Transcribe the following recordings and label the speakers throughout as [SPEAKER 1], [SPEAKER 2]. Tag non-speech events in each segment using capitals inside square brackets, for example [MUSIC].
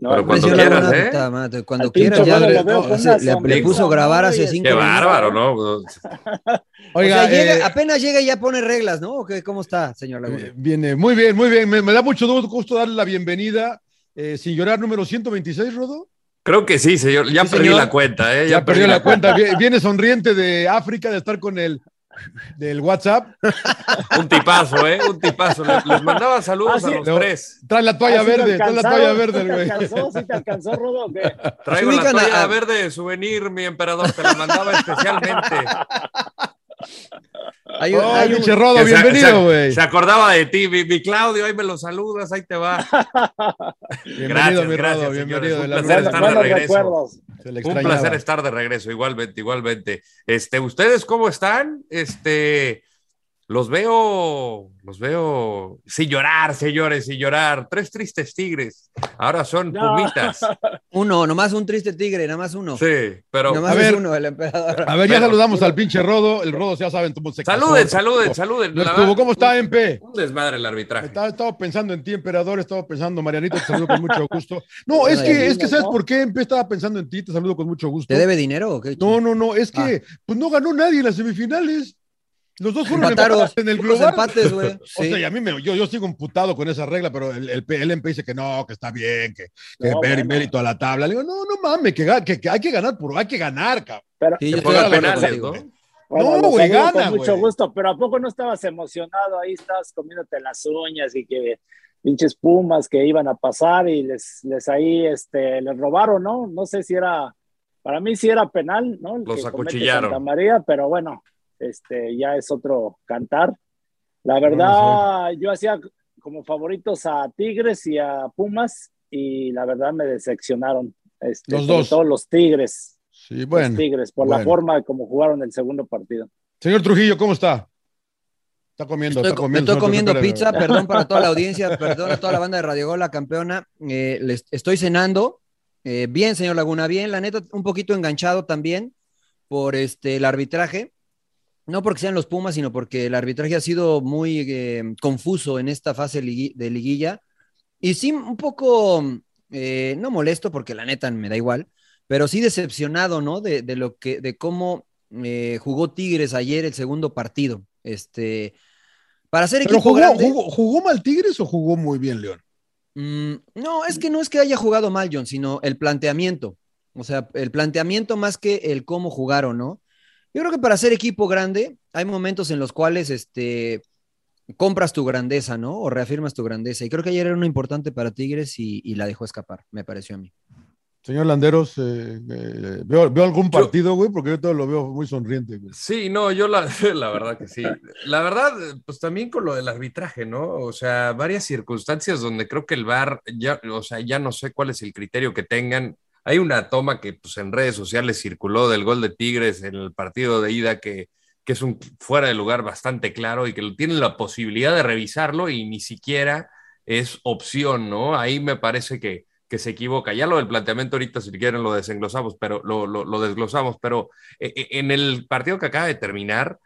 [SPEAKER 1] No, Pero cuando quieras, ¿eh?
[SPEAKER 2] Mate, Cuando quieras, ya le, o sea, le- le puso grabar hace cinco
[SPEAKER 1] Qué bárbaro, ¿no?
[SPEAKER 2] Oiga,
[SPEAKER 3] Oiga, eh,
[SPEAKER 2] apenas llega y ya pone reglas, ¿no? ¿O qué? ¿Cómo está, señor Laguna?
[SPEAKER 3] eh, viene muy bien, muy bien. Me, me da mucho gusto darle la bienvenida. eh, sin llorar, número 126, Rodo.
[SPEAKER 1] Creo que sí, señor. Ya
[SPEAKER 3] Sí,
[SPEAKER 1] perdí
[SPEAKER 3] señor.
[SPEAKER 1] la cuenta, ¿eh?
[SPEAKER 3] Ya, perdió la cuenta. Vie- Viene sonriente de África de estar con el del WhatsApp.
[SPEAKER 1] Un tipazo, ¿eh? Un tipazo. Les, les mandaba saludos
[SPEAKER 4] Ah, sí.
[SPEAKER 1] a los
[SPEAKER 3] No.
[SPEAKER 1] tres.
[SPEAKER 3] Trae la toalla
[SPEAKER 4] Ah, sí te
[SPEAKER 3] verde, trae la
[SPEAKER 4] alcanzaron,
[SPEAKER 3] toalla
[SPEAKER 4] sí
[SPEAKER 3] verde,
[SPEAKER 2] [LAUGHS]
[SPEAKER 4] te
[SPEAKER 3] güey.
[SPEAKER 4] alcanzó, sí te alcanzó, Rodo, o qué?
[SPEAKER 1] Traigo
[SPEAKER 2] ¿Se
[SPEAKER 1] la
[SPEAKER 2] ubican
[SPEAKER 1] toalla
[SPEAKER 2] a-
[SPEAKER 1] verde de souvenir, mi emperador. Te la mandaba
[SPEAKER 3] [LAUGHS]
[SPEAKER 1] especialmente.
[SPEAKER 2] Hay un-
[SPEAKER 3] Oh,
[SPEAKER 2] hay un-
[SPEAKER 3] pinche Rodo,
[SPEAKER 1] Que se-
[SPEAKER 3] bienvenido,
[SPEAKER 1] se-
[SPEAKER 3] güey.
[SPEAKER 1] Se acordaba de ti, mi, mi Claudio. Ahí me lo saludas, ahí te va.
[SPEAKER 3] Bienvenido, mi
[SPEAKER 1] gracias,
[SPEAKER 3] Rodo,
[SPEAKER 1] señores.
[SPEAKER 3] bienvenido.
[SPEAKER 1] Un
[SPEAKER 3] de la
[SPEAKER 1] placer
[SPEAKER 3] Rueda.
[SPEAKER 1] estar de
[SPEAKER 4] Buenos
[SPEAKER 1] regreso.
[SPEAKER 4] recuerdos.
[SPEAKER 3] Se le
[SPEAKER 1] Un
[SPEAKER 3] extrañaba.
[SPEAKER 1] placer estar de regreso, igualmente, igualmente. Este, ¿ustedes cómo están? Este, los veo, los veo sin llorar, señores, sin llorar. Tres tristes tigres, ahora son
[SPEAKER 4] No.
[SPEAKER 1] pumitas.
[SPEAKER 2] uno, nomás un triste tigre, nada más uno.
[SPEAKER 1] Sí, pero
[SPEAKER 2] Nomás
[SPEAKER 3] A ver.
[SPEAKER 2] es uno, el emperador.
[SPEAKER 3] A ver, ya
[SPEAKER 1] Pero-
[SPEAKER 3] saludamos al pinche Rodo. El Rodo, ya saben, cómo se casó.
[SPEAKER 1] saluden, saluden, saluden.
[SPEAKER 3] No
[SPEAKER 1] La
[SPEAKER 3] estuvo.
[SPEAKER 1] verdad,
[SPEAKER 3] ¿Cómo está,
[SPEAKER 1] un-
[SPEAKER 3] MP?
[SPEAKER 1] Un desmadre el arbitraje.
[SPEAKER 3] Estaba, estaba pensando en ti, emperador, estaba pensando, Marianito, te saludo con mucho gusto. No,
[SPEAKER 2] Ay,
[SPEAKER 3] es que, es
[SPEAKER 4] lindo,
[SPEAKER 3] que ¿sabes
[SPEAKER 4] ¿no?
[SPEAKER 3] por qué? Empe? Estaba pensando en ti, te saludo con mucho gusto.
[SPEAKER 2] ¿Te debe dinero o qué?
[SPEAKER 3] No, no, no, es que pues no ganó nadie en las semifinales. Los dos fueron
[SPEAKER 2] Empataron.
[SPEAKER 3] empatados en el
[SPEAKER 2] Los
[SPEAKER 3] global.
[SPEAKER 2] empates, güey.
[SPEAKER 3] [LAUGHS] O
[SPEAKER 2] Sí.
[SPEAKER 3] sea, y a mí me, yo, yo sigo imputado con esa regla, pero el, el, P- el MP dice que no, que está bien, que, que
[SPEAKER 4] No,
[SPEAKER 3] ver-
[SPEAKER 4] bueno.
[SPEAKER 3] mérito a la tabla. Le digo, no, no mames, que, ga- que- que hay que ganar, por, hay que ganar, cabrón.
[SPEAKER 4] Pero,
[SPEAKER 2] Sí, yo
[SPEAKER 1] Que
[SPEAKER 2] estoy
[SPEAKER 1] pongan
[SPEAKER 2] de acuerdo
[SPEAKER 1] penales,
[SPEAKER 2] contigo.
[SPEAKER 1] ¿no?
[SPEAKER 4] bueno,
[SPEAKER 3] No,
[SPEAKER 4] los
[SPEAKER 3] güey,
[SPEAKER 4] saludo
[SPEAKER 3] gana,
[SPEAKER 4] Con mucho
[SPEAKER 3] güey.
[SPEAKER 4] gusto, pero ¿a poco no estabas emocionado? Ahí estabas comiéndote las uñas y que pinches pumas que iban a pasar y les, les ahí este, les robaron, ¿no? No sé si era, para mí sí era penal, ¿no? El
[SPEAKER 1] Los
[SPEAKER 4] que comete
[SPEAKER 1] acuchillaron.
[SPEAKER 4] Santa María, pero bueno, este, ya es otro cantar. La
[SPEAKER 3] Bueno,
[SPEAKER 4] verdad, yo hacía como favoritos a Tigres y a Pumas y la verdad me decepcionaron. Este,
[SPEAKER 3] Los
[SPEAKER 4] sobre
[SPEAKER 3] dos.
[SPEAKER 4] todo los Tigres.
[SPEAKER 3] Sí,
[SPEAKER 4] los
[SPEAKER 3] bueno.
[SPEAKER 4] Tigres, por la
[SPEAKER 3] bueno.
[SPEAKER 4] forma como jugaron el segundo partido.
[SPEAKER 3] Señor Trujillo, ¿cómo está? Está comiendo,
[SPEAKER 2] Estoy,
[SPEAKER 3] está
[SPEAKER 2] co-
[SPEAKER 3] comiendo.
[SPEAKER 2] estoy
[SPEAKER 3] señor
[SPEAKER 2] comiendo
[SPEAKER 3] Trujillo,
[SPEAKER 2] pizza,
[SPEAKER 3] espérame.
[SPEAKER 2] perdón para toda
[SPEAKER 3] [LAUGHS]
[SPEAKER 2] la audiencia, perdón a toda la banda de Radio Gol, la campeona. Eh, les, estoy cenando. Eh, bien, señor Laguna, bien. La neta, un poquito enganchado también por este, el arbitraje. No porque sean los Pumas, sino porque el arbitraje ha sido muy eh, confuso en esta fase ligui- de liguilla. Y sí, un poco, eh, no molesto porque la neta me da igual, pero sí decepcionado, ¿no? De, de lo que, de cómo eh, jugó Tigres ayer el segundo partido. Este, para ser
[SPEAKER 3] Pero
[SPEAKER 2] equipo
[SPEAKER 3] jugó,
[SPEAKER 2] grande,
[SPEAKER 3] jugó- jugó mal Tigres o jugó muy bien León?
[SPEAKER 2] mm, no, es que no es que haya jugado mal, John, sino el planteamiento. O sea, el planteamiento más que el cómo jugaron, ¿no? Yo creo que para ser equipo grande hay momentos en los cuales este, compras tu grandeza, ¿no? O reafirmas tu grandeza. Y creo que ayer era uno importante para Tigres y, y la dejó escapar, me pareció a mí.
[SPEAKER 3] Señor Landeros, eh, eh, ¿veo, veo algún partido, güey? Porque yo todo lo veo muy sonriente, güey.
[SPEAKER 1] Sí, no, yo la, [LAUGHS] la verdad que sí. La verdad, eh, pues también con lo del arbitraje, ¿no? O sea, varias circunstancias donde creo que el VAR, ya, o sea, ya no sé cuál es el criterio que tengan. Hay una toma que pues, en redes sociales circuló del gol de Tigres en el partido de ida que, que es un fuera de lugar bastante claro y que lo- tienen la posibilidad de revisarlo y ni siquiera es opción, ¿no? Ahí me parece que, que se equivoca. Ya lo del planteamiento ahorita, si quieren, lo desenglosamos, pero lo, lo, lo desglosamos, pero e- e- En el partido que acaba de terminar,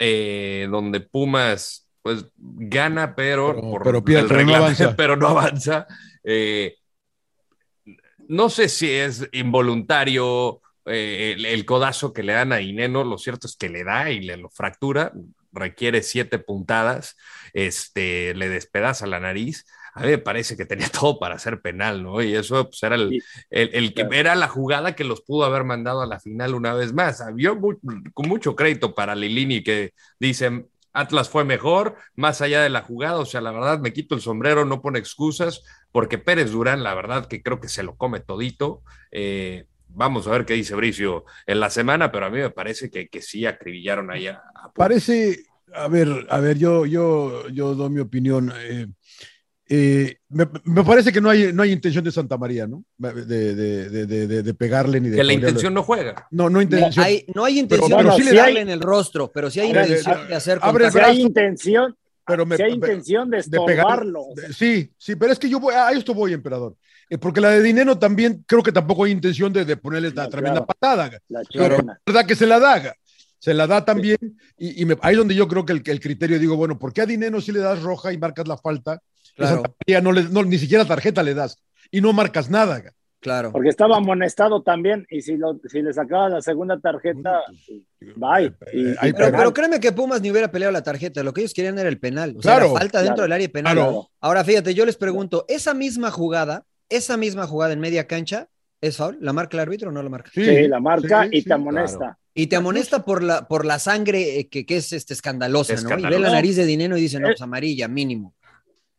[SPEAKER 1] eh, donde Pumas pues gana, pero,
[SPEAKER 3] Pero- pero pierde,
[SPEAKER 1] el
[SPEAKER 3] pero no
[SPEAKER 1] reglamento, [LAUGHS]
[SPEAKER 3] avanza.
[SPEAKER 1] pero no avanza, eh, no sé si es involuntario eh, el, el codazo que le dan a Ineno, lo cierto es que le da y le lo fractura. requiere siete puntadas, este, le despedaza la nariz. A mí me parece que tenía [LAUGHS] todo para ser penal, ¿no? Y eso pues, era, el, el- el que, era la jugada que los pudo haber mandado a la final una vez más. Había mu- con mucho crédito para Lilini que dice, Atlas fue mejor, más allá de la jugada, o sea, la verdad me quito el sombrero, no pone excusas, porque Pérez Durán, la verdad que creo que se lo come todito. Eh, vamos a ver qué dice Bricio en la semana, pero a mí me parece que, que sí acribillaron ahí a- a
[SPEAKER 3] Parece, a ver, a ver, yo, yo, yo doy mi opinión. eh, eh, me, me parece que no hay, no hay intención de Santa María, ¿no? De, de- de- de- de- de pegarle ni de.
[SPEAKER 1] que la
[SPEAKER 3] golpearle.
[SPEAKER 1] intención no juega.
[SPEAKER 3] No, no intención.
[SPEAKER 2] No hay, no hay intención
[SPEAKER 3] Pero- pero
[SPEAKER 2] de
[SPEAKER 3] sí le
[SPEAKER 2] darle
[SPEAKER 3] da-
[SPEAKER 2] en el rostro, pero sí hay
[SPEAKER 3] Abre-
[SPEAKER 2] intención de hacer
[SPEAKER 3] abre el
[SPEAKER 2] contacto.
[SPEAKER 3] brazo.
[SPEAKER 4] intención,
[SPEAKER 3] pero me-
[SPEAKER 4] si hay
[SPEAKER 3] pe-
[SPEAKER 4] intención de
[SPEAKER 3] de pegar-
[SPEAKER 4] estorbarlo.
[SPEAKER 3] de- sí, sí, pero es que yo voy, a esto voy, emperador. Eh, porque la de dinero también creo que tampoco hay intención de, de ponerle la tremenda
[SPEAKER 4] claro.
[SPEAKER 3] patada.
[SPEAKER 4] La
[SPEAKER 3] Pero
[SPEAKER 4] chilena.
[SPEAKER 3] la verdad que se la da. Se la da también. Y, y me- ahí es donde yo creo que el, el criterio digo, bueno, ¿por qué a dinero si le das roja y marcas la falta? Y a
[SPEAKER 2] Claro.
[SPEAKER 3] Santa María no le- no, ni siquiera tarjeta le das y no marcas nada.
[SPEAKER 2] Claro.
[SPEAKER 4] Porque estaba amonestado también, y si, lo, si le sacaba la segunda tarjeta, bye. Y- y
[SPEAKER 3] eh, ahí
[SPEAKER 2] Pero,
[SPEAKER 4] penal.
[SPEAKER 2] pero créeme que Pumas ni hubiera peleado la tarjeta, lo que ellos querían era el penal. O sea,
[SPEAKER 3] Claro.
[SPEAKER 2] la falta dentro
[SPEAKER 4] Claro.
[SPEAKER 2] del área y penal.
[SPEAKER 3] Claro.
[SPEAKER 2] Ahora fíjate, yo les pregunto, esa misma jugada, esa misma jugada en media cancha, ¿es foul? ¿La marca el árbitro o no la marca?
[SPEAKER 4] Sí, la marca
[SPEAKER 3] sí,
[SPEAKER 4] y
[SPEAKER 3] sí,
[SPEAKER 4] te amonesta.
[SPEAKER 2] Y te amonesta por la, por la sangre eh, que, que es este, escandalosa, ¿no? Y ve la
[SPEAKER 4] Escandalosa.
[SPEAKER 2] nariz de dinero y dice, no,
[SPEAKER 4] Eh.
[SPEAKER 2] pues amarilla, mínimo.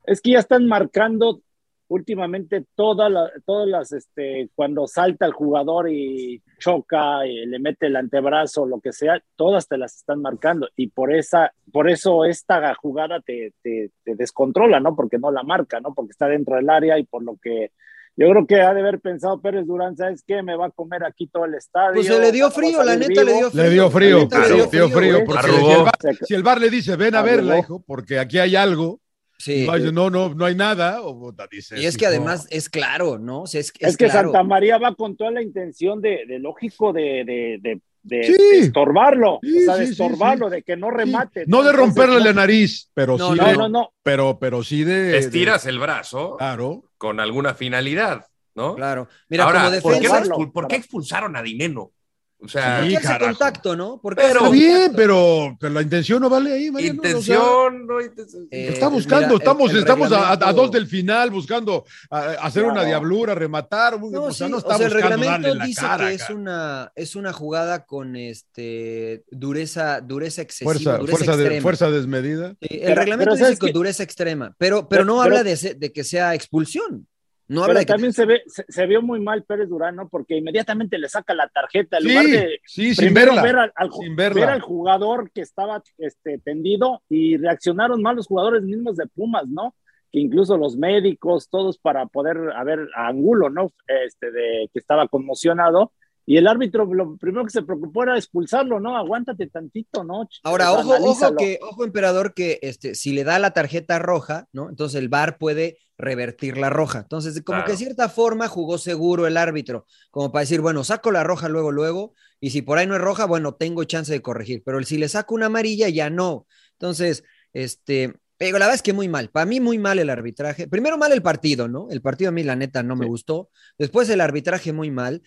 [SPEAKER 4] Es que ya están marcando últimamente todas las, todas las, este, cuando salta el jugador y choca, y le mete el antebrazo, lo que sea, todas te las están marcando y por esa, por eso esta jugada te, te, te descontrola, ¿no? Porque no la marca, ¿no? Porque está dentro del área y por lo que yo creo que ha de haber pensado Pérez Durán, ¿sabes qué? Me va a comer aquí todo el estadio.
[SPEAKER 2] Pues se le dio
[SPEAKER 4] no va a
[SPEAKER 2] frío, la
[SPEAKER 4] salir
[SPEAKER 2] neta le
[SPEAKER 4] vivo.
[SPEAKER 2] dio frío.
[SPEAKER 3] Le dio frío,
[SPEAKER 2] La neta le
[SPEAKER 3] claro,
[SPEAKER 2] dio
[SPEAKER 3] dio frío,
[SPEAKER 2] güey.
[SPEAKER 3] porque
[SPEAKER 1] Arrugó.
[SPEAKER 3] si el, bar, si el bar le dice, ven a
[SPEAKER 4] ¿eh? Arrugó.
[SPEAKER 3] verla, hijo, porque aquí hay algo, y
[SPEAKER 2] Sí.
[SPEAKER 3] va a decir, no, no, no hay nada, o puta, dices,
[SPEAKER 2] Y es que
[SPEAKER 3] hijo,
[SPEAKER 2] además es claro, ¿no? O sea, es,
[SPEAKER 4] Es,
[SPEAKER 2] es
[SPEAKER 4] que
[SPEAKER 2] claro.
[SPEAKER 4] Santa María va con toda la intención de, de lógico de, de, de- de-
[SPEAKER 3] Sí.
[SPEAKER 4] de estorbarlo,
[SPEAKER 3] Sí,
[SPEAKER 4] o sea,
[SPEAKER 3] sí,
[SPEAKER 4] de
[SPEAKER 3] sí,
[SPEAKER 4] estorbarlo, de que no
[SPEAKER 3] sí,
[SPEAKER 4] remate.
[SPEAKER 3] no de
[SPEAKER 4] Entonces,
[SPEAKER 3] romperle
[SPEAKER 4] no-
[SPEAKER 3] la nariz, pero
[SPEAKER 2] No,
[SPEAKER 3] sí
[SPEAKER 4] No,
[SPEAKER 3] de,
[SPEAKER 4] no, no.
[SPEAKER 3] Pero, pero sí de, de- Ah.
[SPEAKER 1] Estiras el brazo
[SPEAKER 3] claro,
[SPEAKER 1] con alguna finalidad, ¿no?
[SPEAKER 2] Claro. Mira,
[SPEAKER 1] Ahora,
[SPEAKER 2] como
[SPEAKER 1] ¿por, qué,
[SPEAKER 2] defensa,
[SPEAKER 1] no
[SPEAKER 4] defensa-
[SPEAKER 1] expul- por qué expulsaron a Dineno? O sea,
[SPEAKER 2] ¿por qué
[SPEAKER 3] Sí,
[SPEAKER 2] hace
[SPEAKER 3] carajo.
[SPEAKER 2] contacto, no? ¿Por qué
[SPEAKER 1] Pero-
[SPEAKER 2] hace
[SPEAKER 3] está bien,
[SPEAKER 2] contacto?
[SPEAKER 3] pero, pero la intención no vale ahí, Mariano, o sea,
[SPEAKER 1] intención, no intención.
[SPEAKER 2] Eh,
[SPEAKER 3] está buscando,
[SPEAKER 2] mira, el-
[SPEAKER 3] estamos,
[SPEAKER 2] el
[SPEAKER 3] estamos a- a, a
[SPEAKER 2] reglamento-
[SPEAKER 3] dos del final buscando a- a hacer una
[SPEAKER 4] Claro.
[SPEAKER 3] diablura, rematar,
[SPEAKER 2] No,
[SPEAKER 3] o sea,
[SPEAKER 2] sí,
[SPEAKER 3] no
[SPEAKER 2] o
[SPEAKER 3] está
[SPEAKER 2] sea, el
[SPEAKER 3] buscando darle
[SPEAKER 2] reglamento
[SPEAKER 3] en la
[SPEAKER 2] dice
[SPEAKER 3] cara.
[SPEAKER 2] que es
[SPEAKER 3] cara.
[SPEAKER 2] una, es una jugada con este dureza, dureza excesiva,
[SPEAKER 3] Fuerza,
[SPEAKER 2] dureza
[SPEAKER 3] fuerza, de-
[SPEAKER 2] extrema.
[SPEAKER 3] fuerza desmedida.
[SPEAKER 2] Sí, el
[SPEAKER 4] Pero-
[SPEAKER 2] reglamento
[SPEAKER 4] pero
[SPEAKER 2] dice
[SPEAKER 4] ¿sabes
[SPEAKER 2] con
[SPEAKER 4] qué?
[SPEAKER 2] dureza extrema, pero, pero no
[SPEAKER 4] Pero-
[SPEAKER 2] habla de, se- de que sea expulsión. No
[SPEAKER 4] Pero
[SPEAKER 2] habla de que
[SPEAKER 4] también se, ve, se, se vio muy mal Pérez Durán, ¿no? Porque inmediatamente le saca la tarjeta, en
[SPEAKER 3] Sí,
[SPEAKER 4] lugar de
[SPEAKER 3] sí, sin
[SPEAKER 4] primero
[SPEAKER 3] verla.
[SPEAKER 4] ver, al, al-
[SPEAKER 3] sin verla.
[SPEAKER 4] ver al jugador que estaba este, tendido y reaccionaron mal los jugadores mismos de Pumas, ¿no? Que incluso los médicos, todos para poder, a ver, a Angulo, ¿no? Este, de que estaba conmocionado. Y el árbitro, lo primero que se preocupó era expulsarlo, ¿no? Aguántate tantito, ¿no?
[SPEAKER 2] Ahora,
[SPEAKER 4] O
[SPEAKER 2] ojo,
[SPEAKER 4] sea,
[SPEAKER 2] ojo
[SPEAKER 4] Pues, analízalo.
[SPEAKER 2] que, ojo, emperador, que este, si le da la tarjeta roja, ¿no? Entonces el VAR puede revertir la roja. Entonces, como
[SPEAKER 1] Claro.
[SPEAKER 2] que de cierta forma jugó seguro el árbitro, como para decir, bueno, saco la roja luego, luego, y si por ahí no es roja, bueno, tengo chance de corregir. Pero si le saco una amarilla, ya no. Entonces, este, pero la verdad es que muy mal. Para mí, muy mal el arbitraje. Primero mal el partido, ¿no? El partido a mí, la neta, no me gustó. Después el arbitraje muy mal.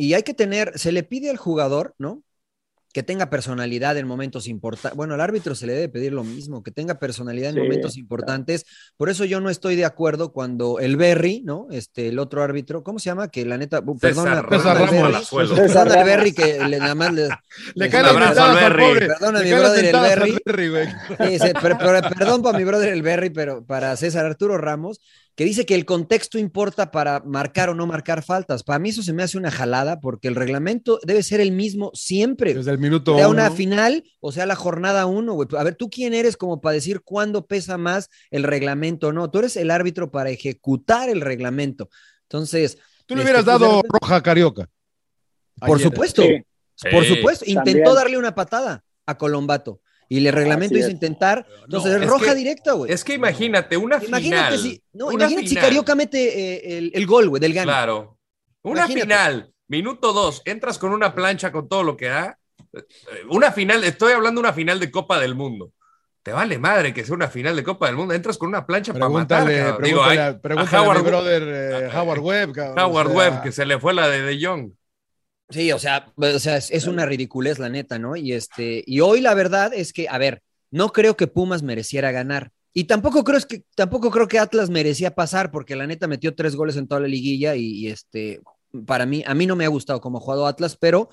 [SPEAKER 2] Y hay que tener, se le pide al jugador, ¿no? Que tenga personalidad en momentos importantes. Bueno, al árbitro se le debe pedir lo mismo, que tenga personalidad en
[SPEAKER 4] Sí,
[SPEAKER 2] momentos
[SPEAKER 4] claro.
[SPEAKER 2] importantes. Por eso yo no estoy de acuerdo cuando el Berry, ¿no? Este, el otro árbitro, ¿cómo se llama? Que la neta, bu- perdona,
[SPEAKER 1] César
[SPEAKER 2] perdona
[SPEAKER 3] Ramos.
[SPEAKER 2] al Berry.
[SPEAKER 3] Ramos.
[SPEAKER 1] Palazuelo.
[SPEAKER 2] Perdona al
[SPEAKER 4] Ramos.
[SPEAKER 2] Berry que le, nada
[SPEAKER 4] [LAUGHS]
[SPEAKER 2] más le,
[SPEAKER 3] Le
[SPEAKER 2] le-
[SPEAKER 1] Un
[SPEAKER 3] caen las
[SPEAKER 1] abrazo
[SPEAKER 3] pentadas
[SPEAKER 1] al
[SPEAKER 3] al
[SPEAKER 1] Berry.
[SPEAKER 3] pobre.
[SPEAKER 2] Perdona,
[SPEAKER 3] Le
[SPEAKER 2] mi
[SPEAKER 3] caen las
[SPEAKER 2] brother, el
[SPEAKER 3] pentadas al
[SPEAKER 2] Berry.
[SPEAKER 3] Berry, güey.
[SPEAKER 2] Sí, se- per- per- perdón para mi brother el Berry, pero para César Arturo Ramos, que dice que el contexto importa para marcar o no marcar faltas. Para mí eso se me hace una jalada porque el reglamento debe ser el mismo siempre.
[SPEAKER 3] Desde el minuto
[SPEAKER 2] Sea una
[SPEAKER 3] uno.
[SPEAKER 2] final o sea la jornada uno, güey. A ver, ¿tú quién eres como para decir cuándo pesa más el reglamento o no? Tú eres el árbitro para ejecutar el reglamento. Entonces,
[SPEAKER 3] Tú le
[SPEAKER 2] este,
[SPEAKER 3] hubieras
[SPEAKER 2] pues, de
[SPEAKER 3] dado
[SPEAKER 2] repente-
[SPEAKER 3] roja a Carioca.
[SPEAKER 2] por
[SPEAKER 3] Ayer.
[SPEAKER 2] supuesto,
[SPEAKER 4] Sí.
[SPEAKER 2] por
[SPEAKER 1] Sí.
[SPEAKER 2] supuesto, intentó
[SPEAKER 4] También.
[SPEAKER 2] darle una patada a Colombato. Y el reglamento
[SPEAKER 4] Así
[SPEAKER 2] hizo
[SPEAKER 4] es.
[SPEAKER 2] intentar. Entonces,
[SPEAKER 1] es
[SPEAKER 2] roja
[SPEAKER 1] que-
[SPEAKER 2] directa, güey.
[SPEAKER 1] Es que imagínate una
[SPEAKER 2] pues. Imagínate
[SPEAKER 1] final.
[SPEAKER 2] si, no,
[SPEAKER 1] una
[SPEAKER 2] imagínate si
[SPEAKER 1] final.
[SPEAKER 2] Carioca mete eh, el, el gol, güey, del gano.
[SPEAKER 1] Claro. Una
[SPEAKER 2] Imagínate.
[SPEAKER 1] final, minuto dos, entras con una plancha con todo lo que da. Eh, Una final, estoy hablando de una final de Copa del Mundo. Te vale madre que sea una final de Copa del Mundo. Entras con una plancha para matar.
[SPEAKER 3] Pregúntale,
[SPEAKER 1] cabrón. Digo,
[SPEAKER 3] pregúntale,
[SPEAKER 1] ay,
[SPEAKER 3] a- pregúntale a
[SPEAKER 1] Howard
[SPEAKER 3] mi
[SPEAKER 1] Webb.
[SPEAKER 3] brother eh, Howard Webb. cabrón,
[SPEAKER 1] Howard
[SPEAKER 3] o sea,
[SPEAKER 1] Webb, que se le fue la de De Jong.
[SPEAKER 2] pues, Sí, o sea, o sea, es, es una ridiculez, la neta, ¿no? Y este, y hoy la verdad es que, a ver, No creo que Pumas mereciera ganar. Y tampoco creo, es que, tampoco creo que Atlas merecía pasar, porque la neta metió tres goles en toda la liguilla y, y este, para mí, a mí no me ha gustado cómo ha jugado Atlas, pero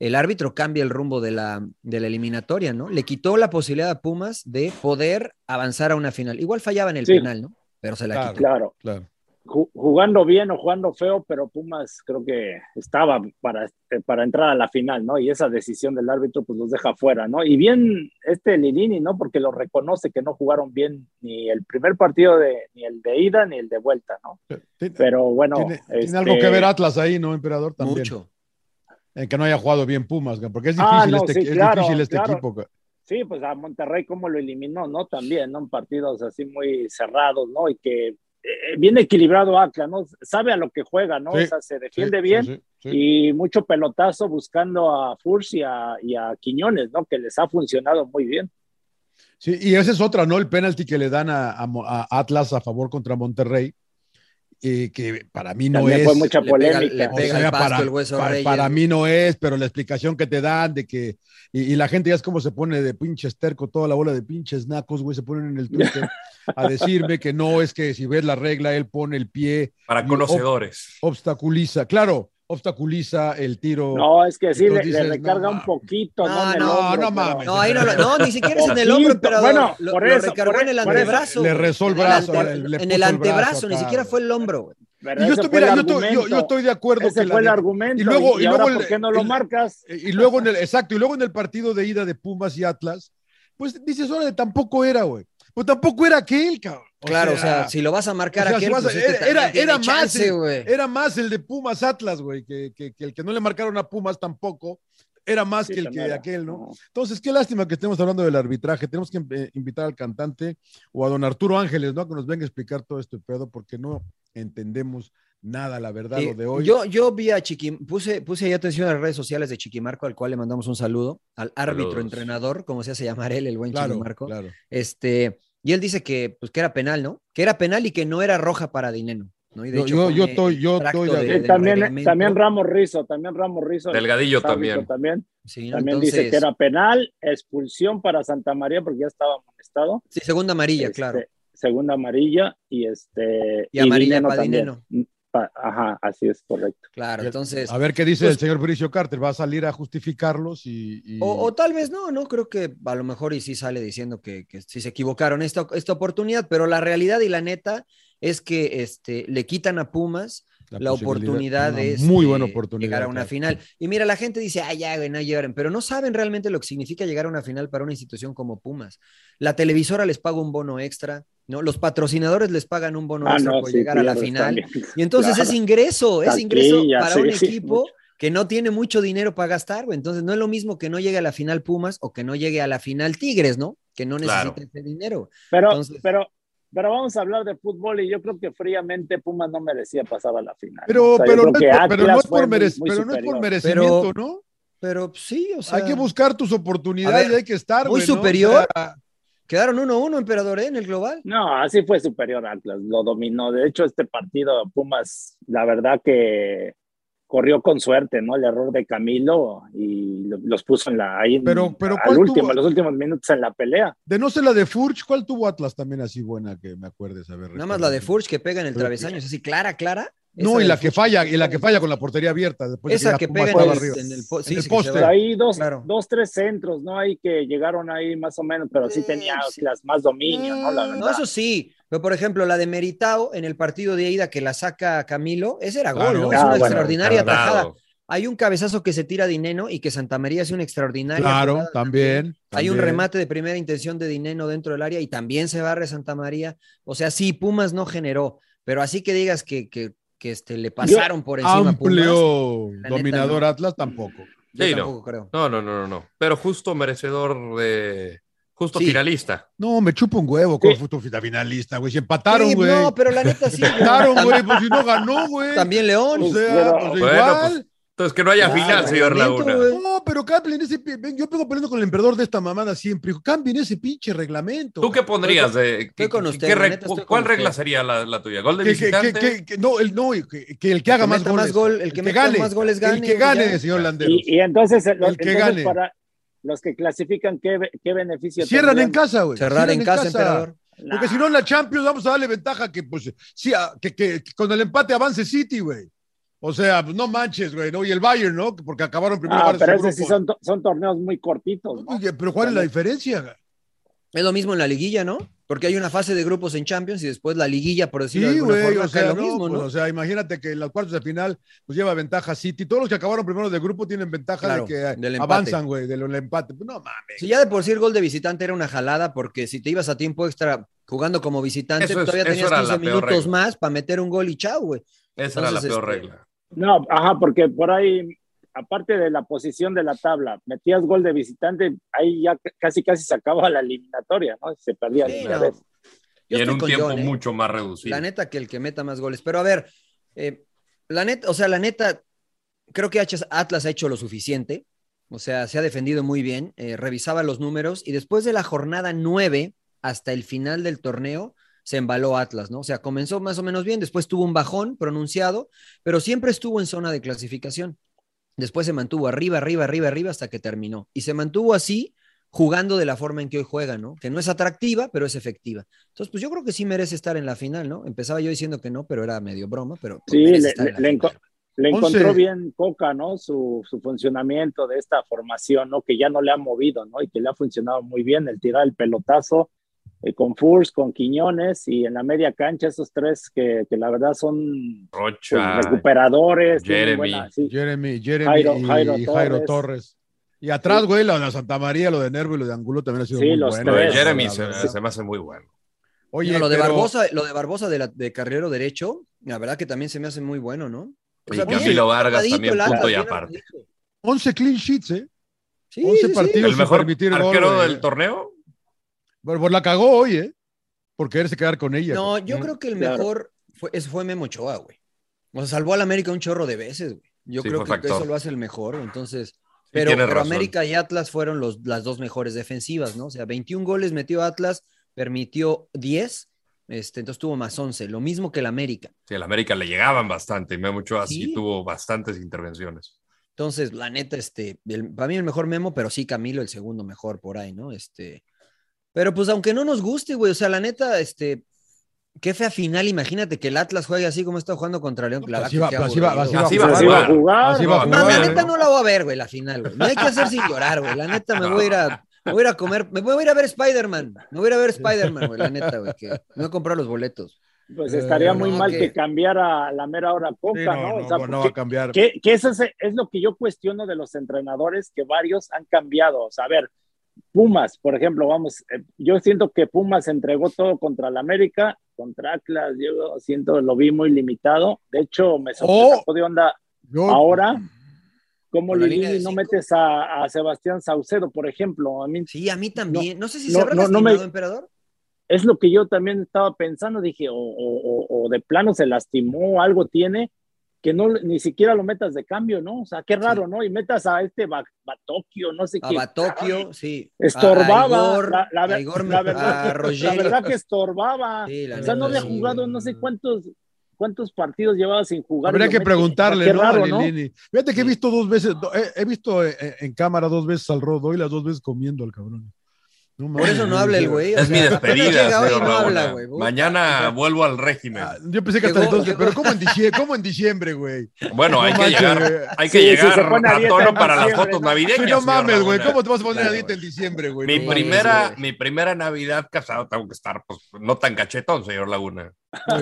[SPEAKER 2] el árbitro cambia el rumbo de la, de la eliminatoria, ¿no? Le quitó la posibilidad a Pumas de poder avanzar a una final. Igual fallaba en el
[SPEAKER 4] Sí.
[SPEAKER 2] penal, ¿no? Pero se la
[SPEAKER 4] Claro,
[SPEAKER 2] quitó.
[SPEAKER 4] claro. Ju- Jugando bien o jugando feo, pero Pumas creo que estaba para, eh, para entrar a la final, ¿no? Y esa decisión del árbitro pues los deja fuera, ¿no? Y bien este Lilini, ¿no? Porque lo reconoce que no jugaron bien ni el primer partido, de, ni el de ida, ni el de vuelta, ¿no? Pero bueno.
[SPEAKER 3] Tiene, tiene
[SPEAKER 4] este,
[SPEAKER 3] algo que ver Atlas ahí, ¿no, emperador? También.
[SPEAKER 2] Mucho.
[SPEAKER 3] En que no haya jugado bien Pumas, ca, porque es difícil
[SPEAKER 4] Ah, no,
[SPEAKER 3] este,
[SPEAKER 4] sí,
[SPEAKER 3] es
[SPEAKER 4] claro,
[SPEAKER 3] difícil este
[SPEAKER 4] claro.
[SPEAKER 3] equipo. ca.
[SPEAKER 4] Sí, pues a Monterrey como lo eliminó, ¿no? También, ¿no? En partidos así muy cerrados, ¿no? Y que eh, bien equilibrado Atlas, ¿no? Sabe a lo que juega, ¿no?
[SPEAKER 3] Sí,
[SPEAKER 4] o sea, se
[SPEAKER 3] sí,
[SPEAKER 4] defiende bien
[SPEAKER 3] sí, sí.
[SPEAKER 4] y mucho pelotazo buscando a Furs y a, y a Quiñones, ¿no? Que les ha funcionado muy bien.
[SPEAKER 3] Sí, y esa es otra, ¿no? El penalti que le dan a, a Mo- a Atlas a favor contra Monterrey, eh, que para mí no
[SPEAKER 4] También
[SPEAKER 3] es.
[SPEAKER 4] fue mucha
[SPEAKER 2] Le pega-
[SPEAKER 4] polémica.
[SPEAKER 2] le pega
[SPEAKER 3] O sea,
[SPEAKER 2] el pasto
[SPEAKER 3] para,
[SPEAKER 2] el hueso
[SPEAKER 3] para-
[SPEAKER 2] Reyes,
[SPEAKER 3] para
[SPEAKER 2] ¿no?
[SPEAKER 3] mí no es, pero la explicación que te dan de que. Y, y la gente ya es como se pone de pinches terco, toda la bola de pinches nacos, güey, se ponen en el
[SPEAKER 4] [LAUGHS]
[SPEAKER 3] Twitter a decirme que no, es que si ves la regla, él pone el pie.
[SPEAKER 1] Para
[SPEAKER 2] oh,
[SPEAKER 3] y
[SPEAKER 1] conocedores.
[SPEAKER 3] ob- obstaculiza, claro, obstaculiza el tiro.
[SPEAKER 4] No, es que sí, le-
[SPEAKER 3] Entonces
[SPEAKER 4] le,
[SPEAKER 3] dices,
[SPEAKER 4] recarga
[SPEAKER 3] no
[SPEAKER 4] un poquito,
[SPEAKER 2] No,
[SPEAKER 4] ¿no? En el
[SPEAKER 3] no,
[SPEAKER 4] hombro,
[SPEAKER 3] no
[SPEAKER 4] pero-
[SPEAKER 3] mames.
[SPEAKER 2] No, ahí no, lo- no, ni siquiera es en el
[SPEAKER 4] Poquito.
[SPEAKER 2] hombro, pero
[SPEAKER 4] Bueno,
[SPEAKER 2] lo,
[SPEAKER 4] por
[SPEAKER 2] lo
[SPEAKER 4] eso,
[SPEAKER 2] recargó
[SPEAKER 4] por-
[SPEAKER 2] en el
[SPEAKER 4] por eso.
[SPEAKER 2] antebrazo.
[SPEAKER 3] Le
[SPEAKER 2] güey.
[SPEAKER 3] rezó el
[SPEAKER 2] En el
[SPEAKER 3] brazo,
[SPEAKER 2] ante-
[SPEAKER 3] le- le
[SPEAKER 2] en
[SPEAKER 3] puso
[SPEAKER 2] el
[SPEAKER 3] el
[SPEAKER 2] antebrazo,
[SPEAKER 3] brazo
[SPEAKER 2] ni
[SPEAKER 3] acá,
[SPEAKER 2] siquiera
[SPEAKER 3] güey.
[SPEAKER 2] fue el hombro, güey.
[SPEAKER 4] Pero
[SPEAKER 3] Y yo
[SPEAKER 4] ese
[SPEAKER 3] estoy,
[SPEAKER 4] fue el
[SPEAKER 3] mira, yo estoy- yo- yo
[SPEAKER 4] argumento.
[SPEAKER 3] estoy de acuerdo
[SPEAKER 4] Ese
[SPEAKER 3] que la
[SPEAKER 4] fue el
[SPEAKER 3] de-
[SPEAKER 4] argumento.
[SPEAKER 3] y luego- y
[SPEAKER 4] ahora
[SPEAKER 3] luego el-
[SPEAKER 4] ¿por qué no lo
[SPEAKER 3] el-
[SPEAKER 4] marcas?
[SPEAKER 3] Y luego en el, exacto, y luego en el partido de ida de Pumas y Atlas, pues dices, órale, tampoco era, güey. Pues tampoco era aquel, cabrón.
[SPEAKER 2] Claro, o sea, si lo vas a marcar
[SPEAKER 3] o sea,
[SPEAKER 2] aquel,
[SPEAKER 3] si vas a-
[SPEAKER 2] pues este
[SPEAKER 3] era-
[SPEAKER 2] también
[SPEAKER 3] era,
[SPEAKER 2] tiene
[SPEAKER 3] era más
[SPEAKER 2] chance,
[SPEAKER 3] el,
[SPEAKER 2] güey.
[SPEAKER 3] era más el de Pumas Atlas, güey, que, que- que el que no le marcaron a Pumas tampoco, era más
[SPEAKER 4] Sí,
[SPEAKER 3] que el que
[SPEAKER 4] también era.
[SPEAKER 3] aquel, ¿no?
[SPEAKER 4] No.
[SPEAKER 3] Entonces, qué lástima que estemos hablando del arbitraje. Tenemos que eh, invitar al cantante o a don Arturo Ángeles, ¿no? Que nos venga a explicar todo este pedo, porque no entendemos nada, la verdad,
[SPEAKER 2] Sí,
[SPEAKER 3] lo de hoy.
[SPEAKER 2] Yo, yo vi a Chiquim, puse, puse ahí atención a las redes sociales de Chiquimarco, al cual le mandamos un saludo, al árbitro
[SPEAKER 1] Saludos.
[SPEAKER 2] entrenador, como se hace llamar él, el buen
[SPEAKER 3] claro,
[SPEAKER 2] Chiquimarco.
[SPEAKER 3] claro.
[SPEAKER 2] Este, y él dice que, pues, que era penal, ¿no? Que era penal y que no era roja para Dineno. ¿no? Y de
[SPEAKER 3] Yo-
[SPEAKER 2] hecho
[SPEAKER 3] yo- yo
[SPEAKER 2] pone
[SPEAKER 3] estoy- yo
[SPEAKER 2] extracto
[SPEAKER 3] estoy de
[SPEAKER 2] de-
[SPEAKER 3] acuerdo.
[SPEAKER 4] Sí,
[SPEAKER 2] del
[SPEAKER 4] también, eh,
[SPEAKER 2] reglamento.
[SPEAKER 4] también Ramos Rizo, también Ramos Rizo.
[SPEAKER 1] Delgadillo
[SPEAKER 4] el árbitro
[SPEAKER 1] también.
[SPEAKER 4] También,
[SPEAKER 2] Sí, ¿no?
[SPEAKER 4] también dice
[SPEAKER 2] Entonces,
[SPEAKER 4] que era penal, expulsión para Santa María porque ya estaba amonestado.
[SPEAKER 2] sí, segunda amarilla,
[SPEAKER 4] Este,
[SPEAKER 2] claro.
[SPEAKER 4] Segunda amarilla y este.
[SPEAKER 2] Y amarilla
[SPEAKER 4] Dineno
[SPEAKER 2] para
[SPEAKER 4] también. Pa- Ajá, así es correcto.
[SPEAKER 2] Claro, entonces.
[SPEAKER 3] a ver qué dice
[SPEAKER 2] pues-
[SPEAKER 3] el señor Bricio Carter. Va a salir a justificarlos y. y-
[SPEAKER 2] O, o tal vez no, no creo que a lo mejor y sí sale diciendo que, que sí se equivocaron esta, esta oportunidad, pero la realidad y la neta es que este, le quitan a Pumas la
[SPEAKER 3] posibilidad-
[SPEAKER 2] oportunidad
[SPEAKER 3] una
[SPEAKER 2] es
[SPEAKER 3] Muy buena oportunidad.
[SPEAKER 2] llegar a una
[SPEAKER 3] claro.
[SPEAKER 2] final. Y mira, la gente dice, ah, ya, güey, no lloren, pero no saben realmente lo que significa llegar a una final para una institución como Pumas. La televisora les paga un bono extra, ¿no? Los patrocinadores les pagan un bono
[SPEAKER 4] Ah,
[SPEAKER 2] extra
[SPEAKER 4] no,
[SPEAKER 2] por
[SPEAKER 4] sí,
[SPEAKER 2] llegar a la
[SPEAKER 4] pierdes
[SPEAKER 2] final.
[SPEAKER 4] también.
[SPEAKER 2] Y entonces
[SPEAKER 4] Claro.
[SPEAKER 2] es ingreso, es
[SPEAKER 4] Taquilla,
[SPEAKER 2] ingreso para
[SPEAKER 4] sí,
[SPEAKER 2] un
[SPEAKER 4] sí,
[SPEAKER 2] equipo
[SPEAKER 4] [LAUGHS] mucho.
[SPEAKER 2] que no tiene mucho dinero para gastar, güey. Entonces no es lo mismo que no llegue a la final Pumas o que no llegue a la final Tigres, ¿no? Que no necesita
[SPEAKER 1] Claro.
[SPEAKER 2] ese dinero.
[SPEAKER 4] Pero,
[SPEAKER 2] Entonces-
[SPEAKER 4] pero, pero vamos a hablar de fútbol y yo creo que fríamente Pumas no merecía pasar a la final.
[SPEAKER 3] Pero,
[SPEAKER 4] O sea, yo
[SPEAKER 3] pero,
[SPEAKER 4] creo
[SPEAKER 3] no,
[SPEAKER 4] que
[SPEAKER 3] es por, pero no
[SPEAKER 4] Atlas
[SPEAKER 3] es por
[SPEAKER 4] fue muy-
[SPEAKER 3] merec-
[SPEAKER 4] muy
[SPEAKER 3] pero no es por
[SPEAKER 4] superior.
[SPEAKER 3] merecimiento, ¿no?
[SPEAKER 2] Pero pues, sí, o sea,
[SPEAKER 3] hay que buscar tus oportunidades
[SPEAKER 2] a ver,
[SPEAKER 3] y hay que estar.
[SPEAKER 2] muy
[SPEAKER 3] güey, ¿no?
[SPEAKER 2] superior.
[SPEAKER 3] O sea,
[SPEAKER 2] quedaron 1-1, emperador, ¿eh? en el global.
[SPEAKER 4] No, así fue superior Atlas, lo dominó. De hecho, este partido Pumas, la verdad que corrió con suerte, ¿no? El error de Camilo y lo- los puso en la ahí en-
[SPEAKER 3] Pero- pero
[SPEAKER 4] al
[SPEAKER 3] ¿cuál
[SPEAKER 4] último,
[SPEAKER 3] tuvo?
[SPEAKER 4] en los últimos minutos en la pelea.
[SPEAKER 3] de no ser la de Furch, ¿cuál tuvo Atlas también así buena que me acuerdes? A ver,
[SPEAKER 2] Nada más la de
[SPEAKER 3] recuerda.
[SPEAKER 2] Furch que pega en el
[SPEAKER 3] Pero-
[SPEAKER 2] travesaño, es así, clara, clara.
[SPEAKER 3] No,
[SPEAKER 2] Esa
[SPEAKER 3] y
[SPEAKER 2] de
[SPEAKER 3] la que
[SPEAKER 2] Furch.
[SPEAKER 3] falla, y la que falla con la portería abierta. Después de
[SPEAKER 2] Esa
[SPEAKER 3] la
[SPEAKER 2] que
[SPEAKER 3] Puma
[SPEAKER 2] pega en
[SPEAKER 3] estaba
[SPEAKER 2] el,
[SPEAKER 3] arriba.
[SPEAKER 2] en el po-
[SPEAKER 3] En
[SPEAKER 2] sí,
[SPEAKER 3] el
[SPEAKER 2] sí, que se
[SPEAKER 3] poste.
[SPEAKER 2] va.
[SPEAKER 4] Pero ahí dos,
[SPEAKER 2] Claro.
[SPEAKER 4] dos, tres centros, ¿no? Ahí que llegaron ahí más o menos, pero sí
[SPEAKER 2] Sí,
[SPEAKER 4] tenía
[SPEAKER 2] sí.
[SPEAKER 4] las más dominio, ¿no? La verdad.
[SPEAKER 2] No, eso sí. Pero, por ejemplo, la de Meritao en el partido de ida que la saca Camilo, ese era
[SPEAKER 3] Claro.
[SPEAKER 2] gol, ¿no? Es
[SPEAKER 4] Ah,
[SPEAKER 2] una
[SPEAKER 4] bueno,
[SPEAKER 2] extraordinaria
[SPEAKER 4] claro.
[SPEAKER 2] tajada.
[SPEAKER 1] Dado.
[SPEAKER 2] Hay un cabezazo que se tira Dineno y que Santa María hace una extraordinaria.
[SPEAKER 3] Claro,
[SPEAKER 2] jugada.
[SPEAKER 3] también.
[SPEAKER 2] Hay un
[SPEAKER 3] también.
[SPEAKER 2] remate de primera intención de Dineno dentro del área y también se barre Santa María. O sea, sí, Pumas no generó, pero así que digas que, que, que, este, le pasaron por encima a Pumas,
[SPEAKER 3] Amplio
[SPEAKER 2] neta,
[SPEAKER 3] dominador
[SPEAKER 2] no.
[SPEAKER 3] Atlas tampoco.
[SPEAKER 2] yo
[SPEAKER 1] Sí, no.
[SPEAKER 2] tampoco creo.
[SPEAKER 1] No, no, no, no, no. Pero justo merecedor de. Justo
[SPEAKER 2] Sí.
[SPEAKER 1] tiralista.
[SPEAKER 3] No, me chupa un huevo con fútbol finalista, güey. Se empataron,
[SPEAKER 2] Sí,
[SPEAKER 3] güey.
[SPEAKER 2] no, pero la neta
[SPEAKER 3] [LAUGHS]
[SPEAKER 2] sí.
[SPEAKER 3] empataron,
[SPEAKER 2] Tam-
[SPEAKER 3] güey. Pues si no ganó, güey.
[SPEAKER 2] También León.
[SPEAKER 3] O sea, pues
[SPEAKER 1] Bueno,
[SPEAKER 3] igual.
[SPEAKER 1] pues, Entonces que no haya
[SPEAKER 2] Ah,
[SPEAKER 1] final, señor
[SPEAKER 2] reglamento,
[SPEAKER 1] Laguna.
[SPEAKER 2] güey.
[SPEAKER 3] No, pero cambien ese. pi- ven, Yo pego peleando con el emperador de esta mamada siempre. hijo, Cambien ese pinche reglamento.
[SPEAKER 1] ¿Tú qué pondrías?
[SPEAKER 2] Estoy
[SPEAKER 1] de- qué-
[SPEAKER 2] con
[SPEAKER 1] qué-
[SPEAKER 2] usted,
[SPEAKER 1] qué
[SPEAKER 2] la
[SPEAKER 1] re-
[SPEAKER 2] neta, estoy
[SPEAKER 1] ¿Cuál
[SPEAKER 2] con
[SPEAKER 1] regla
[SPEAKER 2] usted.
[SPEAKER 1] sería la, la tuya? ¿Gol de
[SPEAKER 3] Que, que-
[SPEAKER 1] visitante?
[SPEAKER 3] que- que- que- no, el, no, que, que el que haga
[SPEAKER 2] que
[SPEAKER 3] más
[SPEAKER 2] meta
[SPEAKER 3] goles.
[SPEAKER 2] más gol, el que meta más goles gane,
[SPEAKER 3] El que
[SPEAKER 2] güey,
[SPEAKER 3] gane,
[SPEAKER 2] ya.
[SPEAKER 3] señor Landeros.
[SPEAKER 4] Y, y entonces, el-
[SPEAKER 3] El que
[SPEAKER 4] entonces
[SPEAKER 3] gane.
[SPEAKER 4] para, los que clasifican qué, be- qué beneficio.
[SPEAKER 3] Cierran
[SPEAKER 4] tendrían. Ah,
[SPEAKER 3] en casa, güey. Cierran Porque si no en la Champions vamos a darle ventaja que, pues, sí, a- que, que- que con el empate avance City, güey. O sea, pues, no manches, güey, ¿no? Y el Bayern, ¿no? Porque acabaron primero.
[SPEAKER 4] Ah,
[SPEAKER 3] ahora
[SPEAKER 4] pero
[SPEAKER 3] su grupo.
[SPEAKER 4] esos sí son, to- son torneos muy cortitos. ¿no?
[SPEAKER 3] Oye, pero ¿cuál es la diferencia?
[SPEAKER 2] Es lo mismo en la liguilla, ¿no? Porque hay una fase de grupos en Champions y después la liguilla, por decirlo de
[SPEAKER 3] Sí,
[SPEAKER 2] alguna
[SPEAKER 3] güey,
[SPEAKER 2] forma,
[SPEAKER 3] o
[SPEAKER 2] que
[SPEAKER 3] sea,
[SPEAKER 2] es
[SPEAKER 3] no,
[SPEAKER 2] lo mismo,
[SPEAKER 3] pues,
[SPEAKER 2] ¿no?
[SPEAKER 3] o sea, imagínate que en los cuartos de final pues lleva ventaja City. Todos los que acabaron primero de grupo tienen ventaja
[SPEAKER 2] Claro,
[SPEAKER 3] de que
[SPEAKER 2] del empate.
[SPEAKER 3] avanzan, güey, del empate. Pues, No mames.
[SPEAKER 2] Si ya de por sí el gol de visitante era una jalada, porque si te ibas a tiempo extra jugando como visitante,
[SPEAKER 1] Eso es-
[SPEAKER 2] todavía
[SPEAKER 1] eso
[SPEAKER 2] tenías
[SPEAKER 1] era
[SPEAKER 2] 15
[SPEAKER 1] la peor
[SPEAKER 2] minutos
[SPEAKER 1] regla.
[SPEAKER 2] más para meter un gol y chao, güey.
[SPEAKER 1] Esa era la
[SPEAKER 2] Entonces,
[SPEAKER 1] peor
[SPEAKER 2] este,
[SPEAKER 1] regla.
[SPEAKER 4] No, ajá, porque por ahí, aparte de la posición de la tabla, metías gol de visitante, ahí ya c- casi casi se acaba la eliminatoria, ¿no? Se perdía de una
[SPEAKER 2] no.
[SPEAKER 4] vez.
[SPEAKER 1] Y en
[SPEAKER 2] estoy
[SPEAKER 1] un
[SPEAKER 2] con
[SPEAKER 1] tiempo
[SPEAKER 2] John, ¿eh?
[SPEAKER 1] mucho más reducido.
[SPEAKER 2] La neta que el que meta más goles. Pero a ver, eh, la neta, o sea, la neta, creo que H- Atlas ha hecho lo suficiente. O sea, se ha defendido muy bien. eh, revisaba los números y después de la jornada 9 hasta el final del torneo, se embaló Atlas, ¿no? O sea, comenzó más o menos bien, después tuvo un bajón pronunciado, pero siempre estuvo en zona de clasificación. Después se mantuvo arriba, arriba, arriba, arriba hasta que terminó. Y se mantuvo así jugando de la forma en que hoy juega, ¿no? Que no es atractiva, pero es efectiva. Entonces, pues yo creo que sí merece estar en la final, ¿no? Empezaba yo diciendo que no, pero era medio broma, pero... pues,
[SPEAKER 4] Sí, le,
[SPEAKER 2] merece estar
[SPEAKER 4] le-
[SPEAKER 2] en la
[SPEAKER 4] le
[SPEAKER 2] final.
[SPEAKER 4] enco- le
[SPEAKER 2] Once.
[SPEAKER 4] encontró bien Coca, ¿no? Su, su funcionamiento de esta formación, ¿no? Que ya no le ha movido, ¿no? Y que le ha funcionado muy bien el tirar el pelotazo eh, con Furs, con Quiñones y en la media cancha esos tres que, que la verdad son pues,
[SPEAKER 1] Rocha.
[SPEAKER 4] recuperadores. tienen
[SPEAKER 1] Jeremy.
[SPEAKER 4] buena- sí.
[SPEAKER 3] Jeremy, Jeremy
[SPEAKER 4] Jairo-
[SPEAKER 3] y,
[SPEAKER 4] Jairo
[SPEAKER 3] y Jairo
[SPEAKER 4] Torres.
[SPEAKER 3] Torres. Y atrás, güey, lo de Santa María, lo de Nervo y lo de Angulo también ha sido
[SPEAKER 4] Sí,
[SPEAKER 3] muy
[SPEAKER 4] los
[SPEAKER 3] bueno.
[SPEAKER 1] Lo de
[SPEAKER 3] la
[SPEAKER 1] Jeremy
[SPEAKER 4] pues,
[SPEAKER 1] se,
[SPEAKER 3] verdad.
[SPEAKER 1] se me hace muy bueno.
[SPEAKER 3] Oye,
[SPEAKER 2] No, lo, de
[SPEAKER 3] pero-
[SPEAKER 2] Barbosa, lo de Barbosa de, la- de carrilero derecho, la verdad que también se me hace muy bueno, ¿no? O
[SPEAKER 1] Y
[SPEAKER 2] sea, bien
[SPEAKER 1] Camilo Vargas
[SPEAKER 2] armadito
[SPEAKER 1] también,
[SPEAKER 2] el Atlas,
[SPEAKER 1] punto y
[SPEAKER 2] bien
[SPEAKER 1] aparte.
[SPEAKER 3] 11 clean sheets, ¿eh?
[SPEAKER 2] Sí,
[SPEAKER 3] 11
[SPEAKER 2] sí, sí.
[SPEAKER 3] partidos
[SPEAKER 1] El
[SPEAKER 3] sin
[SPEAKER 1] mejor
[SPEAKER 3] permitir gol,
[SPEAKER 1] arquero
[SPEAKER 3] güey.
[SPEAKER 1] del torneo.
[SPEAKER 3] Pero por la cagó hoy, ¿eh? Por quererse quedar con ella.
[SPEAKER 2] No,
[SPEAKER 3] güey.
[SPEAKER 2] yo creo que el
[SPEAKER 3] Claro.
[SPEAKER 2] mejor fue, ese fue Memo Ochoa, güey. O sea, salvó al América un chorro de veces, güey. Yo
[SPEAKER 1] Sí,
[SPEAKER 2] creo
[SPEAKER 1] fue
[SPEAKER 2] que
[SPEAKER 1] factor.
[SPEAKER 2] eso lo hace el mejor, güey. entonces. Pero,
[SPEAKER 1] tienes
[SPEAKER 2] pero
[SPEAKER 1] razón.
[SPEAKER 2] América y Atlas fueron los, las dos mejores defensivas, ¿no? O sea, 21 goles metió Atlas, permitió 10, este, entonces tuvo más 11, lo mismo que el América.
[SPEAKER 1] Sí, al América le llegaban bastante y Memo Ochoa sí
[SPEAKER 2] Sí.
[SPEAKER 1] tuvo bastantes intervenciones.
[SPEAKER 2] Entonces, la neta, este, el- para mí el mejor Memo, pero sí Camilo el segundo mejor por ahí, ¿no? Este, pero pues aunque no nos guste, güey, o sea, la neta, este, qué fea final, imagínate que el Atlas juegue así como está jugando contra León.
[SPEAKER 4] pues
[SPEAKER 2] la verdad
[SPEAKER 3] Así
[SPEAKER 2] que
[SPEAKER 3] va,
[SPEAKER 2] qué
[SPEAKER 3] así va,
[SPEAKER 2] aburrido,
[SPEAKER 3] así
[SPEAKER 2] güey.
[SPEAKER 3] va
[SPEAKER 4] va a jugar.
[SPEAKER 2] Ah,
[SPEAKER 3] Así va a
[SPEAKER 2] No, la
[SPEAKER 3] jugar, ¿eh?
[SPEAKER 2] neta
[SPEAKER 3] ¿no?
[SPEAKER 2] no la voy a ver, güey, la final, güey. No hay que hacer sin llorar, güey. La neta me voy a ir a, me voy a, ir a comer, me voy a ir a ver Spider-Man. Me voy a ir a ver Spider-Man, güey, la neta, güey, que no he comprado los boletos.
[SPEAKER 4] Pues estaría
[SPEAKER 2] Eh,
[SPEAKER 4] muy
[SPEAKER 2] no,
[SPEAKER 4] mal
[SPEAKER 2] que-
[SPEAKER 4] que cambiara a la mera hora Coca,
[SPEAKER 3] Sí,
[SPEAKER 4] ¿no?
[SPEAKER 3] no, no,
[SPEAKER 4] O
[SPEAKER 3] no
[SPEAKER 4] sea,
[SPEAKER 3] va
[SPEAKER 4] porque-
[SPEAKER 3] a cambiar.
[SPEAKER 4] Que, que eso es, es lo que yo cuestiono de los entrenadores, que varios han cambiado. O sea, a ver, Pumas, por ejemplo, vamos, eh, yo siento que Pumas entregó todo contra el América, contra Atlas, yo siento, lo vi muy limitado. De hecho, me sorprendió de onda
[SPEAKER 3] Yo-
[SPEAKER 4] ahora. Como
[SPEAKER 2] Oh. Con la línea de
[SPEAKER 4] Lilini no metes a, a Sebastián Saucedo, por ejemplo? A mí,
[SPEAKER 2] Sí, a mí también. No, sé si
[SPEAKER 4] no,
[SPEAKER 2] se habrá
[SPEAKER 4] no, no
[SPEAKER 2] lastimado,
[SPEAKER 4] me-
[SPEAKER 2] emperador.
[SPEAKER 4] es lo que yo también estaba pensando, dije, o, o- o- o de plano se lastimó, algo tiene, que no ni siquiera lo metas de cambio, ¿no? O sea, qué raro, ¿no? Y metas a este Ba- Batokio, no sé
[SPEAKER 2] A
[SPEAKER 4] qué.
[SPEAKER 2] Batocchio, sí. A- a
[SPEAKER 4] Estorbaba,
[SPEAKER 2] Igor,
[SPEAKER 4] la, la ver-
[SPEAKER 2] a Igor,
[SPEAKER 4] la verdad,
[SPEAKER 2] a Rogelio.
[SPEAKER 4] la verdad que estorbaba.
[SPEAKER 2] Sí, la
[SPEAKER 4] o sea, no
[SPEAKER 2] neta,
[SPEAKER 4] había
[SPEAKER 2] sí,
[SPEAKER 4] jugado no sé cuántos cuántos partidos llevaba sin jugar.
[SPEAKER 3] Habría
[SPEAKER 4] Y lo
[SPEAKER 3] que
[SPEAKER 4] metes.
[SPEAKER 3] preguntarle,
[SPEAKER 4] Qué
[SPEAKER 3] ¿no?
[SPEAKER 4] raro,
[SPEAKER 3] a Lilini. Fíjate que he visto dos veces, do- he, he visto eh, eh, en cámara dos veces al Rodo y las dos veces comiendo al cabrón. No
[SPEAKER 2] Por eso no habla el güey. o
[SPEAKER 1] Es mi
[SPEAKER 2] sea, apenas
[SPEAKER 1] despedida,
[SPEAKER 2] llega hoy y
[SPEAKER 1] señor
[SPEAKER 2] no habla,
[SPEAKER 1] Laguna.
[SPEAKER 2] güey.
[SPEAKER 1] Mañana vuelvo al régimen.
[SPEAKER 3] ah,
[SPEAKER 2] ah,
[SPEAKER 3] Yo pensé que hasta
[SPEAKER 2] Llegó-
[SPEAKER 3] entonces,
[SPEAKER 2] llegó-
[SPEAKER 3] pero ¿cómo en diciembre, cómo en diciembre güey?
[SPEAKER 1] Bueno,
[SPEAKER 3] [LAUGHS] No
[SPEAKER 1] hay que
[SPEAKER 3] manches,
[SPEAKER 1] llegar,
[SPEAKER 3] güey.
[SPEAKER 1] hay que
[SPEAKER 4] Sí, sí,
[SPEAKER 1] llegar
[SPEAKER 4] se pone a
[SPEAKER 1] a
[SPEAKER 4] dieta
[SPEAKER 1] tono
[SPEAKER 4] en
[SPEAKER 1] para las
[SPEAKER 4] diciembre,
[SPEAKER 1] fotos
[SPEAKER 4] ¿no?
[SPEAKER 1] navideñas.
[SPEAKER 3] Sí, no
[SPEAKER 1] señor
[SPEAKER 3] mames, güey.
[SPEAKER 1] Laguna.
[SPEAKER 3] ¿Cómo te vas a poner
[SPEAKER 2] Claro,
[SPEAKER 3] a dieta en diciembre, güey?
[SPEAKER 1] Mi
[SPEAKER 3] No mames,
[SPEAKER 1] primera,
[SPEAKER 2] güey.
[SPEAKER 1] mi primera Navidad casado tengo que estar, pues, no tan cachetón, señor Laguna.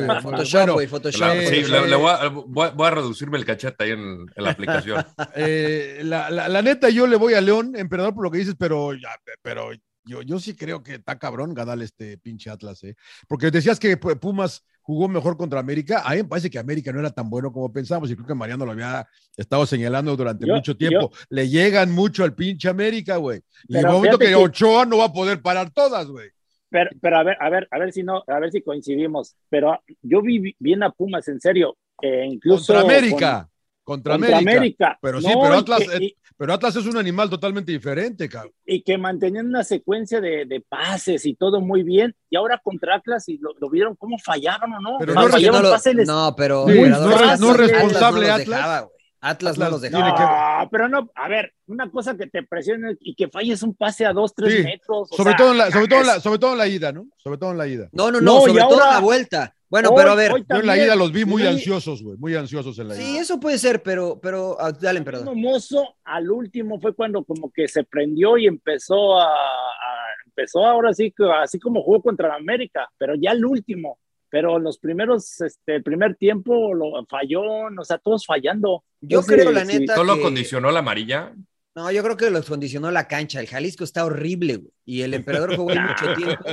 [SPEAKER 3] güey.
[SPEAKER 2] Photoshop, güey, Photoshop.
[SPEAKER 1] La- sí,
[SPEAKER 3] sí.
[SPEAKER 1] le- le voy, a, voy a- voy a reducirme el cachete ahí en, en
[SPEAKER 2] [LAUGHS]
[SPEAKER 1] la aplicación.
[SPEAKER 3] Eh, la, la- la neta, yo le voy a León, emperador, por lo que dices, pero, ya, pero yo, yo sí creo que está cabrón ganar este pinche Atlas, ¿eh? Porque decías que P- Pumas jugó mejor contra América. A mí me parece que América no era tan bueno como pensamos y creo que Mariano lo había estado señalando durante
[SPEAKER 4] Yo-
[SPEAKER 3] mucho tiempo. Le llegan mucho al pinche América, güey. Y el
[SPEAKER 4] Pero
[SPEAKER 3] momento que,
[SPEAKER 4] fíjate que-
[SPEAKER 3] Ochoa no va a poder parar todas, güey.
[SPEAKER 4] Pero, pero a ver, a ver, a ver si no, a ver si coincidimos. Pero yo vi bien a Pumas, en serio. eh, incluso
[SPEAKER 3] Contra
[SPEAKER 4] con-
[SPEAKER 3] América. Contra,
[SPEAKER 4] contra
[SPEAKER 3] América.
[SPEAKER 4] América.
[SPEAKER 3] Pero sí,
[SPEAKER 4] No,
[SPEAKER 3] pero
[SPEAKER 4] y
[SPEAKER 3] Atlas,
[SPEAKER 4] que-
[SPEAKER 3] eh, pero Atlas es un animal totalmente diferente, cabrón.
[SPEAKER 4] y que mantenían una secuencia de, de pases y todo muy bien. Y ahora contra Atlas, y lo, lo vieron cómo fallaron o no.
[SPEAKER 3] Pero
[SPEAKER 4] Fa-
[SPEAKER 3] no
[SPEAKER 2] es que
[SPEAKER 4] fallaban
[SPEAKER 2] no, lo-
[SPEAKER 4] pases les-
[SPEAKER 2] no, pero
[SPEAKER 3] Sí,
[SPEAKER 2] emperador,
[SPEAKER 3] no re-
[SPEAKER 2] Atlas-
[SPEAKER 3] no
[SPEAKER 2] Atlas
[SPEAKER 3] responsable
[SPEAKER 2] los
[SPEAKER 3] Atlas.
[SPEAKER 2] dejaba, güey. Atlas, no los dejó.
[SPEAKER 4] No, Ah, pero no, a ver, una cosa que te presione y que falles un pase a dos, tres
[SPEAKER 3] Sí.
[SPEAKER 4] metros. o
[SPEAKER 3] Sobre,
[SPEAKER 4] sea,
[SPEAKER 3] todo en la, sobre, todo en la, sobre todo en la ida, ¿no? Sobre todo en la ida.
[SPEAKER 2] No, no, no, sobre todo la vuelta. Bueno, pero a ver.
[SPEAKER 3] Yo en la ida los vi muy ansiosos, güey. Muy ansiosos en la ida.
[SPEAKER 2] Sí, eso puede ser, pero, pero ah, dale, perdón.
[SPEAKER 4] Bruno Mozo al último fue cuando como que se prendió y empezó a, a- empezó ahora sí que- así como jugó contra la América, pero ya el último, pero los primeros este el primer tiempo lo falló, o sea, todos fallando.
[SPEAKER 2] Yo
[SPEAKER 4] Entonces,
[SPEAKER 2] creo, la
[SPEAKER 4] sí.
[SPEAKER 2] neta,
[SPEAKER 1] ¿No lo
[SPEAKER 2] que-
[SPEAKER 1] condicionó la amarilla?
[SPEAKER 2] No, yo creo que los condicionó la cancha. El Jalisco está horrible, güey. Y el emperador jugó ahí mucho tiempo.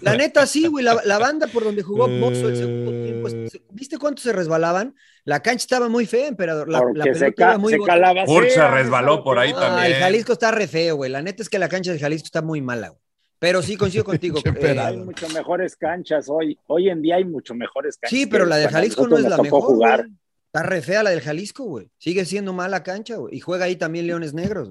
[SPEAKER 2] La neta, sí, güey. La, la banda por donde jugó Mozo el segundo tiempo. es- ¿Viste cuánto se resbalaban? La cancha estaba muy fea, emperador. La, la
[SPEAKER 4] Porque se
[SPEAKER 2] pelota iba
[SPEAKER 4] ca-
[SPEAKER 2] muy
[SPEAKER 4] se
[SPEAKER 2] bot-
[SPEAKER 4] calaba
[SPEAKER 1] Furt se resbaló por ahí
[SPEAKER 2] Ah,
[SPEAKER 1] también.
[SPEAKER 2] el Jalisco está re feo, güey. La neta es que la cancha del Jalisco está muy mala, güey. Pero sí coincido contigo. eh,
[SPEAKER 4] hay mucho mejores canchas hoy. Hoy en día hay mucho mejores canchas.
[SPEAKER 2] sí, pero
[SPEAKER 4] que
[SPEAKER 2] la de
[SPEAKER 4] cuando
[SPEAKER 2] Jalisco no
[SPEAKER 4] nosotros
[SPEAKER 2] es la
[SPEAKER 4] nos tocó
[SPEAKER 2] mejor.
[SPEAKER 4] jugar.
[SPEAKER 2] güey. Está re fea la del Jalisco, güey. Sigue siendo mala cancha, güey. Y juega ahí también Leones Negros.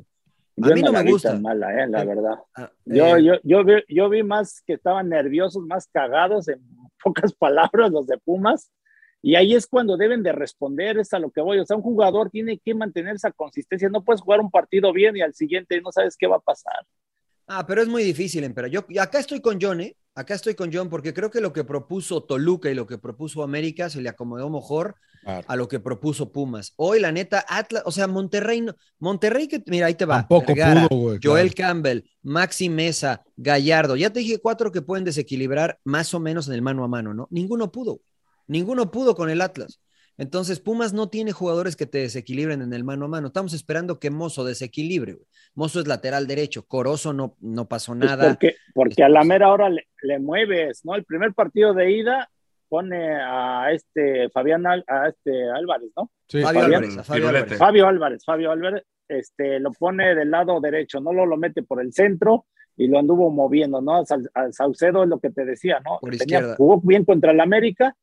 [SPEAKER 2] A
[SPEAKER 4] Yo
[SPEAKER 2] mí
[SPEAKER 4] no
[SPEAKER 2] no me
[SPEAKER 4] la vi
[SPEAKER 2] gusta.
[SPEAKER 4] tan mala, eh, la verdad.
[SPEAKER 2] Ah,
[SPEAKER 4] Yo,
[SPEAKER 2] eh,
[SPEAKER 4] yo, yo, vi, yo vi más que estaban nerviosos, más cagados, en [LAUGHS] pocas palabras, los de Pumas. Y ahí es cuando deben de responder, es a lo que voy. O sea, un jugador tiene que mantener esa consistencia. No puedes jugar un partido bien y al siguiente no sabes qué va a pasar.
[SPEAKER 2] Ah, pero es muy difícil, Empera. Yo yo acá estoy con John, ¿eh? Acá estoy con John porque creo que lo que propuso Toluca y lo que propuso América se le acomodó mejor
[SPEAKER 3] Claro.
[SPEAKER 2] a lo que propuso Pumas. Hoy, la neta, Atlas, o sea, Monterrey, no- Monterrey que, mira, ahí te va.
[SPEAKER 3] Tampoco
[SPEAKER 2] Vergara,
[SPEAKER 3] pudo, güey,
[SPEAKER 2] Joel Campbell, Maxi Mesa, Gallardo. Ya te dije cuatro que pueden desequilibrar más o menos en el mano a mano, ¿no? Ninguno pudo. Ninguno pudo con el Atlas. Entonces, Pumas no tiene jugadores que te desequilibren en el mano a mano. Estamos esperando que Mozo desequilibre. güey. Mozo es lateral derecho. Corozo no, no pasó
[SPEAKER 4] Pues
[SPEAKER 2] nada.
[SPEAKER 4] porque, porque a la mera hora le, le mueves, ¿no? El primer partido de ida pone a este Fabián Al- a este Álvarez, ¿no?
[SPEAKER 3] Sí.
[SPEAKER 2] Fabio
[SPEAKER 4] Fabián.
[SPEAKER 2] Álvarez, a Fabio
[SPEAKER 1] Firulete.
[SPEAKER 2] Álvarez.
[SPEAKER 4] Fabio Álvarez, Fabio Álvarez, este, lo pone del lado derecho, no lo, lo mete por el centro y lo anduvo moviendo, ¿no? Al, al Saucedo es lo que te decía, ¿no?
[SPEAKER 2] Por
[SPEAKER 4] Tenía-
[SPEAKER 2] izquierda.
[SPEAKER 4] Jugó bien contra el América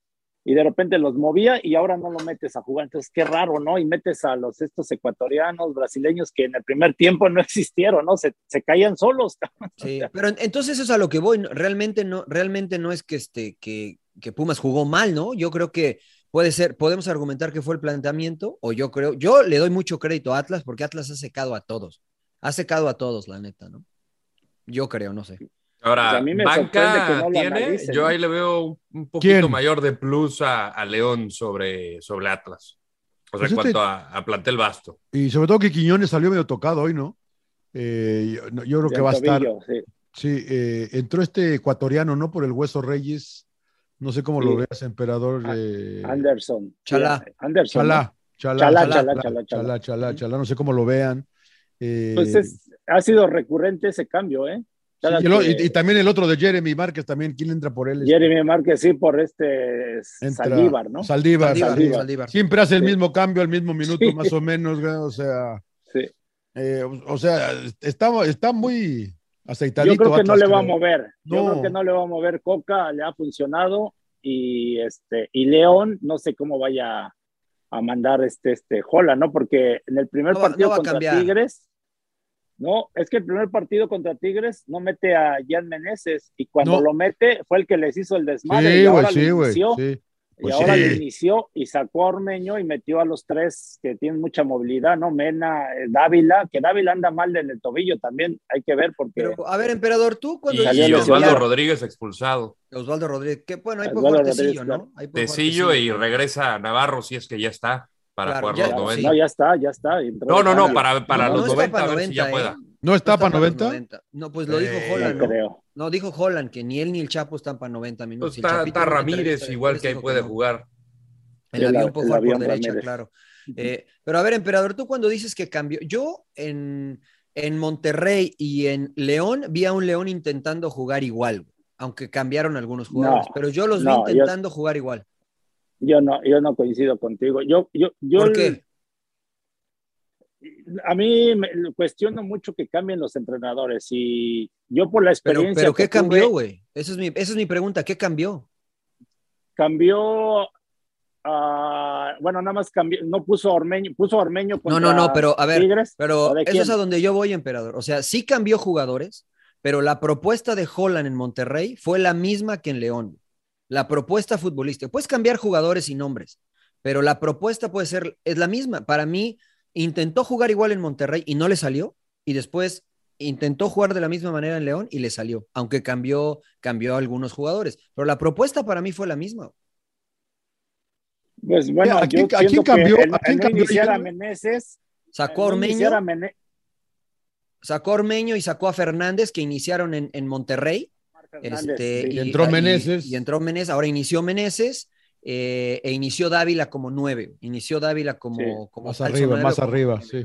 [SPEAKER 4] y de repente los movía y ahora no lo metes a jugar. Entonces, qué raro, ¿no? Y metes a los estos ecuatorianos, brasileños que en el primer tiempo no [LAUGHS] existieron, ¿no? Se, se caían solos. [LAUGHS]
[SPEAKER 2] Sí, pero en- entonces eso es a lo que voy. ¿no? Realmente no, realmente no es que, este, que, que Pumas jugó mal, ¿no? Yo creo que puede ser, podemos argumentar que fue el planteamiento, o yo creo, yo le doy mucho crédito a Atlas porque Atlas ha secado a todos. Ha secado a todos, la neta, ¿no? Yo creo, no sé.
[SPEAKER 1] Ahora,
[SPEAKER 4] Pues a mí me sorprende que
[SPEAKER 1] banca
[SPEAKER 4] no lo
[SPEAKER 1] tiene,
[SPEAKER 4] analicen,
[SPEAKER 1] yo
[SPEAKER 4] ¿no?
[SPEAKER 1] ahí le veo un, un poquito
[SPEAKER 3] ¿Quién?
[SPEAKER 1] mayor de plus a, a León sobre, sobre Atlas. O sea,
[SPEAKER 3] Pues
[SPEAKER 1] en cuanto
[SPEAKER 3] este-
[SPEAKER 1] a, a plantel vasto.
[SPEAKER 3] Y sobre todo que Quiñones salió medio tocado hoy, ¿no? Eh, yo, no- yo creo que
[SPEAKER 4] Del
[SPEAKER 3] va a estar.
[SPEAKER 4] tobillo, sí.
[SPEAKER 3] Sí, eh, entró este ecuatoriano, ¿no? Por el Hueso Reyes. No sé cómo lo
[SPEAKER 4] Sí.
[SPEAKER 3] veas, emperador.
[SPEAKER 4] Ah,
[SPEAKER 3] eh,
[SPEAKER 4] Anderson.
[SPEAKER 2] Chalá.
[SPEAKER 4] Sí, Anderson. ¿no?
[SPEAKER 3] Chalá, chalá,
[SPEAKER 4] Chalá,
[SPEAKER 3] chalá,
[SPEAKER 4] chalá,
[SPEAKER 3] chalá,
[SPEAKER 4] chalá,
[SPEAKER 3] chalá,
[SPEAKER 4] chalá.
[SPEAKER 3] chalá, chalá, no sé cómo lo vean. Eh,
[SPEAKER 4] Pues es- ha sido recurrente ese cambio, ¿eh?
[SPEAKER 3] sí,
[SPEAKER 4] Cada
[SPEAKER 3] y, el o- y-
[SPEAKER 4] que-
[SPEAKER 3] y también el otro de Jeremy Márquez, también, ¿quién entra por él?
[SPEAKER 4] Jeremy Márquez, sí, por este
[SPEAKER 3] Entra
[SPEAKER 4] Saldívar, ¿no?
[SPEAKER 3] Saldívar.
[SPEAKER 2] Saldívar,
[SPEAKER 3] Saldívar.
[SPEAKER 2] Saldívar.
[SPEAKER 3] Siempre hace el
[SPEAKER 4] Sí.
[SPEAKER 3] mismo cambio al mismo minuto,
[SPEAKER 4] Sí.
[SPEAKER 3] más o menos, güey, o sea,
[SPEAKER 4] Sí.
[SPEAKER 3] eh, o, o sea, está, está muy aceitadito. este
[SPEAKER 4] Yo creo que no
[SPEAKER 3] Atlas,
[SPEAKER 4] le va a
[SPEAKER 3] creo.
[SPEAKER 4] mover. Yo
[SPEAKER 3] No.
[SPEAKER 4] creo que no le va a mover Coca, le ha funcionado. Y este, y León, no sé cómo vaya a mandar este, este Jola, ¿no? Porque en el primer
[SPEAKER 2] No va-
[SPEAKER 4] partido
[SPEAKER 2] no va a
[SPEAKER 4] contra
[SPEAKER 2] cambiar.
[SPEAKER 4] Tigres, no, es que el primer partido contra Tigres no mete a Jan Meneses, y cuando
[SPEAKER 3] No.
[SPEAKER 4] lo mete fue el que les hizo el desmadre. y
[SPEAKER 3] Sí,
[SPEAKER 4] ahora
[SPEAKER 3] güey, sí,
[SPEAKER 4] lo
[SPEAKER 3] güey.
[SPEAKER 4] inició.
[SPEAKER 3] sí. Pues
[SPEAKER 4] y ahora
[SPEAKER 3] sí.
[SPEAKER 4] lo inició y sacó a Ormeño y metió a los tres que tienen mucha movilidad, ¿no? Mena, eh, Dávila, que Dávila anda mal en el tobillo también, hay que ver porque
[SPEAKER 2] Pero, a ver, emperador, tú cuando
[SPEAKER 1] Y,
[SPEAKER 4] salió
[SPEAKER 1] y
[SPEAKER 2] dices
[SPEAKER 1] Osvaldo
[SPEAKER 4] lesionado.
[SPEAKER 2] Osvaldo,
[SPEAKER 1] Rodríguez expulsado.
[SPEAKER 2] Rodríguez, que bueno, ahí puede
[SPEAKER 4] Osvaldo
[SPEAKER 2] jugar
[SPEAKER 4] Rodríguez,
[SPEAKER 2] Tecillo, ¿no? Ahí puede jugar
[SPEAKER 1] Tecillo y
[SPEAKER 2] Tecillo.
[SPEAKER 1] regresa Navarro si es que ya está para
[SPEAKER 2] Claro,
[SPEAKER 1] jugar
[SPEAKER 2] ya-
[SPEAKER 1] los
[SPEAKER 4] Ya,
[SPEAKER 1] 90.
[SPEAKER 4] no, ya está, ya está. entró
[SPEAKER 1] No, no, no,
[SPEAKER 4] Dávila.
[SPEAKER 1] para, para
[SPEAKER 4] No,
[SPEAKER 1] los
[SPEAKER 2] está
[SPEAKER 1] 90,
[SPEAKER 2] para
[SPEAKER 1] a ver si ya
[SPEAKER 2] 90,
[SPEAKER 1] pueda.
[SPEAKER 2] ¿eh?
[SPEAKER 3] ¿No está para
[SPEAKER 2] los
[SPEAKER 3] 90?
[SPEAKER 2] 90. No, pues lo dijo
[SPEAKER 1] Eh,
[SPEAKER 4] No
[SPEAKER 2] Holland, ¿no?
[SPEAKER 4] creo.
[SPEAKER 2] No, dijo Holland que ni él ni el Chapo están para 90 minutos.
[SPEAKER 1] Pues
[SPEAKER 2] El
[SPEAKER 1] está,
[SPEAKER 2] Chapito
[SPEAKER 1] está
[SPEAKER 2] en una
[SPEAKER 1] Ramírez
[SPEAKER 2] entrevista
[SPEAKER 1] igual
[SPEAKER 2] después
[SPEAKER 1] que ahí
[SPEAKER 2] dijo
[SPEAKER 1] puede
[SPEAKER 2] no.
[SPEAKER 1] jugar.
[SPEAKER 2] El,
[SPEAKER 4] El
[SPEAKER 2] avión
[SPEAKER 4] a-
[SPEAKER 2] puede
[SPEAKER 4] el
[SPEAKER 2] jugar por
[SPEAKER 4] avión
[SPEAKER 2] derecha,
[SPEAKER 4] Ramírez.
[SPEAKER 2] claro. Eh, pero a ver, emperador, tú cuando dices que cambió, yo en, en Monterrey y en León vi a un León intentando jugar igual, aunque cambiaron algunos jugadores,
[SPEAKER 4] No,
[SPEAKER 2] pero yo los
[SPEAKER 4] no,
[SPEAKER 2] vi
[SPEAKER 4] yo-
[SPEAKER 2] intentando jugar igual.
[SPEAKER 4] Yo no, yo no coincido contigo. Yo, yo, yo
[SPEAKER 2] ¿Por qué?
[SPEAKER 4] a mí me cuestiono mucho que cambien los entrenadores y yo por la
[SPEAKER 2] Pero,
[SPEAKER 4] experiencia.
[SPEAKER 2] pero ¿qué
[SPEAKER 4] que tuve,
[SPEAKER 2] cambió, güey? Esa es, mi, esa es mi pregunta, ¿qué cambió?
[SPEAKER 4] Cambió. ah, bueno, nada más cambió, no puso a Ormeño, puso a Ormeño
[SPEAKER 2] No,
[SPEAKER 4] contra
[SPEAKER 2] no, no, pero a ver,
[SPEAKER 4] Tigres. ¿O
[SPEAKER 2] Pero
[SPEAKER 4] de
[SPEAKER 2] eso
[SPEAKER 4] quién?
[SPEAKER 2] es a donde yo voy, emperador. O sea, sí cambió jugadores, pero la propuesta de Holland en Monterrey fue la misma que en León. La propuesta futbolística. Puedes cambiar jugadores y nombres, pero la propuesta puede ser, es la misma. Para mí, intentó jugar igual en Monterrey y no le salió, y después intentó jugar de la misma manera en León y le salió, aunque cambió, cambió a algunos jugadores, pero la propuesta para mí fue la misma.
[SPEAKER 4] Pues bueno,
[SPEAKER 3] ¿A quién-
[SPEAKER 4] yo
[SPEAKER 3] a quién
[SPEAKER 4] siento que
[SPEAKER 3] cambió?
[SPEAKER 4] el-
[SPEAKER 3] ¿A quién
[SPEAKER 4] el no
[SPEAKER 3] cambió
[SPEAKER 4] iniciar a
[SPEAKER 3] Guillermo?
[SPEAKER 4] Meneses,
[SPEAKER 2] Sacó a
[SPEAKER 4] el no
[SPEAKER 2] Ormeño,
[SPEAKER 4] iniciar a Mene-
[SPEAKER 2] sacó a Ormeño y sacó a Fernández, que iniciaron en, en Monterrey.
[SPEAKER 4] Fernández,
[SPEAKER 2] Este,
[SPEAKER 4] sí.
[SPEAKER 3] Y entró
[SPEAKER 2] y-
[SPEAKER 3] Meneses.
[SPEAKER 2] Y, entró Meneses, ahora inició Meneses eh, e inició Dávila como nueve. Inició Dávila como.
[SPEAKER 3] Sí.
[SPEAKER 2] como
[SPEAKER 3] Más
[SPEAKER 2] falso
[SPEAKER 3] arriba,
[SPEAKER 2] nueve,
[SPEAKER 3] más
[SPEAKER 2] como-
[SPEAKER 3] arriba, sí.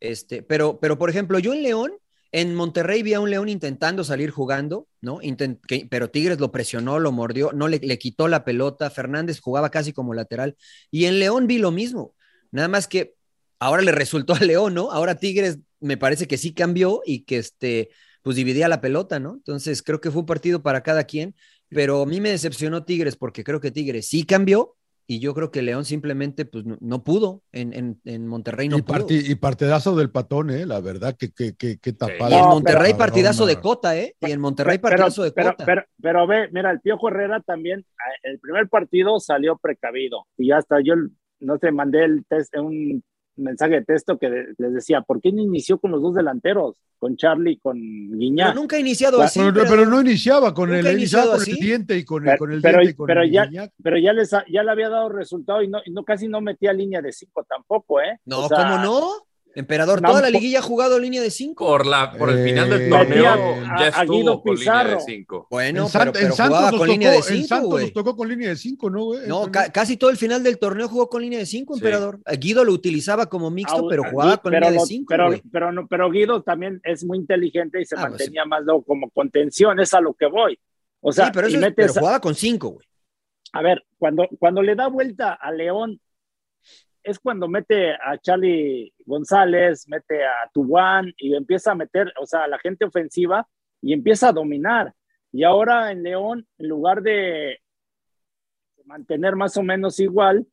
[SPEAKER 2] Este, pero, pero, por ejemplo, yo en León, en Monterrey vi a un León intentando salir jugando, ¿no? Inten- que- pero Tigres lo presionó, lo mordió, no le, le quitó la pelota, Fernández jugaba casi como lateral. Y en León vi lo mismo, nada más que ahora le resultó a León, ¿no? Ahora Tigres me parece que sí cambió y que este, pues dividía la pelota, ¿no? Entonces creo que fue un partido para cada quien, pero a mí me decepcionó Tigres porque creo que Tigres sí cambió. Y yo creo que León simplemente pues, no, no pudo. En, en- en Monterrey no
[SPEAKER 3] y,
[SPEAKER 2] pudo.
[SPEAKER 3] parti- y partidazo del patón, ¿eh? La verdad, que, que, que, que tapada.
[SPEAKER 2] Y en
[SPEAKER 4] No,
[SPEAKER 2] Monterrey
[SPEAKER 3] pero-
[SPEAKER 2] partidazo de
[SPEAKER 3] cabrona.
[SPEAKER 2] cota, ¿eh? Y en Monterrey
[SPEAKER 4] Pero-
[SPEAKER 2] partidazo de
[SPEAKER 4] pero,
[SPEAKER 2] cota.
[SPEAKER 4] Pero, pero ve, mira, el Piojo Herrera también, a- el primer partido salió precavido y hasta yo, no sé, mandé el test- un mensaje de texto que de- les decía, ¿por qué no inició con los dos delanteros? Con Charlie y con Guiñá.
[SPEAKER 2] Pero nunca ha iniciado así.
[SPEAKER 3] Pero,
[SPEAKER 2] pero-
[SPEAKER 3] pero no iniciaba con
[SPEAKER 2] Nunca
[SPEAKER 3] el,
[SPEAKER 2] ha
[SPEAKER 3] iniciaba
[SPEAKER 2] iniciado
[SPEAKER 3] con el
[SPEAKER 2] así.
[SPEAKER 3] diente y con el,
[SPEAKER 4] Pero-
[SPEAKER 3] con el
[SPEAKER 4] pero-
[SPEAKER 3] diente y con
[SPEAKER 4] pero
[SPEAKER 3] el
[SPEAKER 4] ya-
[SPEAKER 3] Guiñac.
[SPEAKER 4] Pero ya les ha- ya le había dado resultado y no, y no casi no metía línea de cinco tampoco, ¿eh?
[SPEAKER 2] No,
[SPEAKER 4] O sea,
[SPEAKER 2] ¿cómo no? Emperador, toda la
[SPEAKER 4] Tampoco-
[SPEAKER 2] liguilla ha jugado línea de 5.
[SPEAKER 1] Por, la, por el
[SPEAKER 3] Eh,
[SPEAKER 1] final del
[SPEAKER 4] metía
[SPEAKER 1] torneo
[SPEAKER 4] a-
[SPEAKER 1] ya
[SPEAKER 4] a Guido
[SPEAKER 1] estuvo con línea de
[SPEAKER 4] Pizarro.
[SPEAKER 1] 5.
[SPEAKER 2] Bueno,
[SPEAKER 3] en,
[SPEAKER 2] Eh, pero,
[SPEAKER 3] Sant- en
[SPEAKER 2] pero
[SPEAKER 3] Santos,
[SPEAKER 2] jugaba
[SPEAKER 3] nos
[SPEAKER 2] con
[SPEAKER 3] tocó,
[SPEAKER 2] línea de
[SPEAKER 3] en
[SPEAKER 2] 5,
[SPEAKER 3] Santos
[SPEAKER 2] güey.
[SPEAKER 3] nos tocó con línea de 5, ¿no, güey?
[SPEAKER 2] No,
[SPEAKER 3] Entonces,
[SPEAKER 2] ca- casi todo el final del torneo jugó con línea de 5, emperador. Eh, Guido lo utilizaba como mixto,
[SPEAKER 4] Ah,
[SPEAKER 2] pero
[SPEAKER 4] Gui-
[SPEAKER 2] jugaba con
[SPEAKER 4] pero
[SPEAKER 2] línea de
[SPEAKER 4] lo-
[SPEAKER 2] 5,
[SPEAKER 4] Pero,
[SPEAKER 2] güey.
[SPEAKER 4] pero, no- pero Guido también es muy inteligente y se
[SPEAKER 2] Ah, pues
[SPEAKER 4] mantenía más luego como contención, es a lo que voy. O sea,
[SPEAKER 2] sí, pero,
[SPEAKER 4] y
[SPEAKER 2] eso es-
[SPEAKER 4] metes
[SPEAKER 2] pero
[SPEAKER 4] a-
[SPEAKER 2] jugaba con 5, güey.
[SPEAKER 4] A ver, cuando, cuando le da vuelta a León, es cuando mete a Charlie González, mete a Tubán y empieza a meter, o sea, a la gente ofensiva y empieza a dominar. Y ahora en León, en lugar de mantener más o menos igual,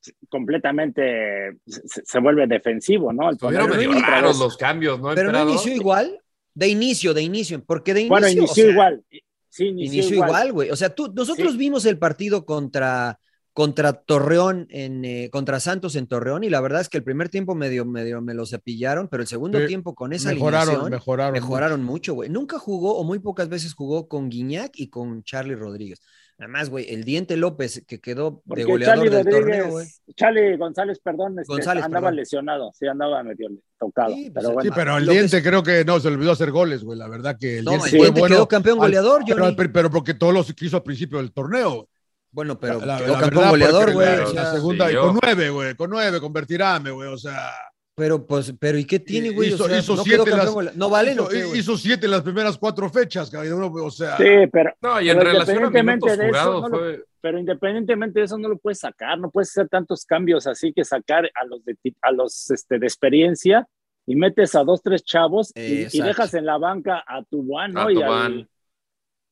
[SPEAKER 4] se- completamente se, se- se vuelve defensivo, ¿no? Al
[SPEAKER 1] Estuvieron
[SPEAKER 4] poner
[SPEAKER 1] medio
[SPEAKER 4] otra
[SPEAKER 1] raros
[SPEAKER 4] vez-
[SPEAKER 1] los cambios, ¿no,
[SPEAKER 2] Pero no
[SPEAKER 1] emperador?
[SPEAKER 2] inició igual. De inicio, de inicio. Porque de inicio.
[SPEAKER 4] bueno,
[SPEAKER 2] o
[SPEAKER 4] inició
[SPEAKER 2] sea,
[SPEAKER 4] igual. Sí, inició,
[SPEAKER 2] Inició
[SPEAKER 4] igual.
[SPEAKER 2] igual, güey. O sea, tú, nosotros
[SPEAKER 4] Sí.
[SPEAKER 2] vimos el partido contra, contra Torreón, en, eh, contra Santos en Torreón, y la verdad es que el primer tiempo medio, medio me lo cepillaron, pero el segundo
[SPEAKER 3] Sí.
[SPEAKER 2] tiempo con esa
[SPEAKER 3] mejoraron,
[SPEAKER 2] alineación
[SPEAKER 3] mejoraron.
[SPEAKER 2] mejoraron mucho, güey. Nunca jugó o muy pocas veces jugó con Guiñac y con Charlie Rodríguez. Nada más, güey, el diente López que quedó de
[SPEAKER 4] Porque
[SPEAKER 2] goleador
[SPEAKER 4] Charlie
[SPEAKER 2] del
[SPEAKER 4] Rodríguez,
[SPEAKER 2] torneo, güey.
[SPEAKER 4] Charlie González, perdón, este,
[SPEAKER 2] González,
[SPEAKER 4] andaba
[SPEAKER 2] perdón.
[SPEAKER 4] lesionado, sí, andaba medio tocado.
[SPEAKER 2] Sí, pues,
[SPEAKER 4] pero
[SPEAKER 3] Sí,
[SPEAKER 4] bueno,
[SPEAKER 3] pero el
[SPEAKER 2] Lo que
[SPEAKER 3] diente creo que no, se olvidó hacer goles, güey. La verdad que el
[SPEAKER 2] No,
[SPEAKER 3] diente
[SPEAKER 2] el
[SPEAKER 3] fue
[SPEAKER 2] diente
[SPEAKER 3] bueno.
[SPEAKER 2] quedó ¿eh? campeón
[SPEAKER 3] al-
[SPEAKER 2] goleador, Johnny.
[SPEAKER 3] pero, pero porque todos los que hizo al principio del torneo.
[SPEAKER 2] bueno, pero
[SPEAKER 3] La- la-
[SPEAKER 2] quedó
[SPEAKER 3] la
[SPEAKER 2] campeón
[SPEAKER 3] verdad,
[SPEAKER 2] goleador,
[SPEAKER 3] porque
[SPEAKER 2] güey.
[SPEAKER 3] La,
[SPEAKER 2] o
[SPEAKER 3] la
[SPEAKER 2] sea,
[SPEAKER 3] segunda,
[SPEAKER 1] sí,
[SPEAKER 3] y
[SPEAKER 1] yo.
[SPEAKER 3] con nueve, güey, con nueve, convertirame, güey, o sea.
[SPEAKER 2] Pero, pues, pero ¿y qué tiene, güey? O
[SPEAKER 3] hizo,
[SPEAKER 2] sea,
[SPEAKER 3] hizo
[SPEAKER 2] no quedó
[SPEAKER 3] siete
[SPEAKER 2] campeón
[SPEAKER 3] las,
[SPEAKER 2] goleador. No valen, ¿o
[SPEAKER 3] hizo,
[SPEAKER 2] qué, güey?
[SPEAKER 3] hizo siete las primeras cuatro fechas, cabrón, o sea.
[SPEAKER 4] sí, pero,
[SPEAKER 1] No, y en
[SPEAKER 4] Pero
[SPEAKER 1] relación a
[SPEAKER 4] independientemente
[SPEAKER 1] minutos
[SPEAKER 4] de eso,
[SPEAKER 1] jugados
[SPEAKER 4] no lo-
[SPEAKER 1] fue...
[SPEAKER 4] pero independientemente de eso no lo puedes sacar, no puedes hacer tantos cambios así que sacar a los de, ti- a los este, de experiencia y metes a dos, tres chavos y- y,
[SPEAKER 2] Exacto.
[SPEAKER 4] dejas en la banca a Tubán,
[SPEAKER 1] A
[SPEAKER 4] ¿no? Y al-
[SPEAKER 1] Tubán.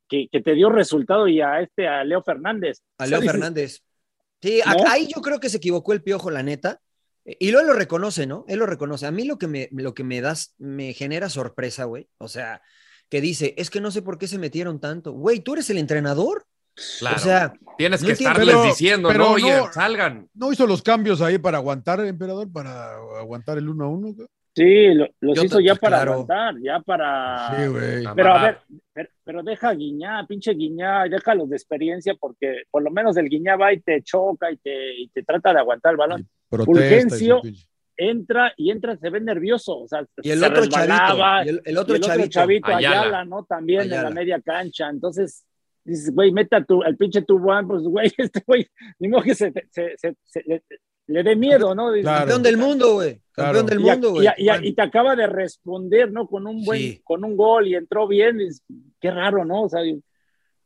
[SPEAKER 4] que, que te dio resultado y a este, a Leo Fernández.
[SPEAKER 2] A Leo
[SPEAKER 4] O sea, dices,
[SPEAKER 2] Fernández. Sí, a-
[SPEAKER 4] ¿No?
[SPEAKER 2] ahí yo creo que se equivocó el piojo, la neta. Eh, Y luego lo reconoce, ¿no? Él lo reconoce. A mí lo que me, lo que me das, me genera sorpresa, güey. O sea, que dice, es que no sé por qué se metieron tanto. Güey, tú eres el entrenador.
[SPEAKER 1] Claro,
[SPEAKER 2] O sea,
[SPEAKER 1] tienes
[SPEAKER 2] no
[SPEAKER 1] que
[SPEAKER 2] entiendo-
[SPEAKER 1] estarles
[SPEAKER 3] Pero-
[SPEAKER 1] diciendo,
[SPEAKER 3] pero
[SPEAKER 1] no, oye,
[SPEAKER 3] no-
[SPEAKER 1] salgan.
[SPEAKER 3] No hizo los cambios ahí para aguantar, eh, emperador, para aguantar el 1 a 1.
[SPEAKER 4] Sí, lo- los
[SPEAKER 2] Yo
[SPEAKER 4] hizo
[SPEAKER 2] te-
[SPEAKER 4] ya
[SPEAKER 2] pues,
[SPEAKER 4] para
[SPEAKER 2] claro.
[SPEAKER 4] aguantar, ya para...
[SPEAKER 2] Ah.
[SPEAKER 3] Sí, güey.
[SPEAKER 4] Pero a
[SPEAKER 1] Amarrar.
[SPEAKER 4] ver, pero, pero deja a Guiñá, pinche Guiñá, déjalos de experiencia porque por lo menos el Guiñá va y te choca y te, y te trata de aguantar el balón.
[SPEAKER 3] Protesta. y su
[SPEAKER 4] Fulgencio,
[SPEAKER 3] pinche-
[SPEAKER 4] Entra y entra, se ve nervioso. O sea,
[SPEAKER 2] Y el
[SPEAKER 4] se
[SPEAKER 2] otro chavito.
[SPEAKER 4] resbalaba,
[SPEAKER 2] Y el, el
[SPEAKER 4] y
[SPEAKER 2] otro chavito.
[SPEAKER 4] Ayala.
[SPEAKER 1] Ayala.
[SPEAKER 4] ¿no? También en la
[SPEAKER 2] Ayala.
[SPEAKER 4] media cancha. Entonces, dices, güey, meta tu, al pinche Tubuán, pues, güey, [LAUGHS] este güey, ni modo que se, se- se- se- le, le dé miedo, ¿no? Dices,
[SPEAKER 3] Claro.
[SPEAKER 2] Campeón del mundo, güey.
[SPEAKER 3] Claro.
[SPEAKER 2] Campeón del
[SPEAKER 4] y a-
[SPEAKER 2] mundo,
[SPEAKER 4] y
[SPEAKER 2] güey.
[SPEAKER 4] a- Y, a- y te acaba de responder, ¿no? Con un buen,
[SPEAKER 2] Sí.
[SPEAKER 4] con un gol y entró bien. y es- qué raro, ¿no? O sea, y,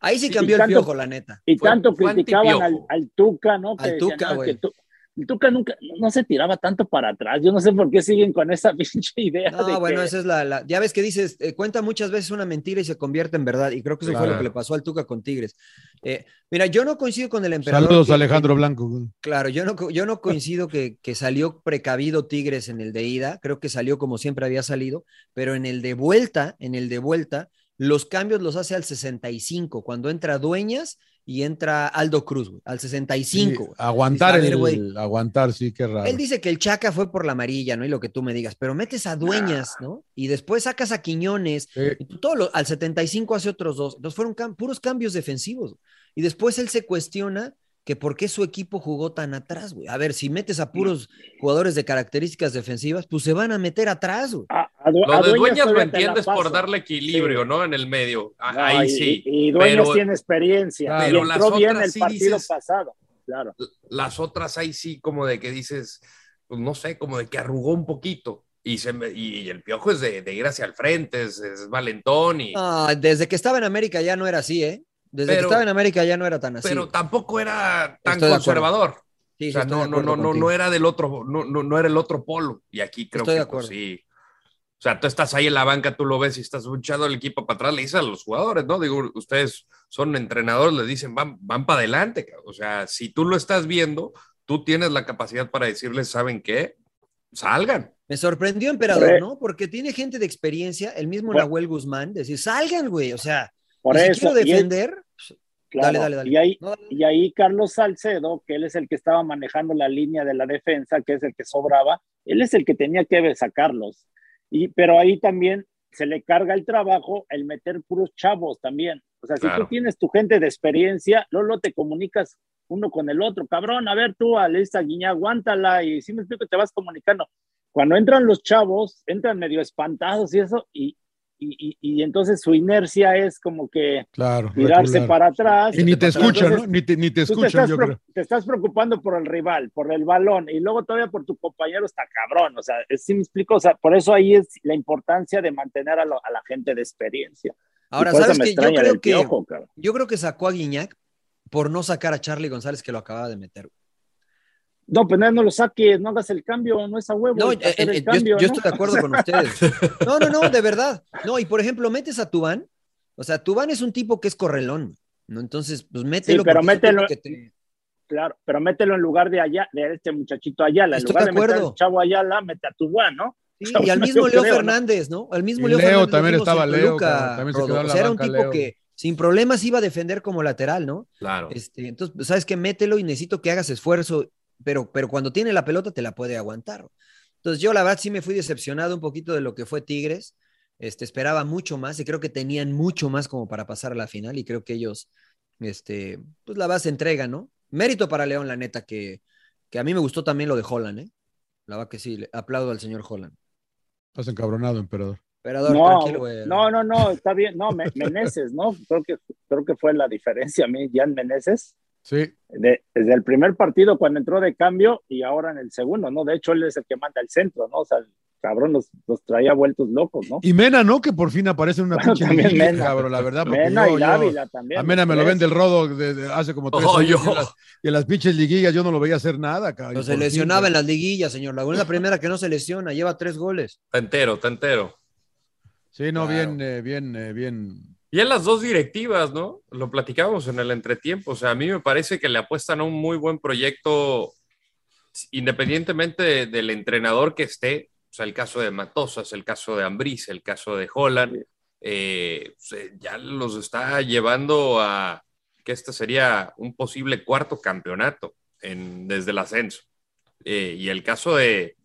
[SPEAKER 2] Ahí sí cambió
[SPEAKER 4] y
[SPEAKER 2] el
[SPEAKER 4] tanto-
[SPEAKER 2] piojo, la neta.
[SPEAKER 4] y
[SPEAKER 1] Fue-
[SPEAKER 4] tanto
[SPEAKER 1] fue
[SPEAKER 4] criticaban al,
[SPEAKER 1] antipiojo.
[SPEAKER 4] al Tuca, ¿no? Que
[SPEAKER 2] Al
[SPEAKER 4] decían,
[SPEAKER 2] Tuca,
[SPEAKER 4] "Ah, que
[SPEAKER 2] güey.
[SPEAKER 4] Tu- el Tuca nunca, no se tiraba tanto para atrás. Yo no sé por qué siguen con esa [LAUGHS] pinche idea. de
[SPEAKER 2] No, bueno,
[SPEAKER 4] que-
[SPEAKER 2] esa es la, la- Ya ves que dices, eh, cuenta muchas veces una mentira y se convierte en verdad. Y creo que eso fue lo
[SPEAKER 3] Claro.
[SPEAKER 2] que le pasó al Tuca con Tigres. Eh, mira, yo no coincido con el emperador.
[SPEAKER 3] Saludos
[SPEAKER 2] que-
[SPEAKER 3] a Alejandro Blanco. güey.
[SPEAKER 2] Claro, yo no, co- yo no coincido que, que salió precavido Tigres en el de ida, creo que salió como siempre había salido, pero en el de vuelta, en el de vuelta, los cambios los hace al 65, cuando entra Dueñas y entra Aldo Cruz, güey, al 65.
[SPEAKER 3] Sí,
[SPEAKER 2] güey.
[SPEAKER 3] aguantar,
[SPEAKER 2] Dices, a ver, güey,
[SPEAKER 3] el, aguantar, sí, qué raro.
[SPEAKER 2] Él dice que el Chaca fue por la amarilla, ¿no? Y lo que tú me digas, pero metes a Dueñas, ¿no? Y después sacas a Quiñones, y tú todo lo- al 75 hace otros dos. Entonces fueron cam- puros cambios defensivos. Y después él se cuestiona que por qué su equipo jugó tan atrás, güey. A ver, si metes a puros jugadores de características defensivas, pues se van a meter atrás, güey.
[SPEAKER 1] Lo de Dueñas lo entiendes por darle equilibrio, ¿no? En el medio. A-
[SPEAKER 4] No,
[SPEAKER 1] Ahí
[SPEAKER 4] y-
[SPEAKER 1] sí.
[SPEAKER 4] Y, y Dueñas
[SPEAKER 1] Pero
[SPEAKER 4] tiene experiencia.
[SPEAKER 1] Claro.
[SPEAKER 4] y
[SPEAKER 1] Pero
[SPEAKER 4] entró
[SPEAKER 1] las
[SPEAKER 4] bien
[SPEAKER 1] otras
[SPEAKER 4] el
[SPEAKER 1] sí
[SPEAKER 4] partido
[SPEAKER 1] dices-
[SPEAKER 4] pasado. Claro.
[SPEAKER 1] las otras ahí sí, como de que dices, pues, no sé, como de que arrugó un poquito. Y, se me- y el piojo es de, de ir hacia el frente, es, es valentón. Y,
[SPEAKER 2] Ah, desde que estaba en América ya no era así, ¿eh? Desde que
[SPEAKER 1] Pero-
[SPEAKER 2] estaba en América ya no era tan así.
[SPEAKER 1] pero tampoco era tan
[SPEAKER 2] Estoy de acuerdo.
[SPEAKER 1] conservador.
[SPEAKER 2] Sí, sí,
[SPEAKER 1] o sea,
[SPEAKER 2] estoy
[SPEAKER 1] no,
[SPEAKER 2] de
[SPEAKER 1] no,
[SPEAKER 2] acuerdo
[SPEAKER 1] no, no,
[SPEAKER 2] contigo.
[SPEAKER 1] no era del otro, no, no, no era el otro polo. Y aquí creo
[SPEAKER 2] Estoy
[SPEAKER 1] que
[SPEAKER 2] de
[SPEAKER 1] pues,
[SPEAKER 2] acuerdo.
[SPEAKER 1] sí. O sea, tú estás ahí en la banca, tú lo ves y estás luchando el equipo para atrás, le dices a los jugadores, ¿no? Digo, ustedes son entrenadores, les dicen, van, van para adelante. cabrón. O sea, si tú lo estás viendo, tú tienes la capacidad para decirles, ¿saben qué? Salgan.
[SPEAKER 2] Me sorprendió Emperador, ¿no? Porque tiene gente de experiencia, el mismo
[SPEAKER 1] Bueno.
[SPEAKER 2] Nahuel Guzmán, decir, salgan, güey, o sea,
[SPEAKER 4] Por
[SPEAKER 2] y si
[SPEAKER 4] eso,
[SPEAKER 2] quiero
[SPEAKER 4] y él-
[SPEAKER 2] defender,
[SPEAKER 4] Claro,
[SPEAKER 2] Dale, dale, dale.
[SPEAKER 4] Y ahí,
[SPEAKER 2] No,
[SPEAKER 4] y ahí Carlos Salcedo, que él es el que estaba manejando la línea de la defensa, que es el que sobraba, él es el que tenía que sacarlos. Y, pero ahí también se le carga el trabajo el meter puros chavos también. O sea, si
[SPEAKER 5] Claro.
[SPEAKER 4] tú tienes tu gente de experiencia, Lolo, te comunicas uno con el otro. Cabrón, a ver tú, Alisa Guiñá, aguántala. Y si me explico, te vas comunicando. Cuando entran los chavos, entran medio espantados y eso, y, y, y- y entonces su inercia es como que
[SPEAKER 3] Claro.
[SPEAKER 4] tirarse
[SPEAKER 3] recular.
[SPEAKER 4] para atrás.
[SPEAKER 3] Y ni te escuchan, ¿no?
[SPEAKER 4] Entonces,
[SPEAKER 3] Ni te, ni te
[SPEAKER 4] tú
[SPEAKER 3] escuchan,
[SPEAKER 4] estás
[SPEAKER 3] yo
[SPEAKER 4] pro-
[SPEAKER 3] creo.
[SPEAKER 4] Pues te estás preocupando por el rival, por el balón, y luego todavía por tu compañero está cabrón. O sea, si me explico, o sea, por eso ahí es la importancia de mantener a, lo- a la gente de experiencia. Y
[SPEAKER 2] ahora
[SPEAKER 4] por eso
[SPEAKER 2] sabes
[SPEAKER 4] me
[SPEAKER 2] que yo
[SPEAKER 4] extraña
[SPEAKER 2] creo
[SPEAKER 4] del
[SPEAKER 2] que
[SPEAKER 4] Piojo, cabrón.
[SPEAKER 2] yo creo que sacó a Guiñac por no sacar a Charlie González que lo acababa de meter.
[SPEAKER 4] No, pues no, no lo saques, no hagas el cambio, no es a huevo.
[SPEAKER 2] No,
[SPEAKER 4] hay que
[SPEAKER 2] eh,
[SPEAKER 4] hacer el
[SPEAKER 2] eh, yo,
[SPEAKER 4] cambio,
[SPEAKER 2] yo
[SPEAKER 4] ¿no?
[SPEAKER 2] estoy de acuerdo con ustedes.
[SPEAKER 4] [LAUGHS]
[SPEAKER 2] No, no, no, de verdad. No, y por ejemplo, metes a Tubán, o sea, Tubán es un tipo que es correlón, ¿no? Entonces, pues mételo.
[SPEAKER 4] pero
[SPEAKER 2] porque es un
[SPEAKER 4] mételo-
[SPEAKER 2] tipo que
[SPEAKER 4] [LAUGHS]
[SPEAKER 2] te-
[SPEAKER 4] Claro, pero mételo en lugar de allá, de este muchachito Ayala. En
[SPEAKER 2] Estoy
[SPEAKER 4] lugar
[SPEAKER 2] de
[SPEAKER 4] de, meter
[SPEAKER 2] acuerdo.
[SPEAKER 4] al chavo Ayala, mete a tu guan, ¿no?
[SPEAKER 2] Sí,
[SPEAKER 4] Chavo,
[SPEAKER 2] y al
[SPEAKER 4] no,
[SPEAKER 2] mismo
[SPEAKER 4] yo
[SPEAKER 2] Leo
[SPEAKER 4] creo, ¿no?
[SPEAKER 2] Fernández, ¿no? Al mismo
[SPEAKER 3] Y
[SPEAKER 2] Leo,
[SPEAKER 3] Leo
[SPEAKER 2] Fernández lo
[SPEAKER 3] también
[SPEAKER 2] vimos
[SPEAKER 3] estaba
[SPEAKER 2] en
[SPEAKER 3] Leo,
[SPEAKER 2] Toluca,
[SPEAKER 3] cabrón, también se
[SPEAKER 2] Rodo.
[SPEAKER 3] quedó en
[SPEAKER 2] O
[SPEAKER 3] la
[SPEAKER 2] sea, era un
[SPEAKER 3] banca
[SPEAKER 2] tipo
[SPEAKER 3] Leo.
[SPEAKER 2] que sin problemas iba a defender como lateral, ¿no?
[SPEAKER 1] Claro.
[SPEAKER 2] Este, entonces, pues, sabes que mételo y necesito que hagas esfuerzo, pero, pero cuando tiene la pelota te la puede aguantar. Entonces, yo la verdad sí me fui decepcionado un poquito de lo que fue Tigres. Este, esperaba mucho más y creo que tenían mucho más como para pasar a la final y creo que ellos, este, pues la base entrega, ¿no? Mérito para León, la neta, que, que a mí me gustó también lo de Holland, ¿eh? La verdad que sí, le aplaudo al señor Holland.
[SPEAKER 3] Estás encabronado, emperador.
[SPEAKER 2] Emperador,
[SPEAKER 4] no,
[SPEAKER 2] tranquilo, güey.
[SPEAKER 4] No, no, no, está bien. No, Me- Meneses, ¿no? Creo que, creo que fue la diferencia a mí, Jan Meneses.
[SPEAKER 3] Sí.
[SPEAKER 4] De- desde el primer partido cuando entró de cambio y ahora en el segundo, ¿no? De hecho, él es el que manda el centro, ¿no? O sea, el cabrón los, los traía vueltos locos, ¿no?
[SPEAKER 3] Y Mena, ¿no? Que por fin aparece en una
[SPEAKER 4] Bueno,
[SPEAKER 3] pinche
[SPEAKER 4] también
[SPEAKER 3] liguilla,
[SPEAKER 4] Mena.
[SPEAKER 3] cabrón, la verdad. porque
[SPEAKER 4] Mena
[SPEAKER 3] yo-
[SPEAKER 4] y
[SPEAKER 3] pues, yo-
[SPEAKER 4] Dávila también,
[SPEAKER 3] A Mena me lo
[SPEAKER 4] los tres.
[SPEAKER 3] vende el rodo de- de hace como tres
[SPEAKER 2] Oh,
[SPEAKER 3] años.
[SPEAKER 2] yo.
[SPEAKER 3] Y, en las, y en las pinches liguillas yo no lo veía hacer nada, cabrón.
[SPEAKER 2] No
[SPEAKER 3] Y
[SPEAKER 2] se
[SPEAKER 3] por fin,
[SPEAKER 2] lesionaba en
[SPEAKER 3] güey.
[SPEAKER 2] las liguillas, señor Laguna. Es la primera que no se lesiona, lleva tres goles.
[SPEAKER 1] Está entero, está entero.
[SPEAKER 3] Sí, no, bien, eh, bien, eh, bien.
[SPEAKER 1] Y en las dos directivas, ¿no? Lo platicábamos en el entretiempo. O sea, a mí me parece que le apuestan a un muy buen proyecto, independientemente de- del entrenador que esté. O sea, el caso de Matosas, el caso de Ambriz, el caso de Holland, eh, se- ya los está llevando a que este sería un posible cuarto campeonato en- desde el ascenso. Eh, y el caso de,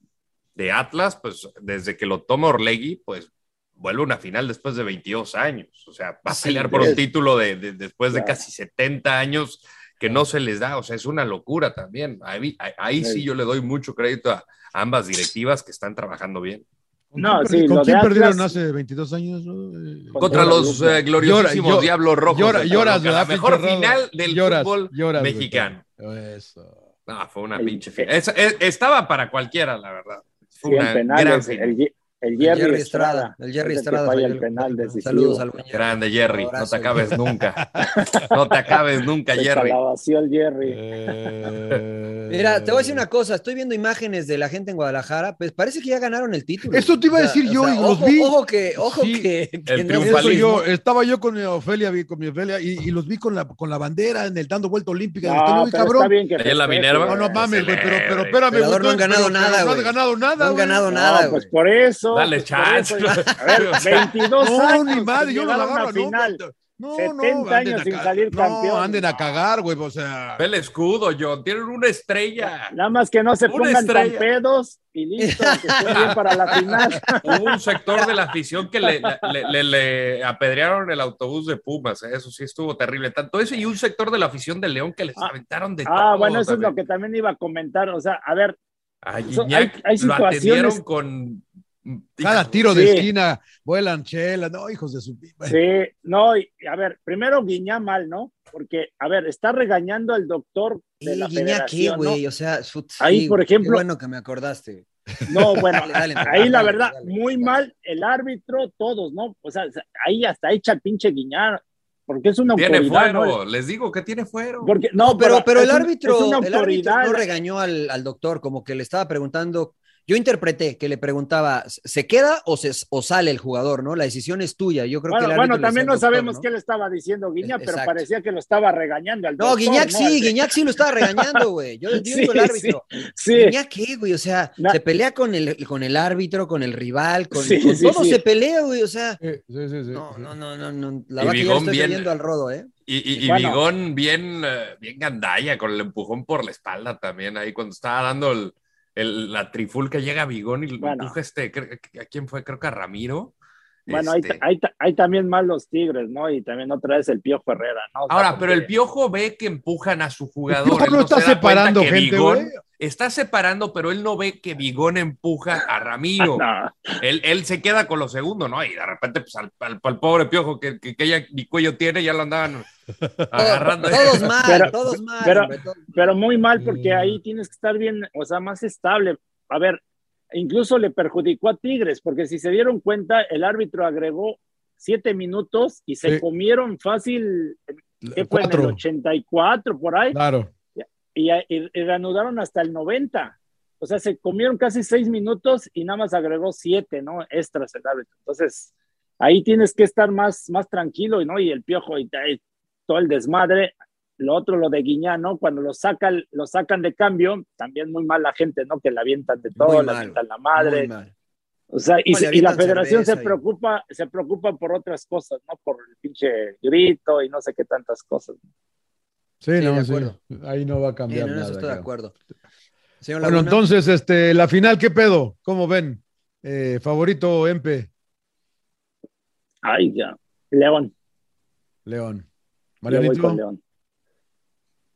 [SPEAKER 1] de Atlas, pues desde que lo toma Orlegui, pues vuelve a una final después de 22 años. O sea, va a
[SPEAKER 6] Así
[SPEAKER 1] pelear por
[SPEAKER 6] es.
[SPEAKER 1] un título de, de- después de
[SPEAKER 6] Claro.
[SPEAKER 1] casi 70 años que no se les da. O sea, es una locura también. Ahí, ahí- ahí sí
[SPEAKER 4] Sí.
[SPEAKER 1] yo le doy mucho crédito a ambas directivas que están trabajando bien.
[SPEAKER 4] No,
[SPEAKER 3] ¿Con
[SPEAKER 4] sí,
[SPEAKER 3] quién
[SPEAKER 4] lo de
[SPEAKER 3] perdieron
[SPEAKER 4] Atlas,
[SPEAKER 3] hace 22 años? no?
[SPEAKER 4] Pues
[SPEAKER 1] Contra los eh, gloriosísimos
[SPEAKER 3] Llora- llora-
[SPEAKER 1] Diablos Rojos.
[SPEAKER 3] llora-
[SPEAKER 1] de
[SPEAKER 3] lloras,
[SPEAKER 1] Toluca, la
[SPEAKER 3] ¿verdad,
[SPEAKER 1] mejor
[SPEAKER 3] pinche
[SPEAKER 1] final
[SPEAKER 3] Rodo?
[SPEAKER 1] del
[SPEAKER 3] Lloras,
[SPEAKER 1] fútbol
[SPEAKER 3] lloras, güey.
[SPEAKER 1] mexicano.
[SPEAKER 3] Eso.
[SPEAKER 1] No, fue una pinche final. Esa- es- estaba para cualquiera, la verdad. Fue
[SPEAKER 4] sí, en
[SPEAKER 1] una gran
[SPEAKER 4] penales,
[SPEAKER 1] final.
[SPEAKER 4] el, Ye- el
[SPEAKER 2] El
[SPEAKER 4] Jerry,
[SPEAKER 2] Jerry
[SPEAKER 4] Estrada.
[SPEAKER 2] Estrada, el Jerry
[SPEAKER 4] es que
[SPEAKER 2] Estrada
[SPEAKER 4] falla
[SPEAKER 2] falló
[SPEAKER 4] el
[SPEAKER 2] el
[SPEAKER 4] penal
[SPEAKER 2] penal.
[SPEAKER 4] decisivo.
[SPEAKER 2] Saludos al buen
[SPEAKER 1] Grande Jerry, no
[SPEAKER 2] Abrazo,
[SPEAKER 1] te acabes
[SPEAKER 4] [LAUGHS]
[SPEAKER 1] nunca. No te acabes nunca,
[SPEAKER 4] Se
[SPEAKER 1] Jerry.
[SPEAKER 4] calabació el Jerry.
[SPEAKER 3] Eh.
[SPEAKER 2] Mira, te voy a decir una cosa, estoy viendo imágenes de la gente en Guadalajara, pues parece que ya ganaron el título.
[SPEAKER 3] Eso te iba a decir yo, y los
[SPEAKER 2] ojo,
[SPEAKER 3] vi.
[SPEAKER 2] Ojo que, ojo
[SPEAKER 3] Sí,
[SPEAKER 2] que, que
[SPEAKER 3] el
[SPEAKER 2] no-
[SPEAKER 3] triunfalismo. Eso yo, estaba yo con mi Ofelia, vi- con mi Ofelia y, y los vi con la, con la bandera en el dando vuelta olímpica.
[SPEAKER 4] No,
[SPEAKER 3] Dije, "No, güey,
[SPEAKER 4] pero
[SPEAKER 3] cabrón".
[SPEAKER 4] está bien que Ahí en la festejen, Minerva.
[SPEAKER 3] No, no mames, güey, pero, pero espérame,
[SPEAKER 2] Emperador,
[SPEAKER 3] güey,
[SPEAKER 2] no han
[SPEAKER 3] pero-
[SPEAKER 2] ganado
[SPEAKER 3] pero
[SPEAKER 2] nada,
[SPEAKER 3] No
[SPEAKER 2] güey.
[SPEAKER 3] han ganado nada.
[SPEAKER 2] No han
[SPEAKER 3] güey.
[SPEAKER 2] ganado
[SPEAKER 4] No,
[SPEAKER 2] nada,
[SPEAKER 4] pues
[SPEAKER 2] güey.
[SPEAKER 4] por eso.
[SPEAKER 1] Dale
[SPEAKER 4] pues por
[SPEAKER 1] chance.
[SPEAKER 4] eso. A ver,
[SPEAKER 2] [LAUGHS]
[SPEAKER 1] [LAUGHS]
[SPEAKER 4] 22
[SPEAKER 3] No,
[SPEAKER 4] años.
[SPEAKER 3] ni madre,
[SPEAKER 4] que
[SPEAKER 3] yo no la
[SPEAKER 4] llegaron a
[SPEAKER 3] agarro, no,
[SPEAKER 4] final.
[SPEAKER 3] güey. No,
[SPEAKER 4] 70 años sin salir campeón.
[SPEAKER 3] No, anden a cagar, güey. O sea.
[SPEAKER 1] El escudo, John. Tienen una estrella.
[SPEAKER 4] Nada más que no se
[SPEAKER 1] Una
[SPEAKER 4] pongan tan
[SPEAKER 1] estrella.
[SPEAKER 4] pedos y listo, que
[SPEAKER 2] [LAUGHS]
[SPEAKER 4] estén bien para la final.
[SPEAKER 1] Hubo un sector de la afición que le, la- le- le- le apedrearon el autobús de Pumas. ¿eh? Eso sí estuvo terrible. Tanto eso y un sector de la afición de León que les aventaron de
[SPEAKER 4] Ah,
[SPEAKER 1] todo
[SPEAKER 4] bueno, eso
[SPEAKER 1] también.
[SPEAKER 4] es lo que también iba a comentar. O sea, a ver,
[SPEAKER 1] A
[SPEAKER 4] So,
[SPEAKER 1] Gignac
[SPEAKER 4] hay- hay
[SPEAKER 1] lo atendieron
[SPEAKER 4] situaciones-
[SPEAKER 1] con.
[SPEAKER 3] Cada tiro de
[SPEAKER 4] Sí.
[SPEAKER 3] esquina, vuelan chelas, no, hijos de su.
[SPEAKER 4] sí, no, y, a ver, primero Guiñá mal, ¿no? Porque, a ver, está regañando al doctor de
[SPEAKER 2] Y
[SPEAKER 4] la
[SPEAKER 2] Guiñac, ¿qué,
[SPEAKER 4] federación, ¿no?
[SPEAKER 2] güey? O sea, su-
[SPEAKER 4] Ahí,
[SPEAKER 2] sí,
[SPEAKER 4] por
[SPEAKER 2] güey,
[SPEAKER 4] ejemplo-
[SPEAKER 2] Qué bueno que me acordaste.
[SPEAKER 4] No, bueno,
[SPEAKER 2] Dale, dale,
[SPEAKER 4] ahí
[SPEAKER 2] dale,
[SPEAKER 4] la
[SPEAKER 2] dale,
[SPEAKER 4] verdad,
[SPEAKER 2] dale.
[SPEAKER 4] muy mal el árbitro, todos, ¿no? O sea, ahí hasta echa el pinche guiñar, porque es una
[SPEAKER 1] Tiene
[SPEAKER 4] autoridad. ¿no?
[SPEAKER 1] fuero. Les digo que tiene fuero.
[SPEAKER 4] Porque,
[SPEAKER 2] No, pero, pero
[SPEAKER 4] es
[SPEAKER 2] el
[SPEAKER 4] un-
[SPEAKER 2] árbitro,
[SPEAKER 4] es una
[SPEAKER 2] el árbitro
[SPEAKER 4] autoridad.
[SPEAKER 2] no regañó al, al doctor, como que le estaba preguntando. Yo interpreté que le preguntaba, ¿se queda o, se, o sale el jugador? ¿no? La decisión es tuya. Yo creo que
[SPEAKER 4] bueno,
[SPEAKER 2] el árbitro
[SPEAKER 4] bueno,
[SPEAKER 2] le
[SPEAKER 4] también
[SPEAKER 2] decía
[SPEAKER 4] no
[SPEAKER 2] al doctor,
[SPEAKER 4] sabemos
[SPEAKER 2] ¿no?
[SPEAKER 4] qué le estaba diciendo Guiñac, pero
[SPEAKER 2] Exacto.
[SPEAKER 4] parecía que lo estaba regañando al
[SPEAKER 2] No,
[SPEAKER 4] doctor,
[SPEAKER 2] Guiñac
[SPEAKER 4] ¿no? Este,
[SPEAKER 2] sí,
[SPEAKER 4] Así-
[SPEAKER 2] Guiñac sí lo estaba regañando, güey.
[SPEAKER 4] [LAUGHS]
[SPEAKER 2] Yo, yo
[SPEAKER 4] Sí,
[SPEAKER 2] digo el árbitro.
[SPEAKER 4] sí.
[SPEAKER 2] Guiñac qué, güey, o sea,
[SPEAKER 4] Na-
[SPEAKER 2] se pelea con el, con el árbitro, con el rival, con,
[SPEAKER 4] Sí,
[SPEAKER 2] con
[SPEAKER 4] sí,
[SPEAKER 2] todo
[SPEAKER 4] sí.
[SPEAKER 2] se pelea, güey, o sea.
[SPEAKER 3] Sí, sí, sí. sí.
[SPEAKER 2] No, no, no, no, no. La verdad que ya
[SPEAKER 1] Y
[SPEAKER 2] le
[SPEAKER 1] Bigón
[SPEAKER 2] estoy
[SPEAKER 1] bien-
[SPEAKER 2] viendo al rodo, ¿eh?
[SPEAKER 1] Y, y, y
[SPEAKER 4] Bueno.
[SPEAKER 1] Bigón bien, eh, bien gandalla, con el empujón por la espalda también. Ahí cuando estaba dando el, el- la trifulca, llega Bigón y lo
[SPEAKER 4] Bueno.
[SPEAKER 1] empuja este. cre- ¿A quién fue? Creo que a Ramiro.
[SPEAKER 4] Bueno, hay,
[SPEAKER 1] Este,
[SPEAKER 4] hay- hay también mal los Tigres, ¿no? Y también otra vez el Piojo Herrera, ¿no? O sea,
[SPEAKER 1] Ahora, pero
[SPEAKER 4] porque-
[SPEAKER 1] el piojo ve que empujan a su jugador.
[SPEAKER 3] Piojo
[SPEAKER 1] él
[SPEAKER 3] no está
[SPEAKER 1] se da
[SPEAKER 3] separando
[SPEAKER 1] cuenta que
[SPEAKER 3] gente,
[SPEAKER 1] Bigón-
[SPEAKER 3] güey.
[SPEAKER 1] Está separando, pero él no ve que Bigón empuja a Ramiro.
[SPEAKER 4] [LAUGHS] No,
[SPEAKER 1] Él, él se queda con lo segundo, ¿no? Y de repente, pues al, al- al pobre piojo que, que, que ya ni cuello tiene, ya lo
[SPEAKER 3] [LAUGHS]
[SPEAKER 1] andaban agarrando.
[SPEAKER 2] Todos mal,
[SPEAKER 4] [LAUGHS] Pero-
[SPEAKER 2] todos mal,
[SPEAKER 4] pero-
[SPEAKER 2] hombre, todos-
[SPEAKER 4] pero muy mal porque
[SPEAKER 3] Mm.
[SPEAKER 4] ahí tienes que estar bien, o sea, más estable. A ver, incluso le perjudicó a Tigres, porque si se dieron cuenta, el árbitro agregó siete minutos y se
[SPEAKER 3] Sí.
[SPEAKER 4] comieron fácil, ¿qué fue? En el
[SPEAKER 3] Cuatro.
[SPEAKER 4] 84 por ahí,
[SPEAKER 3] Claro.
[SPEAKER 4] y, y- y reanudaron hasta el 90. O sea, se comieron casi seis minutos y nada más agregó siete, ¿no? Extras el árbitro. Entonces, ahí tienes que estar más, más tranquilo, ¿no? Y el piojo y, y todo el desmadre. Lo otro, lo de Guiñá, ¿no? Cuando lo, sacan lo sacan de cambio, también muy mal la gente, ¿no? Que la avientan de todo,
[SPEAKER 2] Muy
[SPEAKER 4] la
[SPEAKER 2] mal.
[SPEAKER 4] avientan la
[SPEAKER 2] Muy
[SPEAKER 4] madre.
[SPEAKER 2] mal.
[SPEAKER 4] O sea, y,
[SPEAKER 2] No, le
[SPEAKER 4] se- y la
[SPEAKER 2] avientan
[SPEAKER 4] federación se
[SPEAKER 2] cerveza y-
[SPEAKER 4] preocupa, se preocupa por otras cosas, ¿no? Por el pinche grito y no sé qué tantas cosas.
[SPEAKER 3] Sí,
[SPEAKER 2] Sí,
[SPEAKER 3] no,
[SPEAKER 2] de
[SPEAKER 3] sí.
[SPEAKER 2] acuerdo.
[SPEAKER 3] Ahí no va a
[SPEAKER 2] Sí,
[SPEAKER 3] cambiar
[SPEAKER 2] Eh, no, en
[SPEAKER 3] nada.
[SPEAKER 2] eso estoy de
[SPEAKER 3] creo.
[SPEAKER 2] acuerdo. Señor
[SPEAKER 3] Bueno,
[SPEAKER 2] Laguna.
[SPEAKER 3] entonces, este, la final, ¿qué pedo? ¿Cómo ven? Eh, favorito, Empe,
[SPEAKER 4] Ay, ya. León.
[SPEAKER 3] León.
[SPEAKER 4] Yo voy
[SPEAKER 3] Marianito.
[SPEAKER 4] con León.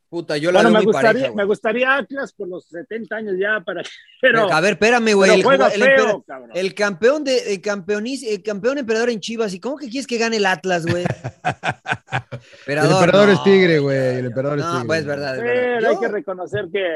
[SPEAKER 2] Puta, yo la
[SPEAKER 4] Bueno,
[SPEAKER 2] veo
[SPEAKER 4] me
[SPEAKER 2] muy
[SPEAKER 4] gustaría,
[SPEAKER 2] pareja,
[SPEAKER 4] me
[SPEAKER 2] güey.
[SPEAKER 4] gustaría Atlas por los 70 años ya para [LAUGHS] pero,
[SPEAKER 2] A ver, espérame,
[SPEAKER 4] pero
[SPEAKER 2] güey. El,
[SPEAKER 4] juega
[SPEAKER 2] el
[SPEAKER 4] feo,
[SPEAKER 2] empera-
[SPEAKER 4] cabrón.
[SPEAKER 2] el campeón de el campeonis- el campeón emperador en Chivas, ¿y cómo que quieres que gane el Atlas,
[SPEAKER 1] [LAUGHS]
[SPEAKER 2] güey?
[SPEAKER 3] El emperador
[SPEAKER 2] no,
[SPEAKER 3] es tigre, güey. El emperador es tigre.
[SPEAKER 2] No, pues es verdad, es verdad.
[SPEAKER 4] Pero hay
[SPEAKER 2] Yo-
[SPEAKER 4] que reconocer que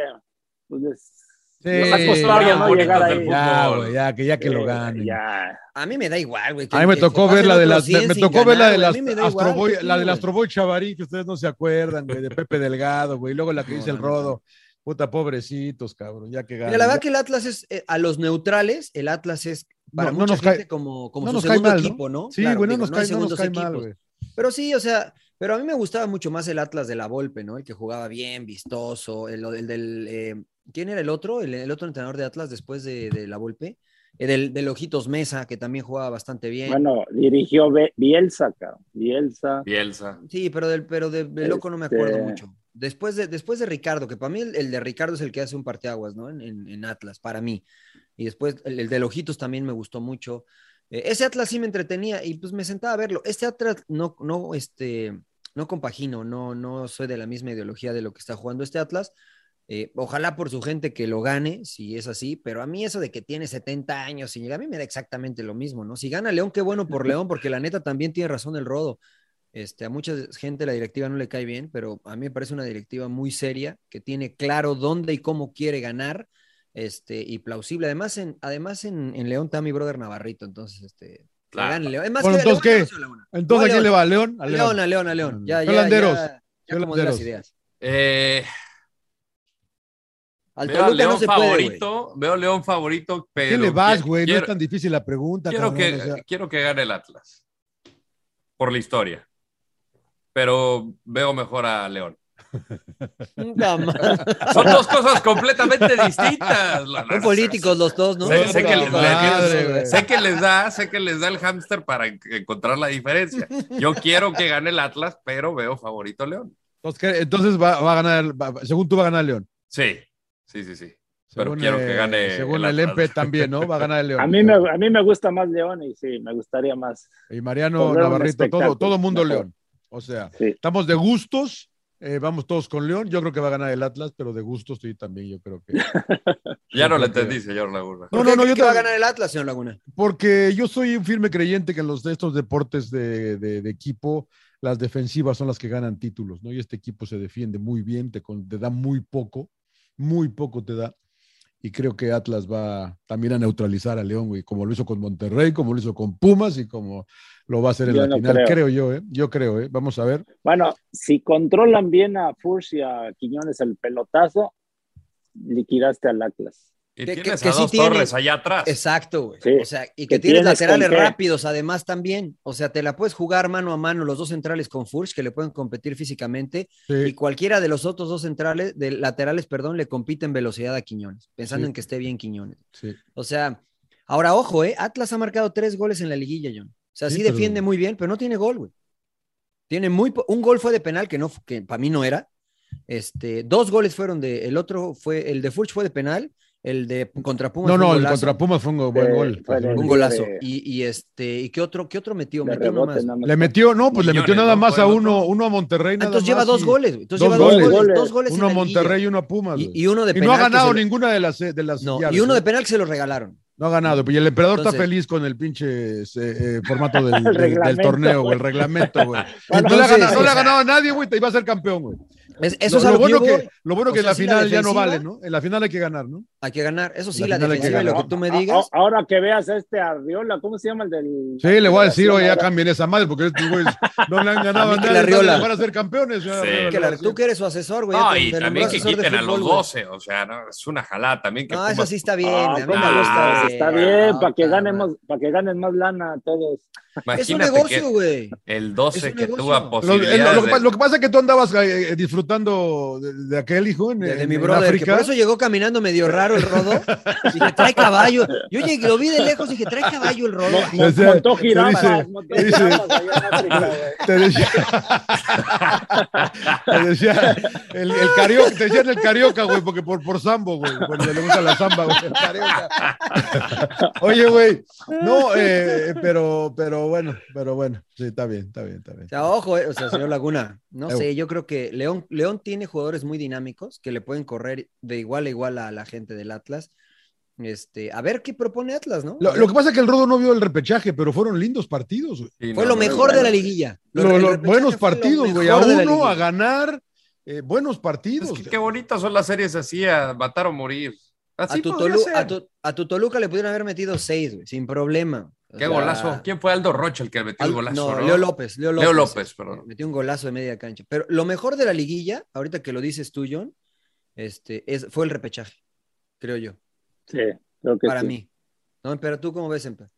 [SPEAKER 4] pues, les,
[SPEAKER 3] Sí,
[SPEAKER 4] les ha
[SPEAKER 1] Serían
[SPEAKER 4] costado no
[SPEAKER 1] bonitos
[SPEAKER 4] llegar
[SPEAKER 1] del
[SPEAKER 4] ahí.
[SPEAKER 3] Ya,
[SPEAKER 1] fútbol.
[SPEAKER 3] güey, ya, que ya que lo
[SPEAKER 4] Eh,
[SPEAKER 3] ganen.
[SPEAKER 4] ya.
[SPEAKER 2] a mí me da igual, güey. que-
[SPEAKER 3] A mí me
[SPEAKER 2] que
[SPEAKER 3] tocó
[SPEAKER 2] se
[SPEAKER 3] ver la de
[SPEAKER 2] pasen
[SPEAKER 3] las,
[SPEAKER 2] otros 100
[SPEAKER 3] me, me
[SPEAKER 2] sin
[SPEAKER 3] tastro ver la
[SPEAKER 2] ganar, güey,
[SPEAKER 3] de
[SPEAKER 2] a
[SPEAKER 3] las
[SPEAKER 2] mí me da igual,
[SPEAKER 3] Astroboy,
[SPEAKER 2] ¿qué
[SPEAKER 3] la del
[SPEAKER 2] tiene?
[SPEAKER 3] Astroboy Chavarín, que ustedes no se acuerdan, güey, de Pepe Delgado, güey, y luego la que
[SPEAKER 2] No,
[SPEAKER 3] dice el
[SPEAKER 2] la neta.
[SPEAKER 3] rodo. Puta, pobrecitos, cabrón, ya que ganan.
[SPEAKER 2] Mira, la verdad
[SPEAKER 3] Ya-
[SPEAKER 2] que el Atlas es, eh, a los neutrales, el Atlas es para
[SPEAKER 3] No, no
[SPEAKER 2] mucha
[SPEAKER 3] nos
[SPEAKER 2] gente
[SPEAKER 3] cae-
[SPEAKER 2] como, como
[SPEAKER 3] no
[SPEAKER 2] su
[SPEAKER 3] nos cae
[SPEAKER 2] segundo
[SPEAKER 3] mal, ¿no?
[SPEAKER 2] equipo, ¿no?
[SPEAKER 3] Sí,
[SPEAKER 2] Claro,
[SPEAKER 3] güey, no
[SPEAKER 2] digo,
[SPEAKER 3] nos
[SPEAKER 2] hay
[SPEAKER 3] cae, no nos
[SPEAKER 2] segundos
[SPEAKER 3] cae mal,
[SPEAKER 2] equipos.
[SPEAKER 3] güey.
[SPEAKER 2] Pero sí, o sea, pero a mí me gustaba mucho más el Atlas de la Volpe, ¿no? El que jugaba bien, vistoso, el, el del... eh, ¿Quién era el otro? El, el otro entrenador de Atlas después de, de la Volpe. El del, del Ojitos Mesa, que también jugaba bastante bien.
[SPEAKER 4] Bueno, dirigió Be- Bielsa, cabrón. Bielsa.
[SPEAKER 1] Bielsa.
[SPEAKER 2] Sí, pero del, pero de, de loco no me acuerdo
[SPEAKER 4] Este-
[SPEAKER 2] mucho. Después de, después de Ricardo, que para mí el, el de Ricardo es el que hace un parteaguas, ¿no? En, en- en Atlas, para mí. Y después el, el de Lojitos también me gustó mucho. Eh, ese Atlas sí me entretenía y pues me sentaba a verlo. Este Atlas no, no, este, no compagino, no, no soy de la misma ideología de lo que está jugando este Atlas. Eh, ojalá por su gente que lo gane, si es así, pero a mí eso de que tiene 70 años, y a mí me da exactamente lo mismo, ¿no? Si gana León, qué bueno por León, porque la neta también tiene razón el rodo. Este, a mucha gente la directiva no le cae bien, pero a mí me parece una directiva muy seria, que tiene claro dónde y cómo quiere ganar, este, y plausible. Además, en, además en, en León está mi brother Navarrito, entonces, este, que
[SPEAKER 1] Claro.
[SPEAKER 2] gane León. Es más,
[SPEAKER 3] Bueno,
[SPEAKER 2] que le
[SPEAKER 3] entonces,
[SPEAKER 2] voy a
[SPEAKER 3] ¿qué?
[SPEAKER 2] León, León,
[SPEAKER 3] Entonces, ¿a quién le va? ¿A León? A
[SPEAKER 2] León, León, a León, a León. Ya, ya, ya,
[SPEAKER 3] Holanderos.
[SPEAKER 2] ya como de las
[SPEAKER 3] Holanderos.
[SPEAKER 2] ideas.
[SPEAKER 1] Eh,
[SPEAKER 2] Al
[SPEAKER 1] veo a
[SPEAKER 2] Toluca no
[SPEAKER 1] León
[SPEAKER 2] se puede, [LAUGHS] güey.
[SPEAKER 1] favorito. veo a León favorito, pero.
[SPEAKER 3] ¿Quién le vas,
[SPEAKER 1] qui-
[SPEAKER 3] güey? No es
[SPEAKER 1] Quiero,
[SPEAKER 3] tan difícil la pregunta,
[SPEAKER 1] quiero
[SPEAKER 3] cabrón,
[SPEAKER 1] que,
[SPEAKER 3] o sea.
[SPEAKER 1] quiero que gane el Atlas. Por la historia. Pero veo mejor a León. Son dos cosas completamente distintas. La- [LAUGHS] la-
[SPEAKER 2] Son políticos los dos, ¿no?
[SPEAKER 1] Sé, sé que les,
[SPEAKER 2] Madre, güey.
[SPEAKER 1] sé que les da, sé que les da el hámster para en- encontrar la diferencia. Yo quiero que gane el Atlas, pero veo favorito a León.
[SPEAKER 3] Entonces, ¿qué? Entonces va, va a ganar, va- según tú va a ganar León.
[SPEAKER 1] Sí, sí, sí, sí. pero
[SPEAKER 3] Según,
[SPEAKER 1] quiero
[SPEAKER 3] eh,
[SPEAKER 1] que gane.
[SPEAKER 3] Según el,
[SPEAKER 1] Atlas.
[SPEAKER 3] MP también, ¿no? Va a
[SPEAKER 4] [LAUGHS]
[SPEAKER 3] ganar el León.
[SPEAKER 4] A mí, me, a mí me gusta más León y sí, me gustaría más.
[SPEAKER 3] Y Mariano
[SPEAKER 4] Volver a un
[SPEAKER 3] Navarrito, todo,
[SPEAKER 4] espectáculo.
[SPEAKER 3] todo mundo
[SPEAKER 4] Mejor.
[SPEAKER 3] León. O sea, estamos de gustos, eh, vamos todos con León. Yo creo que va a ganar el Atlas, pero de gustos estoy también, yo creo que.
[SPEAKER 1] Ya no lo entendí, señor Laguna.
[SPEAKER 2] ¿Por qué
[SPEAKER 3] No, no, no,
[SPEAKER 2] cree
[SPEAKER 3] yo
[SPEAKER 2] que va a
[SPEAKER 3] también-
[SPEAKER 2] ganar el Atlas, señor Laguna?
[SPEAKER 3] Porque yo soy un firme creyente que en los de estos deportes de, de- de equipo, las defensivas son las que ganan títulos, ¿no? Y este equipo se defiende muy bien, te, con- te da muy poco, muy poco te da. Y creo que Atlas va también a neutralizar a León, güey, como lo hizo con Monterrey, como lo hizo con Pumas y como lo va a hacer en
[SPEAKER 4] Yo
[SPEAKER 3] la
[SPEAKER 4] no
[SPEAKER 3] final.
[SPEAKER 4] creo.
[SPEAKER 3] Creo. yo, ¿eh? Yo creo, ¿eh? Vamos a ver.
[SPEAKER 4] Bueno, si controlan bien a Furch y a Quiñones el pelotazo, liquidaste al Atlas.
[SPEAKER 1] Y
[SPEAKER 2] Que-
[SPEAKER 1] tienes
[SPEAKER 2] que-
[SPEAKER 1] a
[SPEAKER 2] que sí
[SPEAKER 1] dos
[SPEAKER 2] tiene-
[SPEAKER 1] torres allá atrás.
[SPEAKER 2] Exacto, güey.
[SPEAKER 4] Sí.
[SPEAKER 2] O sea, y
[SPEAKER 4] Que
[SPEAKER 2] que tienes
[SPEAKER 4] tienes
[SPEAKER 2] laterales
[SPEAKER 4] con qué.
[SPEAKER 2] rápidos, además también. O sea, te la puedes jugar mano a mano los dos centrales con Furch, que le pueden competir físicamente, y cualquiera de los otros dos centrales, de laterales, perdón, le compite en velocidad a Quiñones, pensando
[SPEAKER 3] Sí.
[SPEAKER 2] en que esté bien Quiñones.
[SPEAKER 3] Sí.
[SPEAKER 2] O sea, ahora ojo, ¿eh? Atlas ha marcado tres goles en la liguilla, John. O sea,
[SPEAKER 3] Sí,
[SPEAKER 2] sí,
[SPEAKER 3] pero-
[SPEAKER 2] defiende muy bien, pero no tiene gol, güey. Tiene muy po- un gol fue de penal que no fu- que para mí no era. Este, dos goles fueron de el otro fue el de Furch fue de penal, el de contra Pumas
[SPEAKER 3] No,
[SPEAKER 2] fue un
[SPEAKER 3] no, el
[SPEAKER 2] golazo.
[SPEAKER 3] contra Pumas fue un go- buen
[SPEAKER 4] Eh,
[SPEAKER 3] gol.
[SPEAKER 4] fue de-
[SPEAKER 2] Un golazo.
[SPEAKER 4] de-
[SPEAKER 2] Y, y este, ¿y qué otro, qué otro metió?
[SPEAKER 4] de
[SPEAKER 2] Metió uno
[SPEAKER 4] rebote
[SPEAKER 2] más.
[SPEAKER 4] nada más.
[SPEAKER 3] Le metió, no, pues le metió
[SPEAKER 1] Millones,
[SPEAKER 3] nada
[SPEAKER 1] ¿no?
[SPEAKER 3] más a
[SPEAKER 1] Fue el
[SPEAKER 3] uno, uno a Monterrey.
[SPEAKER 2] Ah,
[SPEAKER 3] Nada
[SPEAKER 2] entonces lleva
[SPEAKER 3] más
[SPEAKER 2] dos
[SPEAKER 3] y-
[SPEAKER 2] goles. güey. Entonces
[SPEAKER 3] dos
[SPEAKER 2] lleva
[SPEAKER 3] goles.
[SPEAKER 2] dos goles. Dos goles en
[SPEAKER 3] Uno a
[SPEAKER 2] la liguilla.
[SPEAKER 3] Monterrey y uno a Pumas.
[SPEAKER 2] Y,
[SPEAKER 3] güey.
[SPEAKER 2] y uno de
[SPEAKER 3] Y no ha
[SPEAKER 2] penal que
[SPEAKER 3] ganado
[SPEAKER 2] se-
[SPEAKER 3] ninguna de las de las
[SPEAKER 2] No, y
[SPEAKER 3] llaves,
[SPEAKER 2] uno
[SPEAKER 3] ¿eh?
[SPEAKER 2] de penal que se lo regalaron.
[SPEAKER 3] No ha ganado, y el emperador
[SPEAKER 2] Entonces-
[SPEAKER 3] está feliz con el pinche este, eh, formato del,
[SPEAKER 4] El
[SPEAKER 3] del- del
[SPEAKER 4] reglamento,
[SPEAKER 3] torneo, güey, el
[SPEAKER 4] güey.
[SPEAKER 3] reglamento, güey.
[SPEAKER 2] Bueno,
[SPEAKER 3] no, le ha
[SPEAKER 2] entonces,
[SPEAKER 3] ganado, no le ha
[SPEAKER 2] o sea-
[SPEAKER 3] ganado a nadie, güey, te iba a ser campeón, güey.
[SPEAKER 2] Es- eso
[SPEAKER 3] lo,
[SPEAKER 2] es a lo
[SPEAKER 3] lo
[SPEAKER 2] que
[SPEAKER 3] bueno
[SPEAKER 2] yo
[SPEAKER 3] que,
[SPEAKER 2] voy.
[SPEAKER 3] lo bueno
[SPEAKER 2] O
[SPEAKER 3] que en
[SPEAKER 2] sea,
[SPEAKER 3] la
[SPEAKER 2] sí,
[SPEAKER 3] final ya no
[SPEAKER 2] defensiva
[SPEAKER 3] vale, ¿no? En la final hay que ganar, ¿no?
[SPEAKER 2] Hay que ganar. Eso sí,
[SPEAKER 3] La
[SPEAKER 2] la,
[SPEAKER 3] final hay que
[SPEAKER 2] defensiva y lo
[SPEAKER 3] ganar.
[SPEAKER 2] que tú me digas.
[SPEAKER 4] A- a- Ah, oh, Ahora que veas a este Arriola, ¿cómo se llama el del.?
[SPEAKER 3] Sí, le voy a decir, oye, ya
[SPEAKER 4] Ahora-
[SPEAKER 3] cambien esa madre, porque estos güeyes no le han ganado [LAUGHS] a,
[SPEAKER 2] A Mikel
[SPEAKER 3] nadie,
[SPEAKER 2] Arriola.
[SPEAKER 3] entonces van a ser campeones. ya,
[SPEAKER 1] Sí.
[SPEAKER 3] ya, ya,
[SPEAKER 2] que la-
[SPEAKER 3] ya.
[SPEAKER 2] tú que eres su asesor, güey.
[SPEAKER 1] No,
[SPEAKER 2] ya te-
[SPEAKER 1] y
[SPEAKER 2] te nombró
[SPEAKER 1] también que
[SPEAKER 2] asesor de
[SPEAKER 1] quiten a los
[SPEAKER 2] fútbol, güey.
[SPEAKER 1] 12, o sea, no, es una jalada también que
[SPEAKER 2] No,
[SPEAKER 1] Pumas-
[SPEAKER 2] esa sí está bien.
[SPEAKER 4] Ah,
[SPEAKER 2] a mí me
[SPEAKER 4] ¿cómo
[SPEAKER 1] Ah,
[SPEAKER 2] gusta. güey.
[SPEAKER 4] está bien,
[SPEAKER 2] No,
[SPEAKER 4] para que
[SPEAKER 2] está
[SPEAKER 4] ganen
[SPEAKER 2] mal.
[SPEAKER 4] más, para que ganen más lana a todos.
[SPEAKER 2] Es un
[SPEAKER 1] Imagínate
[SPEAKER 2] negocio,
[SPEAKER 1] que
[SPEAKER 2] güey.
[SPEAKER 1] el
[SPEAKER 2] Es
[SPEAKER 1] 12
[SPEAKER 2] un
[SPEAKER 1] que
[SPEAKER 2] negocio.
[SPEAKER 1] tuvo a
[SPEAKER 3] Lo, eh,
[SPEAKER 1] posibilidades
[SPEAKER 3] lo- lo que,
[SPEAKER 1] de-
[SPEAKER 3] pa- lo que pasa es que tú andabas eh, eh, disfrutando de, de aquel hijo en,
[SPEAKER 2] De, de
[SPEAKER 3] en-
[SPEAKER 2] mi
[SPEAKER 3] en
[SPEAKER 2] brother, que
[SPEAKER 3] África.
[SPEAKER 2] por eso llegó caminando medio raro el rodo. Dije, trae caballo. Yo llegué, lo vi de lejos y dije, trae caballo el rodo.
[SPEAKER 3] O sea,
[SPEAKER 4] montó
[SPEAKER 3] te
[SPEAKER 4] jirafas,
[SPEAKER 3] dice-
[SPEAKER 4] montó
[SPEAKER 3] te dice-
[SPEAKER 4] jirafas allá en
[SPEAKER 2] [LAUGHS]
[SPEAKER 4] África, güey.
[SPEAKER 3] Te decía, te decía el, el carioca, te decían el carioca, güey, porque por, por sambo, güey, porque le gusta la samba, güey, el carioca. Oye, güey, no, eh, pero, pero bueno, pero bueno, sí, está bien, está bien, está bien.
[SPEAKER 2] O sea, ojo, eh, o sea, señor Laguna, no
[SPEAKER 3] Ew.
[SPEAKER 2] sé, yo creo que León, León tiene jugadores muy dinámicos que le pueden correr de igual a igual a la gente del Atlas. Este, a ver qué propone Atlas, ¿no?
[SPEAKER 3] Lo, lo que pasa es que el Rodo no vio el repechaje, pero fueron lindos partidos, güey.
[SPEAKER 1] Sí,
[SPEAKER 2] fue
[SPEAKER 1] no,
[SPEAKER 2] lo
[SPEAKER 1] no,
[SPEAKER 2] mejor
[SPEAKER 1] no.
[SPEAKER 2] de la liguilla. Lo-
[SPEAKER 3] Lo-
[SPEAKER 2] el
[SPEAKER 3] lo-
[SPEAKER 2] repechaje
[SPEAKER 3] buenos
[SPEAKER 2] fue lo
[SPEAKER 3] partidos, güey, a
[SPEAKER 2] mejor de la
[SPEAKER 3] uno, a
[SPEAKER 2] liguilla.
[SPEAKER 3] ganar, eh, buenos partidos.
[SPEAKER 1] Es que qué bonitas son las series así, a matar o morir. Así
[SPEAKER 2] A tu,
[SPEAKER 1] podría
[SPEAKER 2] Tolu-
[SPEAKER 1] ser.
[SPEAKER 2] a, tu, a tu Toluca le pudieron haber metido seis, güey, sin problema. O
[SPEAKER 1] Qué
[SPEAKER 2] sea,
[SPEAKER 1] golazo. ¿Quién fue Aldo Rocha el que metió el
[SPEAKER 2] Al-
[SPEAKER 1] golazo?
[SPEAKER 2] no,
[SPEAKER 1] No,
[SPEAKER 2] Leo López. Leo López,
[SPEAKER 1] Leo López, perdón.
[SPEAKER 2] Metió un golazo de media cancha. Pero lo mejor de la liguilla, ahorita que lo dices tú, John, este, es, fue el repechaje, creo yo,
[SPEAKER 4] Sí, creo que
[SPEAKER 2] para
[SPEAKER 4] sí.
[SPEAKER 2] mí. No, pero tú cómo ves, Empe?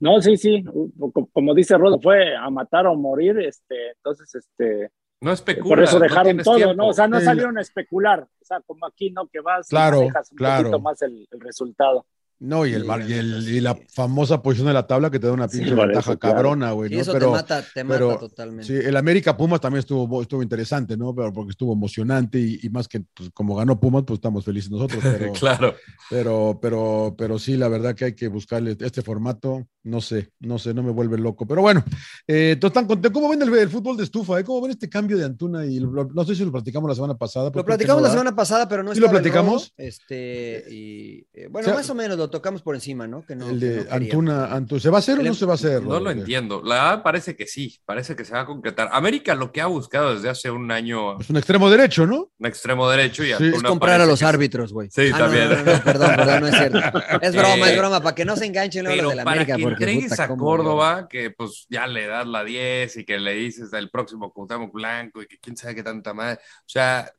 [SPEAKER 4] No, sí, sí. u- co- Como dice Rodo, fue a matar o morir, este, entonces, este,
[SPEAKER 1] No especula.
[SPEAKER 4] por eso
[SPEAKER 1] no
[SPEAKER 4] dejaron
[SPEAKER 1] tienes
[SPEAKER 4] todo,
[SPEAKER 1] tiempo.
[SPEAKER 4] ¿no? O sea, no
[SPEAKER 3] El-
[SPEAKER 4] salieron a especular, o sea, como aquí, ¿no? Que vas
[SPEAKER 3] Claro,
[SPEAKER 4] y manejas un
[SPEAKER 3] claro.
[SPEAKER 4] poquito más el, el resultado.
[SPEAKER 3] No, y, el,
[SPEAKER 2] Sí,
[SPEAKER 3] mar-
[SPEAKER 2] la
[SPEAKER 3] y, el-
[SPEAKER 2] neta,
[SPEAKER 3] y la
[SPEAKER 2] sí.
[SPEAKER 3] famosa posición de la tabla que te da una
[SPEAKER 4] Sí,
[SPEAKER 3] pinche
[SPEAKER 4] por
[SPEAKER 3] ventaja
[SPEAKER 4] eso, claro.
[SPEAKER 3] cabrona, güey.
[SPEAKER 2] Sí,
[SPEAKER 3] ¿no?
[SPEAKER 2] eso te
[SPEAKER 3] Pero-
[SPEAKER 2] mata, te mata
[SPEAKER 3] pero-
[SPEAKER 2] totalmente.
[SPEAKER 3] Sí, el América Pumas también estuvo, estuvo interesante, ¿no? Pero porque estuvo emocionante y, y más que pues, como ganó Pumas, pues estamos
[SPEAKER 1] [LAUGHS]
[SPEAKER 3] felices nosotros.
[SPEAKER 1] [LAUGHS]
[SPEAKER 3] Pero,
[SPEAKER 1] Claro.
[SPEAKER 3] pero, pero, pero sí, la verdad que hay que buscarle este formato. No sé, no sé, no me vuelve loco. Pero bueno, eh, entonces tan contento. ¿Cómo ven el, el fútbol de estufa? eh? ¿Cómo ven este cambio de Antuna? Y lo- lo- no sé si lo platicamos la semana pasada. pero
[SPEAKER 2] Lo
[SPEAKER 3] creo que
[SPEAKER 2] platicamos
[SPEAKER 3] no
[SPEAKER 2] la
[SPEAKER 3] da.
[SPEAKER 2] semana pasada, pero no
[SPEAKER 3] ¿Sí lo
[SPEAKER 2] estaba el
[SPEAKER 3] platicamos?
[SPEAKER 2] Rodo, este, y, eh, bueno,
[SPEAKER 3] O sea,
[SPEAKER 2] más o menos lo tocamos por encima, ¿no? Que no,
[SPEAKER 3] El
[SPEAKER 2] que
[SPEAKER 3] de
[SPEAKER 2] no quería.
[SPEAKER 3] Antuna, Antu- ¿se va a hacer o
[SPEAKER 1] Le-
[SPEAKER 3] no se va a hacer?
[SPEAKER 1] No lo
[SPEAKER 3] Roberto?
[SPEAKER 1] entiendo. La verdad parece que sí. Parece que se va a concretar. América lo que ha buscado desde hace un año,
[SPEAKER 3] Es un extremo derecho, ¿no?
[SPEAKER 1] un extremo derecho y
[SPEAKER 3] Sí.
[SPEAKER 1] Antuna
[SPEAKER 2] Es
[SPEAKER 3] Es
[SPEAKER 2] comprar a
[SPEAKER 1] parece
[SPEAKER 2] los
[SPEAKER 1] que sí.
[SPEAKER 2] árbitros, güey. Ah,
[SPEAKER 1] Sí,
[SPEAKER 2] no,
[SPEAKER 1] también.
[SPEAKER 2] No, no, no, perdón, perdón,
[SPEAKER 1] [LAUGHS]
[SPEAKER 2] no es cierto. Es broma,
[SPEAKER 1] Eh,
[SPEAKER 2] es broma, para que no se enganchen luego los
[SPEAKER 1] Pero
[SPEAKER 2] de la
[SPEAKER 1] para
[SPEAKER 2] América.
[SPEAKER 1] que
[SPEAKER 2] porque,
[SPEAKER 1] entregues
[SPEAKER 2] puta,
[SPEAKER 1] a
[SPEAKER 2] cómo-
[SPEAKER 1] Córdoba, que pues ya le das la 10 y que le dices al próximo Cuauhtémoc Blanco y que quién sabe qué tanta madre. O sea,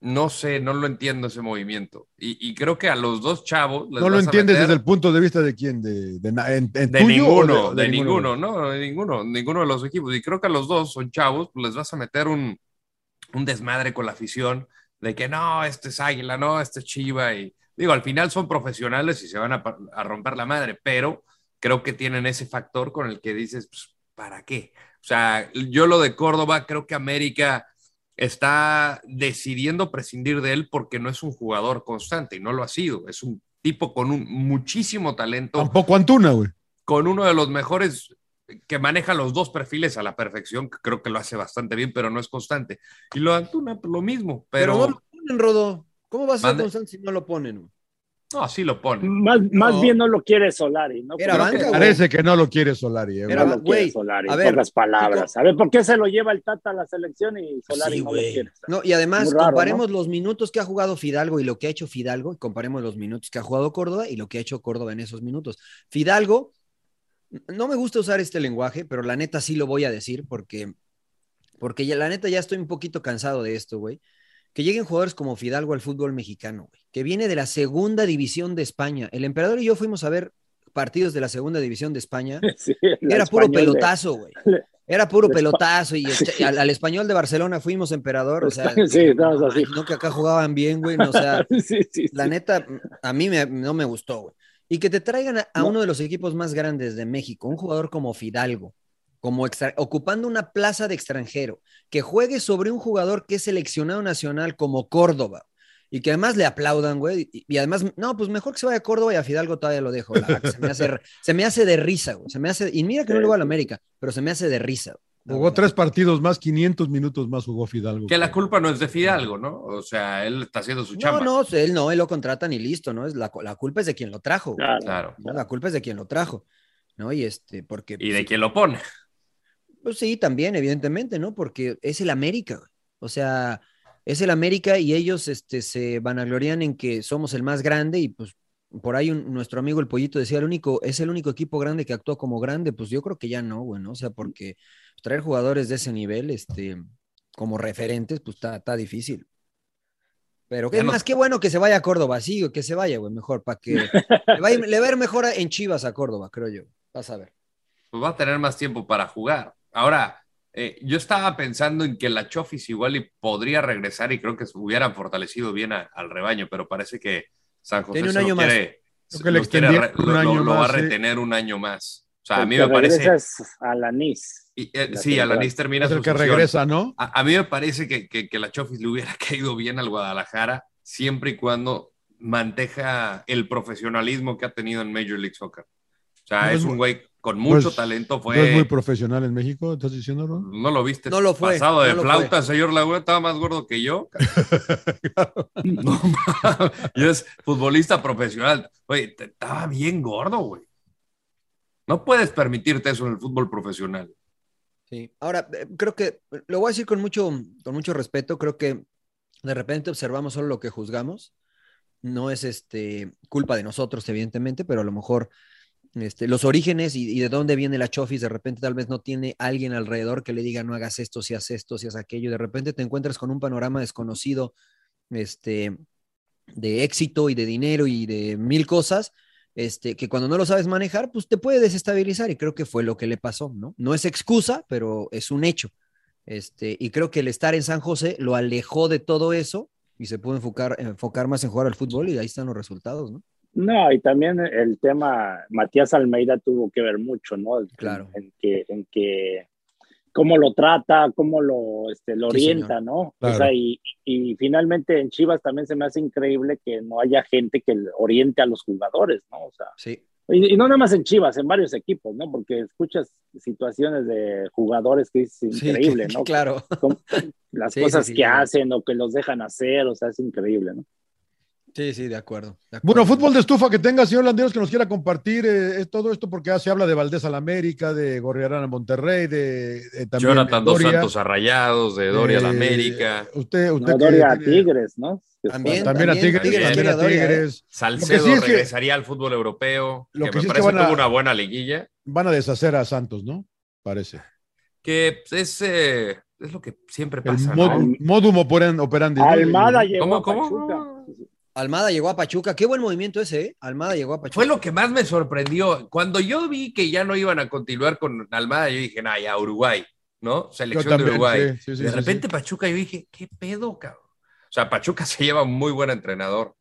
[SPEAKER 1] no sé, no lo entiendo ese movimiento. Y, y creo que a los dos chavos. les
[SPEAKER 3] No lo
[SPEAKER 1] vas a
[SPEAKER 3] entiendes
[SPEAKER 1] meter
[SPEAKER 3] desde el punto de vista de quién, de, de na- en- en
[SPEAKER 1] de
[SPEAKER 3] tuyo o
[SPEAKER 1] ninguno, de, ninguno,
[SPEAKER 3] güey?
[SPEAKER 1] no, de ninguno, ninguno de los equipos. Y creo que a los dos son chavos, pues les vas a meter un, un desmadre con la afición de que no, este es Águila, no, este es Chiva. Y digo, al final son profesionales y se van a, pa- a romper la madre, pero creo que tienen ese factor con el que dices, pues, ¿para qué? O sea, yo lo de Córdoba, creo que América está decidiendo prescindir de él porque no es un jugador constante y no lo ha sido. Es un tipo con un muchísimo talento
[SPEAKER 3] Tampoco Antuna, güey.
[SPEAKER 1] con uno de los mejores que maneja los dos perfiles a la perfección, que creo que lo hace bastante bien, pero no es constante. Y lo de Antuna, pues, lo mismo, pero,
[SPEAKER 2] Pero, no lo ponen, Rodo. ¿Cómo va a ser
[SPEAKER 1] Mande.
[SPEAKER 2] constante si no lo ponen?
[SPEAKER 1] no, sí lo pone.
[SPEAKER 4] Más, más
[SPEAKER 2] No.
[SPEAKER 4] bien no lo quiere Solari, ¿no?
[SPEAKER 2] Era
[SPEAKER 4] Creo
[SPEAKER 2] banca,
[SPEAKER 4] que-
[SPEAKER 2] güey.
[SPEAKER 3] Parece que no lo quiere Solari. eh, güey.
[SPEAKER 2] Era-
[SPEAKER 4] no lo quiere
[SPEAKER 2] güey,
[SPEAKER 4] Solari,
[SPEAKER 2] a
[SPEAKER 4] en
[SPEAKER 2] ver,
[SPEAKER 4] pocas palabras. A ver, ¿por qué se lo lleva el Tata a la selección y Solari
[SPEAKER 2] Sí,
[SPEAKER 4] no lo
[SPEAKER 2] güey.
[SPEAKER 4] quiere?
[SPEAKER 2] No, y además,
[SPEAKER 4] Muy raro,
[SPEAKER 2] comparemos los minutos que ha jugado Fidalgo y lo que ha hecho Fidalgo, y comparemos los minutos que ha jugado Córdoba y lo que ha hecho Córdoba en esos minutos. Fidalgo, no me gusta usar este lenguaje, pero la neta sí lo voy a decir porque, porque ya, la neta ya estoy un poquito cansado de esto, güey. Que lleguen jugadores como Fidalgo al fútbol mexicano, güey, que viene de la segunda división de España. El emperador y yo fuimos a ver partidos de la segunda división de España.
[SPEAKER 4] [LAUGHS] Sí, el
[SPEAKER 2] Era puro
[SPEAKER 4] español de- [LAUGHS]
[SPEAKER 2] pelotazo, güey. Era puro
[SPEAKER 4] el espa-
[SPEAKER 2] pelotazo
[SPEAKER 4] [LAUGHS]
[SPEAKER 2] y echa- al, al español de Barcelona fuimos emperador, o sea,
[SPEAKER 4] Sí, estamos así.
[SPEAKER 2] no que acá jugaban bien, güey, no, o sea,
[SPEAKER 4] Sí, sí,
[SPEAKER 2] la
[SPEAKER 4] sí.
[SPEAKER 2] neta a mí me- no me gustó, güey. Y que te traigan a, a
[SPEAKER 4] No.
[SPEAKER 2] uno de los equipos más grandes de México, un jugador como Fidalgo, como extra- ocupando una plaza de extranjero, que juegue sobre un jugador que es seleccionado nacional como Córdoba. Y que además le aplaudan, güey. Y, y además, no, pues mejor que se vaya a Córdoba y a Fidalgo todavía lo dejo. la verdad, se, me hace, se me hace de risa, güey. Se me hace, y mira que no le voy a la América, pero se me hace de risa. güey.
[SPEAKER 3] Jugó tres partidos más, 500 minutos más jugó Fidalgo.
[SPEAKER 1] Que la culpa no es de Fidalgo, ¿no? O sea, él está haciendo su
[SPEAKER 2] No,
[SPEAKER 1] chamba.
[SPEAKER 2] no, pues él no, él lo contratan y listo, ¿no? Es la, la culpa es de quien lo trajo. güey.
[SPEAKER 4] Claro.
[SPEAKER 1] Claro.
[SPEAKER 2] ¿no? La culpa es de quien lo trajo, ¿no? Y este, porque.
[SPEAKER 1] Y de quién lo pone.
[SPEAKER 2] Pues sí, también, evidentemente, ¿no? Porque es el América, güey. O sea, es el América y ellos este, se vanaglorían en que somos el más grande y pues. Por ahí un- nuestro amigo el pollito decía, el único, es el único equipo grande que actúa como grande, pues yo creo que ya no, güey, ¿no? O sea, porque traer jugadores de ese nivel, este, como referentes, pues está, está difícil. Pero
[SPEAKER 1] Ya
[SPEAKER 2] es
[SPEAKER 1] no-
[SPEAKER 2] más, qué bueno que se vaya a Córdoba, sí, güey, que se vaya, güey, mejor, para
[SPEAKER 1] [LAUGHS]
[SPEAKER 2] que le va a ir- le va a ir mejor a- en Chivas a Córdoba, creo yo. Vas a ver.
[SPEAKER 1] Pues va a tener más tiempo para jugar. Ahora, eh, yo estaba pensando en que la Chofis igual y podría regresar y creo que se hubiera fortalecido bien a- al rebaño, pero parece que San José
[SPEAKER 2] Tiene un
[SPEAKER 1] se lo
[SPEAKER 2] año más.
[SPEAKER 1] quiere-
[SPEAKER 3] Creo que le
[SPEAKER 1] los quiere
[SPEAKER 3] extendieron
[SPEAKER 1] re-
[SPEAKER 3] un
[SPEAKER 1] lo- lo-
[SPEAKER 3] año
[SPEAKER 1] lo va a
[SPEAKER 3] más, ¿eh?
[SPEAKER 1] retener un año más. O sea, a
[SPEAKER 4] El
[SPEAKER 1] mí
[SPEAKER 4] que
[SPEAKER 1] me parece...
[SPEAKER 4] regresas a la NIS.
[SPEAKER 1] Y, eh,
[SPEAKER 4] La
[SPEAKER 1] sí,
[SPEAKER 4] temporada.
[SPEAKER 1] Alanis termina
[SPEAKER 3] Es el
[SPEAKER 1] su
[SPEAKER 3] que
[SPEAKER 1] sesión.
[SPEAKER 3] regresa, ¿no?
[SPEAKER 1] A, a mí me parece que, que- que la Chofis le hubiera [LAUGHS] caído bien al Guadalajara siempre y cuando manteja el profesionalismo que ha tenido en Major League Soccer. O sea,
[SPEAKER 3] No
[SPEAKER 1] es
[SPEAKER 3] es
[SPEAKER 1] un
[SPEAKER 3] mu-
[SPEAKER 1] güey con mucho
[SPEAKER 3] es-
[SPEAKER 1] talento,
[SPEAKER 3] ¿No es muy
[SPEAKER 1] fue...
[SPEAKER 3] profesional en México? ¿Estás diciendo, Ron?
[SPEAKER 1] No lo viste.
[SPEAKER 2] No lo fue,
[SPEAKER 1] Pasado de
[SPEAKER 2] no lo
[SPEAKER 1] flauta, señor Laguna, estaba más gordo que
[SPEAKER 3] [LAUGHS]
[SPEAKER 1] yo. no, mames, y es futbolista profesional. Oye, te- estaba bien gordo, güey. No puedes permitirte eso en el fútbol profesional.
[SPEAKER 2] Sí. Ahora, eh, creo que eh, lo voy a decir con mucho, con mucho respeto. Creo que de repente observamos solo lo que juzgamos. No es este, culpa de nosotros, evidentemente, pero a lo mejor este, los orígenes y, y de dónde viene la chofis, de repente tal vez no tiene alguien alrededor que le diga no hagas esto, si haces esto, si haces aquello. De repente te encuentras con un panorama desconocido este, de éxito y de dinero y de mil cosas este, que cuando no lo sabes manejar, pues te puede desestabilizar y creo que fue lo que le pasó, ¿no? No es excusa, pero es un hecho. Este, y creo que el estar en San José lo alejó de todo eso y se pudo enfocar, enfocar más en jugar al fútbol y ahí están los resultados, ¿no?
[SPEAKER 4] No, y también el tema, Matías Almeida tuvo que ver mucho, ¿no? En-
[SPEAKER 2] Claro.
[SPEAKER 4] En, que, en que, cómo lo trata, cómo lo, este, lo
[SPEAKER 2] Sí, señor.
[SPEAKER 4] orienta, ¿no?
[SPEAKER 3] Claro.
[SPEAKER 4] O sea, y, y finalmente en Chivas también se me hace increíble que no haya gente que oriente a los jugadores, ¿no? O sea,
[SPEAKER 2] Sí,
[SPEAKER 4] y, y no nada más en Chivas, en varios equipos, ¿no? Porque escuchas situaciones de jugadores que es
[SPEAKER 2] [LAUGHS]
[SPEAKER 4] increíble, ¿no?
[SPEAKER 2] Claro.
[SPEAKER 4] Cómo- Las
[SPEAKER 2] Sí, sí,
[SPEAKER 4] cosas
[SPEAKER 2] sí,
[SPEAKER 4] que
[SPEAKER 2] claro.
[SPEAKER 4] hacen o que los dejan hacer, o sea, es increíble, ¿no?
[SPEAKER 2] Sí, sí, de acuerdo. de
[SPEAKER 3] Bueno,
[SPEAKER 2] acuerdo.
[SPEAKER 3] fútbol de estufa que tenga, señor Landeros, que nos quiera compartir eh, es todo esto, porque ya se habla de Valdés al América, de Gorriarán a Monterrey, de, eh, también
[SPEAKER 1] Jonathan
[SPEAKER 3] de
[SPEAKER 1] Dos
[SPEAKER 3] Doria,
[SPEAKER 1] Santos a Rayados, de Doria a la
[SPEAKER 3] eh,
[SPEAKER 1] América,
[SPEAKER 3] Usted, usted
[SPEAKER 4] No,
[SPEAKER 3] que
[SPEAKER 4] Doria a
[SPEAKER 3] tiene-
[SPEAKER 4] Tigres, ¿no? Que
[SPEAKER 2] También,
[SPEAKER 4] fue-
[SPEAKER 3] También a Tigres,
[SPEAKER 2] Tigres
[SPEAKER 3] también a
[SPEAKER 2] quiere a Doria,
[SPEAKER 3] Tigres.
[SPEAKER 1] Salcedo
[SPEAKER 3] sí es que-
[SPEAKER 1] regresaría al fútbol europeo,
[SPEAKER 3] Lo
[SPEAKER 1] que,
[SPEAKER 3] que
[SPEAKER 1] me
[SPEAKER 3] sí es que
[SPEAKER 1] parece
[SPEAKER 3] van a-
[SPEAKER 1] tuvo una buena liguilla,
[SPEAKER 3] Van a deshacer a Santos, ¿no? Parece.
[SPEAKER 1] que pues, es, eh, es lo que siempre
[SPEAKER 3] El
[SPEAKER 1] pasa, ¿no?
[SPEAKER 3] modum, modum operan- operandi. ¿no?
[SPEAKER 4] Almada
[SPEAKER 3] El-
[SPEAKER 4] llegó
[SPEAKER 1] ¿Cómo,
[SPEAKER 4] a
[SPEAKER 1] cómo?
[SPEAKER 4] Pachuca.
[SPEAKER 2] Almada llegó a Pachuca. Qué buen movimiento ese, ¿eh? Almada llegó a Pachuca.
[SPEAKER 1] Fue lo que más me sorprendió. Cuando yo vi que ya no iban a continuar con Almada, yo dije, nah, ya Uruguay. ¿no? Selección también, de Uruguay. Sí, sí, de repente Pachuca, yo dije, ¿qué pedo, cabrón? O sea, Pachuca [LAUGHS] se lleva un muy buen entrenador.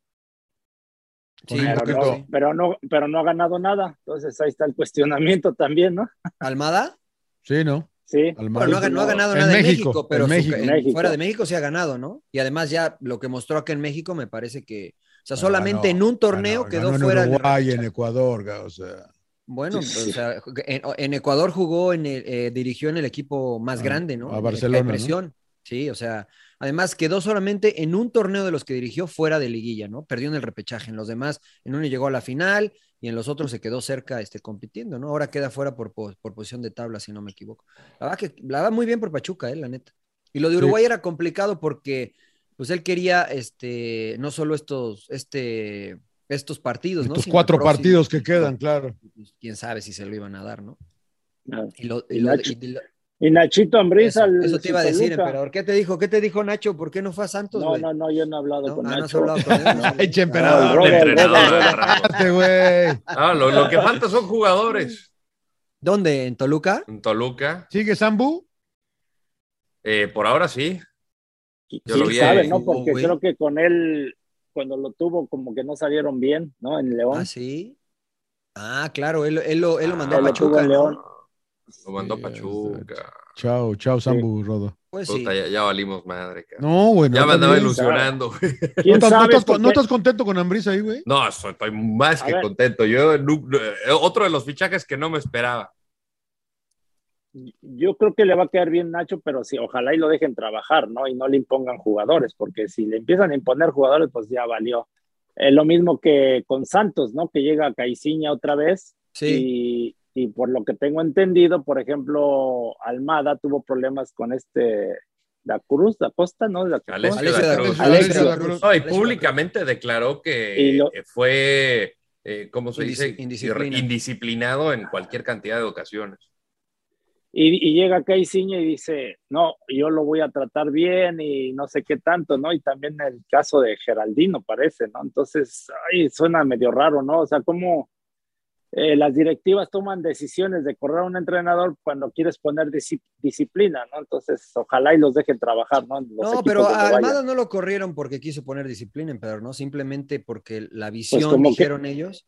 [SPEAKER 4] Sí, pero, no, pero, no, pero no ha ganado nada. Entonces ahí está el cuestionamiento también, ¿no?
[SPEAKER 2] ¿Almada?
[SPEAKER 3] Sí, ¿no?
[SPEAKER 4] Sí.
[SPEAKER 2] Almada. Bueno, no, ha, no, ha, ganado en nada México, en México, pero en México. Su, en, México. fuera de México sí ha ganado, ¿no? Y además ya lo que mostró acá en México me parece que, o sea, solamente ganó, en un torneo ganó, quedó ganó fuera
[SPEAKER 3] en Uruguay, de... en Ecuador, o sea.
[SPEAKER 2] Bueno, sí. o sea, en, en, Ecuador jugó, en el, eh, dirigió en el equipo más ah, grande, ¿no?
[SPEAKER 3] A Barcelona.
[SPEAKER 2] Presión. ¿no? Sí, o sea, además quedó solamente en un torneo de los que dirigió fuera de liguilla, ¿no? Perdió en el repechaje, en los demás, en uno llegó a la final y en los otros se quedó cerca este, compitiendo, ¿no? Ahora queda fuera por, por, por posición de tabla, si no me equivoco. La verdad que la va muy bien por Pachuca, ¿eh? La neta. Y lo de Uruguay sí. era complicado porque, pues él quería, este, no solo estos, este, estos partidos, ¿no?
[SPEAKER 3] Estos cuatro próximo, partidos que quedan, [LAUGHS] claro.
[SPEAKER 2] pues, Quién sabe si se lo iban a dar, ¿no?
[SPEAKER 4] Ah, y, lo, y, y, Nacho, y, lo, y, Nachito Ambriz
[SPEAKER 2] eso, eso, te iba a decir, emperador. ¿Qué te dijo? ¿Qué te dijo Nacho? ¿Por qué no fue a Santos?
[SPEAKER 4] No,
[SPEAKER 2] wey?
[SPEAKER 4] no, no, yo no he hablado ¿No? con ah, Nacho.
[SPEAKER 2] No has hablado Ah, con él.
[SPEAKER 3] Eche emperador. No,
[SPEAKER 1] entrenador. [LAUGHS] ah, lo, lo, que falta son jugadores.
[SPEAKER 2] ¿Dónde? ¿En Toluca?
[SPEAKER 1] En Toluca.
[SPEAKER 3] ¿Sigue Sambu?
[SPEAKER 1] Eh, por ahora sí.
[SPEAKER 4] Yo sí, lo vi sabe, ahí. ¿no? Porque oh, creo que con él cuando lo tuvo, como que no salieron bien, ¿no? En León.
[SPEAKER 2] Ah, sí. Ah, claro, él, él, lo, él lo, mandó ah, a Pachuca. Lo, León.
[SPEAKER 1] lo mandó a Pachuca.
[SPEAKER 3] Chao, chao, Sambu sí. Rodo.
[SPEAKER 1] Pues Puta, sí. ya, ya, valimos madre, cara.
[SPEAKER 3] No, güey. No,
[SPEAKER 1] ya me andaba ilusionando, güey.
[SPEAKER 3] ¿No, estás, porque... ¿No, estás contento con Ambrisa ahí, güey?
[SPEAKER 1] No, estoy más a que ver. contento. Yo, eh, otro de los fichajes que no me esperaba.
[SPEAKER 4] Yo creo que le va a quedar bien Nacho, pero sí, ojalá y lo dejen trabajar, ¿no? Y no le impongan jugadores, porque si le empiezan a imponer jugadores, pues ya valió. Es eh, lo mismo que con Santos, ¿no? Que llega a Caiciña otra vez.
[SPEAKER 2] Sí.
[SPEAKER 4] Y, y, por lo que tengo entendido, por ejemplo, Almada tuvo problemas con este Da Cruz, Da Costa, ¿no? Da
[SPEAKER 1] Cruz. Alexio da Cruz. Alexio
[SPEAKER 2] Pues,
[SPEAKER 1] da Cruz. No, y públicamente declaró que lo... fue, eh, ¿cómo se Indis dice? Indisciplina. Indisciplinado en cualquier cantidad de ocasiones.
[SPEAKER 4] Y, y, llega Caiciña y dice, no, yo lo voy a tratar bien y no sé qué tanto, ¿no? Y también el caso de Geraldino parece, ¿no? Entonces, ay, suena medio raro, ¿no? O sea, cómo eh, las directivas toman decisiones de correr a un entrenador cuando quieres poner dis disciplina, ¿no? Entonces, ojalá y los dejen trabajar, ¿no? Los
[SPEAKER 2] no, pero a Almada no lo corrieron porque quiso poner disciplina, pero no, simplemente porque la visión pues como dijeron que, ellos.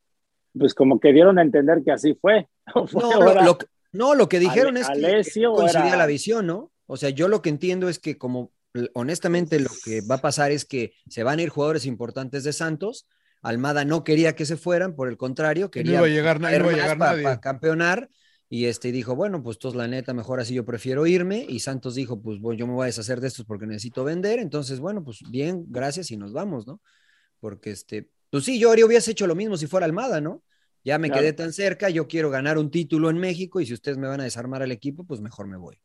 [SPEAKER 4] Pues como que dieron a entender que así fue. [LAUGHS]
[SPEAKER 2] No, fue no ahora... lo, que... No, lo que dijeron Ale, es que, Alesio coincidía era... la visión, ¿no? O sea, yo lo que entiendo es que como honestamente lo que va a pasar es que se van a ir jugadores importantes de Santos. Almada no quería que se fueran, por el contrario, quería
[SPEAKER 3] no iba a llegar, no iba a llegar
[SPEAKER 2] para,
[SPEAKER 3] nadie.
[SPEAKER 2] para campeonar. Y este dijo, bueno, pues todos la neta, mejor así yo prefiero irme. Y Santos dijo, pues bueno, yo me voy a deshacer de estos porque necesito vender. Entonces, bueno, pues bien, gracias y nos vamos, ¿no? Porque este, pues sí, yo ahora hubiese hecho lo mismo si fuera Almada, ¿no? ya me claro. quedé tan cerca, yo quiero ganar un título en México y si ustedes me van a desarmar al equipo, pues mejor me voy.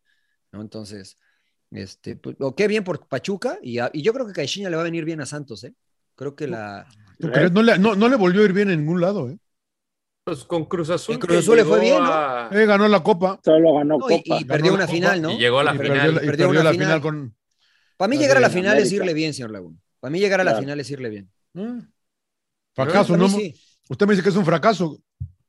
[SPEAKER 2] ¿no? Entonces, este, pues, qué okay, bien por Pachuca y, a, y yo creo que Caixinha le va a venir bien a Santos, ¿eh? Creo que la...
[SPEAKER 3] No le, no, no le, volvió a ir bien en ningún lado, ¿eh?
[SPEAKER 1] Pues con Cruz Azul.
[SPEAKER 2] Cruz Azul le fue bien, ¿no?
[SPEAKER 3] Eh, ganó la Copa.
[SPEAKER 4] Solo ganó Copa.
[SPEAKER 2] Y, y ganó perdió una copa. final, ¿no?
[SPEAKER 1] Y llegó a la y final.
[SPEAKER 3] Perdió, y perdió, perdió la final. final con...
[SPEAKER 2] Para mí llegar a la final América. es irle bien, señor Laguna. Para mí llegar a la claro. final es irle bien. ¿Eh?
[SPEAKER 3] Fracaso, ¿Mm? ¿no? Sí. Usted me dice que es un fracaso.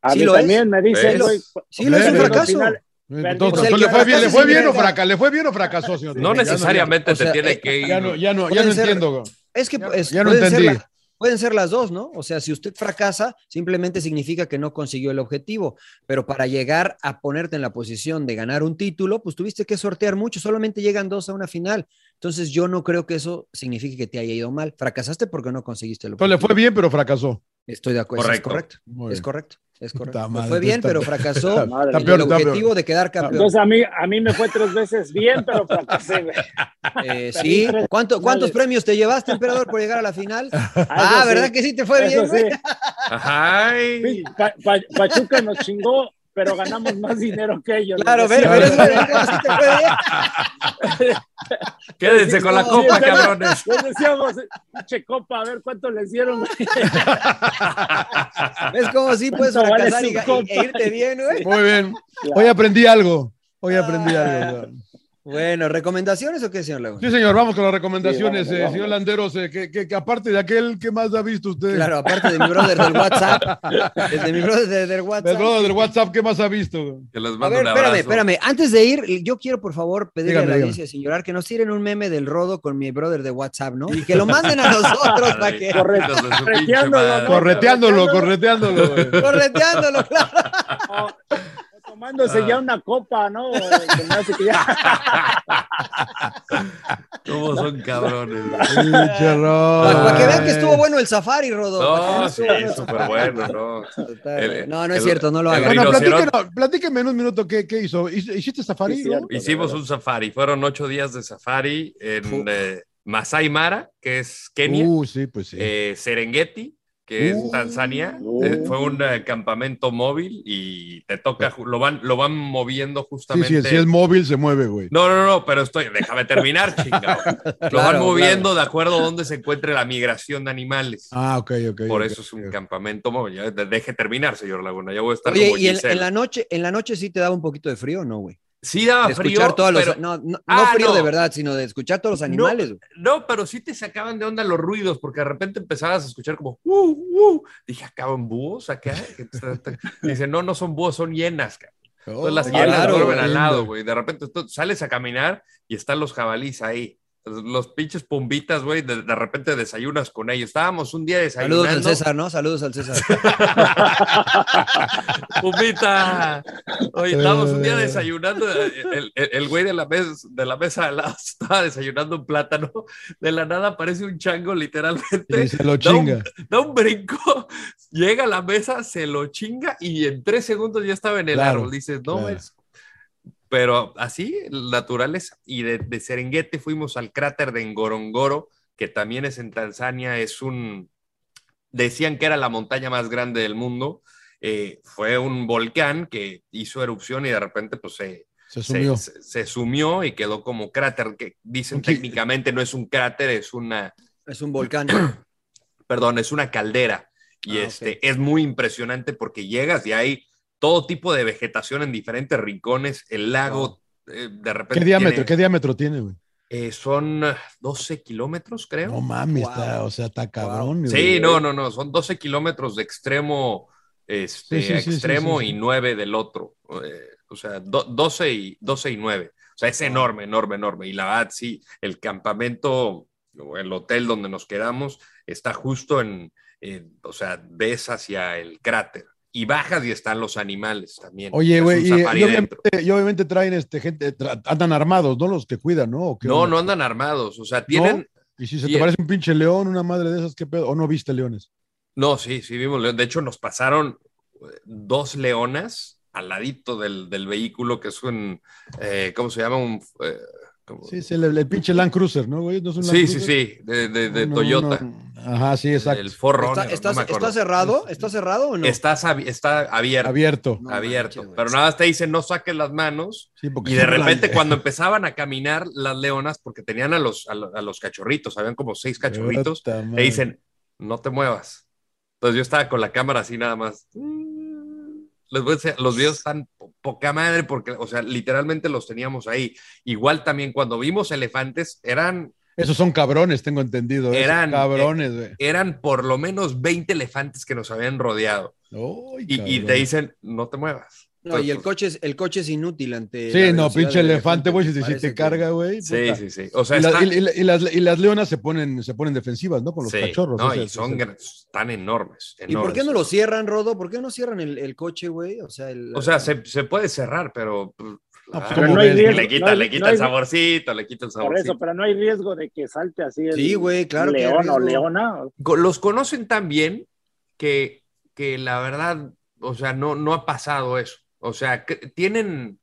[SPEAKER 4] A mí sí también es. me dice.
[SPEAKER 2] Lo, sí, lo es un fracaso. Final,
[SPEAKER 3] Entonces, ¿le, fue bien, ¿le, fue bien, o fraca, ¿Le fue bien o fracasó? Señor?
[SPEAKER 1] No necesariamente no, te o sea, tiene eh, que ir.
[SPEAKER 3] Ya no, ya no, ya no ser, entiendo.
[SPEAKER 2] Es que
[SPEAKER 3] ya,
[SPEAKER 2] es,
[SPEAKER 3] ya no entendí.
[SPEAKER 2] Ser la, pueden ser las dos, ¿no? O sea, si usted fracasa, simplemente significa que no consiguió el objetivo. Pero para llegar a ponerte en la posición de ganar un título, pues tuviste que sortear mucho. Solamente llegan dos a una final. Entonces, yo no creo que eso signifique que te haya ido mal. Fracasaste porque no conseguiste el objetivo.
[SPEAKER 3] Pero le fue bien, pero fracasó.
[SPEAKER 2] Estoy de acuerdo. Correcto. Es correcto. Es correcto. Es correcto. Madre, fue bien, pero fracasó. Madre, el, peor, el objetivo de quedar campeón.
[SPEAKER 4] Entonces a mí, a mí me fue tres veces bien, pero fracasé.
[SPEAKER 2] Eh, sí. ¿Cuánto, ¿Cuántos premios te llevaste, emperador, por llegar a la [LAUGHS] final? ah, ah ¿verdad sí. que sí te fue
[SPEAKER 4] eso
[SPEAKER 2] bien?
[SPEAKER 4] Sí. Pa pa Pachuca nos chingó. Pero ganamos más dinero que ellos.
[SPEAKER 2] Claro,
[SPEAKER 4] ¿no?
[SPEAKER 2] pero, pero eso así te fue bien.
[SPEAKER 1] Quédense decíamos, con la copa, sí, cabrones.
[SPEAKER 4] Les decíamos, che copa, a ver cuánto les dieron. [LAUGHS] Güey?
[SPEAKER 2] ¿Ves cómo sí puedes fracasar vale y, y, e irte bien, güey?
[SPEAKER 3] Muy bien. Claro. Hoy aprendí algo. Hoy aprendí ah, algo. Güey.
[SPEAKER 2] Bueno, ¿recomendaciones o qué, señor Laguna?
[SPEAKER 3] Sí, señor, vamos con las recomendaciones.
[SPEAKER 2] Sí,
[SPEAKER 3] eh,
[SPEAKER 2] vamos, vamos.
[SPEAKER 3] Señor Landeros, eh, que, que- que aparte de aquel, ¿qué más ha visto usted?
[SPEAKER 2] Claro, aparte de mi brother del WhatsApp. Desde mi brother de- del WhatsApp.
[SPEAKER 3] Del brother del WhatsApp, ¿qué más ha visto?
[SPEAKER 1] Que les
[SPEAKER 2] A
[SPEAKER 1] mando
[SPEAKER 2] ver,
[SPEAKER 1] un
[SPEAKER 2] espérame,
[SPEAKER 1] abrazo.
[SPEAKER 2] espérame. Antes de ir, yo quiero, por favor, pedirle
[SPEAKER 3] Dígame,
[SPEAKER 2] a
[SPEAKER 3] dígame.
[SPEAKER 2] la audiencia sin llorar que nos tiren un meme del rodo con mi brother de WhatsApp, ¿no? Y que lo manden a nosotros
[SPEAKER 3] [LAUGHS]
[SPEAKER 2] para que.
[SPEAKER 1] Correctos de su pinche
[SPEAKER 4] Correteándolo,
[SPEAKER 1] madre.
[SPEAKER 4] ¿no?
[SPEAKER 3] Correteándolo, correteándolo. eh. güey.
[SPEAKER 2] Correteándolo, claro.
[SPEAKER 1] Ah.
[SPEAKER 4] Tomándose ya una copa, ¿no? Se me hace
[SPEAKER 1] [LAUGHS]
[SPEAKER 4] que ya-
[SPEAKER 1] ¿Cómo son cabrones?
[SPEAKER 3] Pinche
[SPEAKER 2] Para,
[SPEAKER 3] Rodo,
[SPEAKER 2] Ah. para que vean que
[SPEAKER 3] güey.
[SPEAKER 2] estuvo bueno el safari, Rodo. para que
[SPEAKER 1] No,
[SPEAKER 2] vean
[SPEAKER 1] sí,
[SPEAKER 2] que estuvo
[SPEAKER 1] súper bueno, no.
[SPEAKER 2] bueno.
[SPEAKER 1] El-
[SPEAKER 2] No, no es
[SPEAKER 1] el-
[SPEAKER 2] cierto, no lo
[SPEAKER 1] el
[SPEAKER 2] hagan.
[SPEAKER 3] Bueno,
[SPEAKER 1] Rinoceronte.
[SPEAKER 3] platíquenos- platíqueme en un minuto qué, qué hizo. ¿Hizo- ¿Hiciste safari?
[SPEAKER 4] Sí,
[SPEAKER 3] no?
[SPEAKER 4] cierto.
[SPEAKER 1] Hicimos un safari, fueron ocho días de safari en eh, Masai Mara, que es Kenia,
[SPEAKER 3] Uh, sí, pues sí.
[SPEAKER 1] eh, Serengeti, que
[SPEAKER 3] Uh,
[SPEAKER 1] es Tanzania.
[SPEAKER 4] uh.
[SPEAKER 1] Eh, fue un eh, campamento móvil y te toca, ju- lo van, lo van moviendo
[SPEAKER 3] sí,
[SPEAKER 1] justamente.
[SPEAKER 3] sí, si es móvil se mueve, güey.
[SPEAKER 1] No, no, no, pero estoy, déjame
[SPEAKER 3] [LAUGHS]
[SPEAKER 1] terminar, chingado. Lo van
[SPEAKER 2] Claro,
[SPEAKER 1] moviendo de acuerdo a dónde se encuentre la migración de animales.
[SPEAKER 3] Ah, ok, ok.
[SPEAKER 1] Por
[SPEAKER 3] ok,
[SPEAKER 1] eso es un
[SPEAKER 3] ok.
[SPEAKER 1] campamento móvil. Ya, de- Deje terminar, señor Laguna. Ya voy a estar
[SPEAKER 2] Oye,
[SPEAKER 1] como
[SPEAKER 2] y en,
[SPEAKER 1] Giselle.
[SPEAKER 2] en la noche, en la noche sí te daba un poquito de frío, ¿no, güey?
[SPEAKER 1] Sí daba
[SPEAKER 2] De
[SPEAKER 1] Ah, frío,
[SPEAKER 2] escuchar todos los.
[SPEAKER 1] pero-
[SPEAKER 2] No, no,
[SPEAKER 1] Ah,
[SPEAKER 2] no frío
[SPEAKER 1] no.
[SPEAKER 2] de verdad, sino de escuchar todos los animales. güey.
[SPEAKER 1] No, pero sí te sacaban de onda los ruidos, porque de repente empezabas a escuchar como, uh, uh. Dije, acaban búhos acá. Que ta- ta- [LAUGHS] Dice, no, no son búhos, son hienas. cabrón. Entonces Pues las
[SPEAKER 3] Oh,
[SPEAKER 1] hienas
[SPEAKER 2] claro,
[SPEAKER 1] duermen al
[SPEAKER 3] lindo.
[SPEAKER 1] lado, güey. De repente tú sales a caminar y están los jabalís ahí. Los pinches pumbitas, güey, de, de repente desayunas con ellos. Estábamos un día desayunando.
[SPEAKER 2] Saludos al César, ¿no? Saludos al César.
[SPEAKER 1] Pupita. Oye, estábamos
[SPEAKER 2] [LAUGHS]
[SPEAKER 1] un día desayunando. El, el- el güey de la, mes- de la mesa al lado [LAUGHS] estaba desayunando un plátano. De la nada aparece un chango, literalmente.
[SPEAKER 3] Y se lo
[SPEAKER 1] Da un-
[SPEAKER 3] chinga.
[SPEAKER 1] Da un brinco, [LAUGHS] llega a la mesa, se lo chinga y en tres segundos ya estaba en el
[SPEAKER 3] Claro,
[SPEAKER 1] árbol. Dices, no,
[SPEAKER 3] claro.
[SPEAKER 1] es. Pero así, naturales. Y de, de Serengeti fuimos al cráter de Ngorongoro, que también es en Tanzania, es un. Decían que era la montaña más grande del mundo. Eh, fue un volcán que hizo erupción y de repente pues, se,
[SPEAKER 3] Se
[SPEAKER 1] se-
[SPEAKER 3] sumió.
[SPEAKER 1] se- se sumió y quedó como cráter, que dicen
[SPEAKER 3] Ok.
[SPEAKER 1] técnicamente no es un cráter, es una,
[SPEAKER 2] Es un
[SPEAKER 1] [COUGHS]
[SPEAKER 2] volcán.
[SPEAKER 1] perdón, es una caldera. Y
[SPEAKER 2] Ah,
[SPEAKER 1] este es muy impresionante porque llegas y hay todo tipo de vegetación en diferentes rincones, el lago eh, de repente.
[SPEAKER 3] ¿Qué diámetro,
[SPEAKER 1] tiene,
[SPEAKER 3] qué diámetro tiene, güey?
[SPEAKER 1] eh, son ah, 12 kilómetros, creo.
[SPEAKER 3] No mames,
[SPEAKER 2] Wow.
[SPEAKER 3] está, o sea, está cabrón.
[SPEAKER 1] sí, no, no, no, son 12 kilómetros de extremo este,
[SPEAKER 3] Sí, sí,
[SPEAKER 1] a
[SPEAKER 3] sí, sí,
[SPEAKER 1] extremo
[SPEAKER 3] sí, sí.
[SPEAKER 1] y 9 del otro. Eh, o sea, do- 12, y, 12 y 9. O sea, es enorme, enorme, enorme. Y la verdad, sí, el campamento, o el hotel donde nos quedamos, está justo en, en- o sea, ves hacia el cráter. Y bajas y están los animales también.
[SPEAKER 3] Oye,
[SPEAKER 1] Es un
[SPEAKER 3] güey, y, eh,
[SPEAKER 1] safari
[SPEAKER 3] y
[SPEAKER 1] dentro.
[SPEAKER 3] obviamente, y obviamente traen este gente, tra- andan armados, ¿no? Los que cuidan, ¿no? ¿O qué
[SPEAKER 1] No,
[SPEAKER 3] onda?
[SPEAKER 1] no andan armados. O sea, tienen,
[SPEAKER 3] Y si se
[SPEAKER 1] y
[SPEAKER 3] te
[SPEAKER 1] el-
[SPEAKER 3] parece un pinche león, una madre de esas, ¿qué pedo? ¿O no viste leones?
[SPEAKER 1] No, sí, sí vimos león. De hecho, nos pasaron eh, dos leonas al ladito del, del vehículo, que es un, eh, ¿cómo se llama? Un, eh, como-
[SPEAKER 3] Sí, sí, el, el pinche Land Cruiser, ¿no, güey? ¿No es un Land
[SPEAKER 1] sí, sí,
[SPEAKER 3] Cruiser?
[SPEAKER 1] sí, de, de- de
[SPEAKER 3] No,
[SPEAKER 1] Toyota.
[SPEAKER 3] no. Ajá, sí, exacto.
[SPEAKER 1] El forro.
[SPEAKER 2] ¿Está, está- está cerrado? ¿Está cerrado o no?
[SPEAKER 1] Está, sabi- está abierto,
[SPEAKER 3] Abierto.
[SPEAKER 2] No
[SPEAKER 1] abierto.
[SPEAKER 2] manches, güey.
[SPEAKER 1] pero nada más te dicen no saques las manos.
[SPEAKER 3] Sí, porque
[SPEAKER 1] Y de
[SPEAKER 3] siempre la-
[SPEAKER 1] repente cuando empezaban a caminar las leonas, porque tenían a los, a lo- a los cachorritos, habían como seis cachorritos,
[SPEAKER 3] Puta
[SPEAKER 1] te
[SPEAKER 3] madre.
[SPEAKER 1] dicen, no te muevas. Entonces yo estaba con la cámara así nada más. Les voy a enseñar, los videos están po- poca madre porque, o sea, literalmente los teníamos ahí. Igual también cuando vimos elefantes, eran,
[SPEAKER 3] Esos son cabrones, tengo entendido. ¿eh? esos
[SPEAKER 1] Eran-
[SPEAKER 3] cabrones, güey.
[SPEAKER 1] eran por lo menos 20 elefantes que nos habían rodeado.
[SPEAKER 3] Ay,
[SPEAKER 1] Y, y
[SPEAKER 3] cabrón.
[SPEAKER 1] te dicen, no te muevas.
[SPEAKER 2] No, y el
[SPEAKER 1] Entonces,
[SPEAKER 2] coche es, el coche es inútil ante. la
[SPEAKER 3] Sí, no,
[SPEAKER 2] velocidad
[SPEAKER 3] pinche
[SPEAKER 2] del
[SPEAKER 3] elefante, güey, si, si
[SPEAKER 2] parece
[SPEAKER 3] te
[SPEAKER 2] que-
[SPEAKER 3] carga, güey.
[SPEAKER 1] Sí,
[SPEAKER 3] puta.
[SPEAKER 1] sí, sí. O sea,
[SPEAKER 3] y, las,
[SPEAKER 1] están-
[SPEAKER 3] y- y- y las- y las leonas se ponen, se ponen defensivas, ¿no? Con los
[SPEAKER 1] sí,
[SPEAKER 3] cachorros.
[SPEAKER 1] no,
[SPEAKER 3] o sea,
[SPEAKER 1] y son
[SPEAKER 3] se-
[SPEAKER 1] gran- tan enormes,
[SPEAKER 2] ¿Y por qué
[SPEAKER 1] enormes.
[SPEAKER 2] no lo cierran, Rodo? ¿Por qué no cierran el, el coche, güey? O sea, el-
[SPEAKER 1] O sea, se, se puede cerrar, pero...
[SPEAKER 3] pues,
[SPEAKER 1] Ah,
[SPEAKER 3] ¿cómo
[SPEAKER 4] no hay
[SPEAKER 3] ves?
[SPEAKER 4] riesgo.
[SPEAKER 1] le quita,
[SPEAKER 4] no hay-
[SPEAKER 1] le quita
[SPEAKER 4] no hay-
[SPEAKER 1] el saborcito, le quita el
[SPEAKER 4] Por
[SPEAKER 1] saborcito.
[SPEAKER 4] eso, pero no hay riesgo de que salte así el
[SPEAKER 2] Sí, güey, claro que hay
[SPEAKER 4] león o
[SPEAKER 2] riesgo.
[SPEAKER 4] leona.
[SPEAKER 1] co- los conocen tan bien que, que la verdad, o sea, no, no ha pasado eso. O sea, que tienen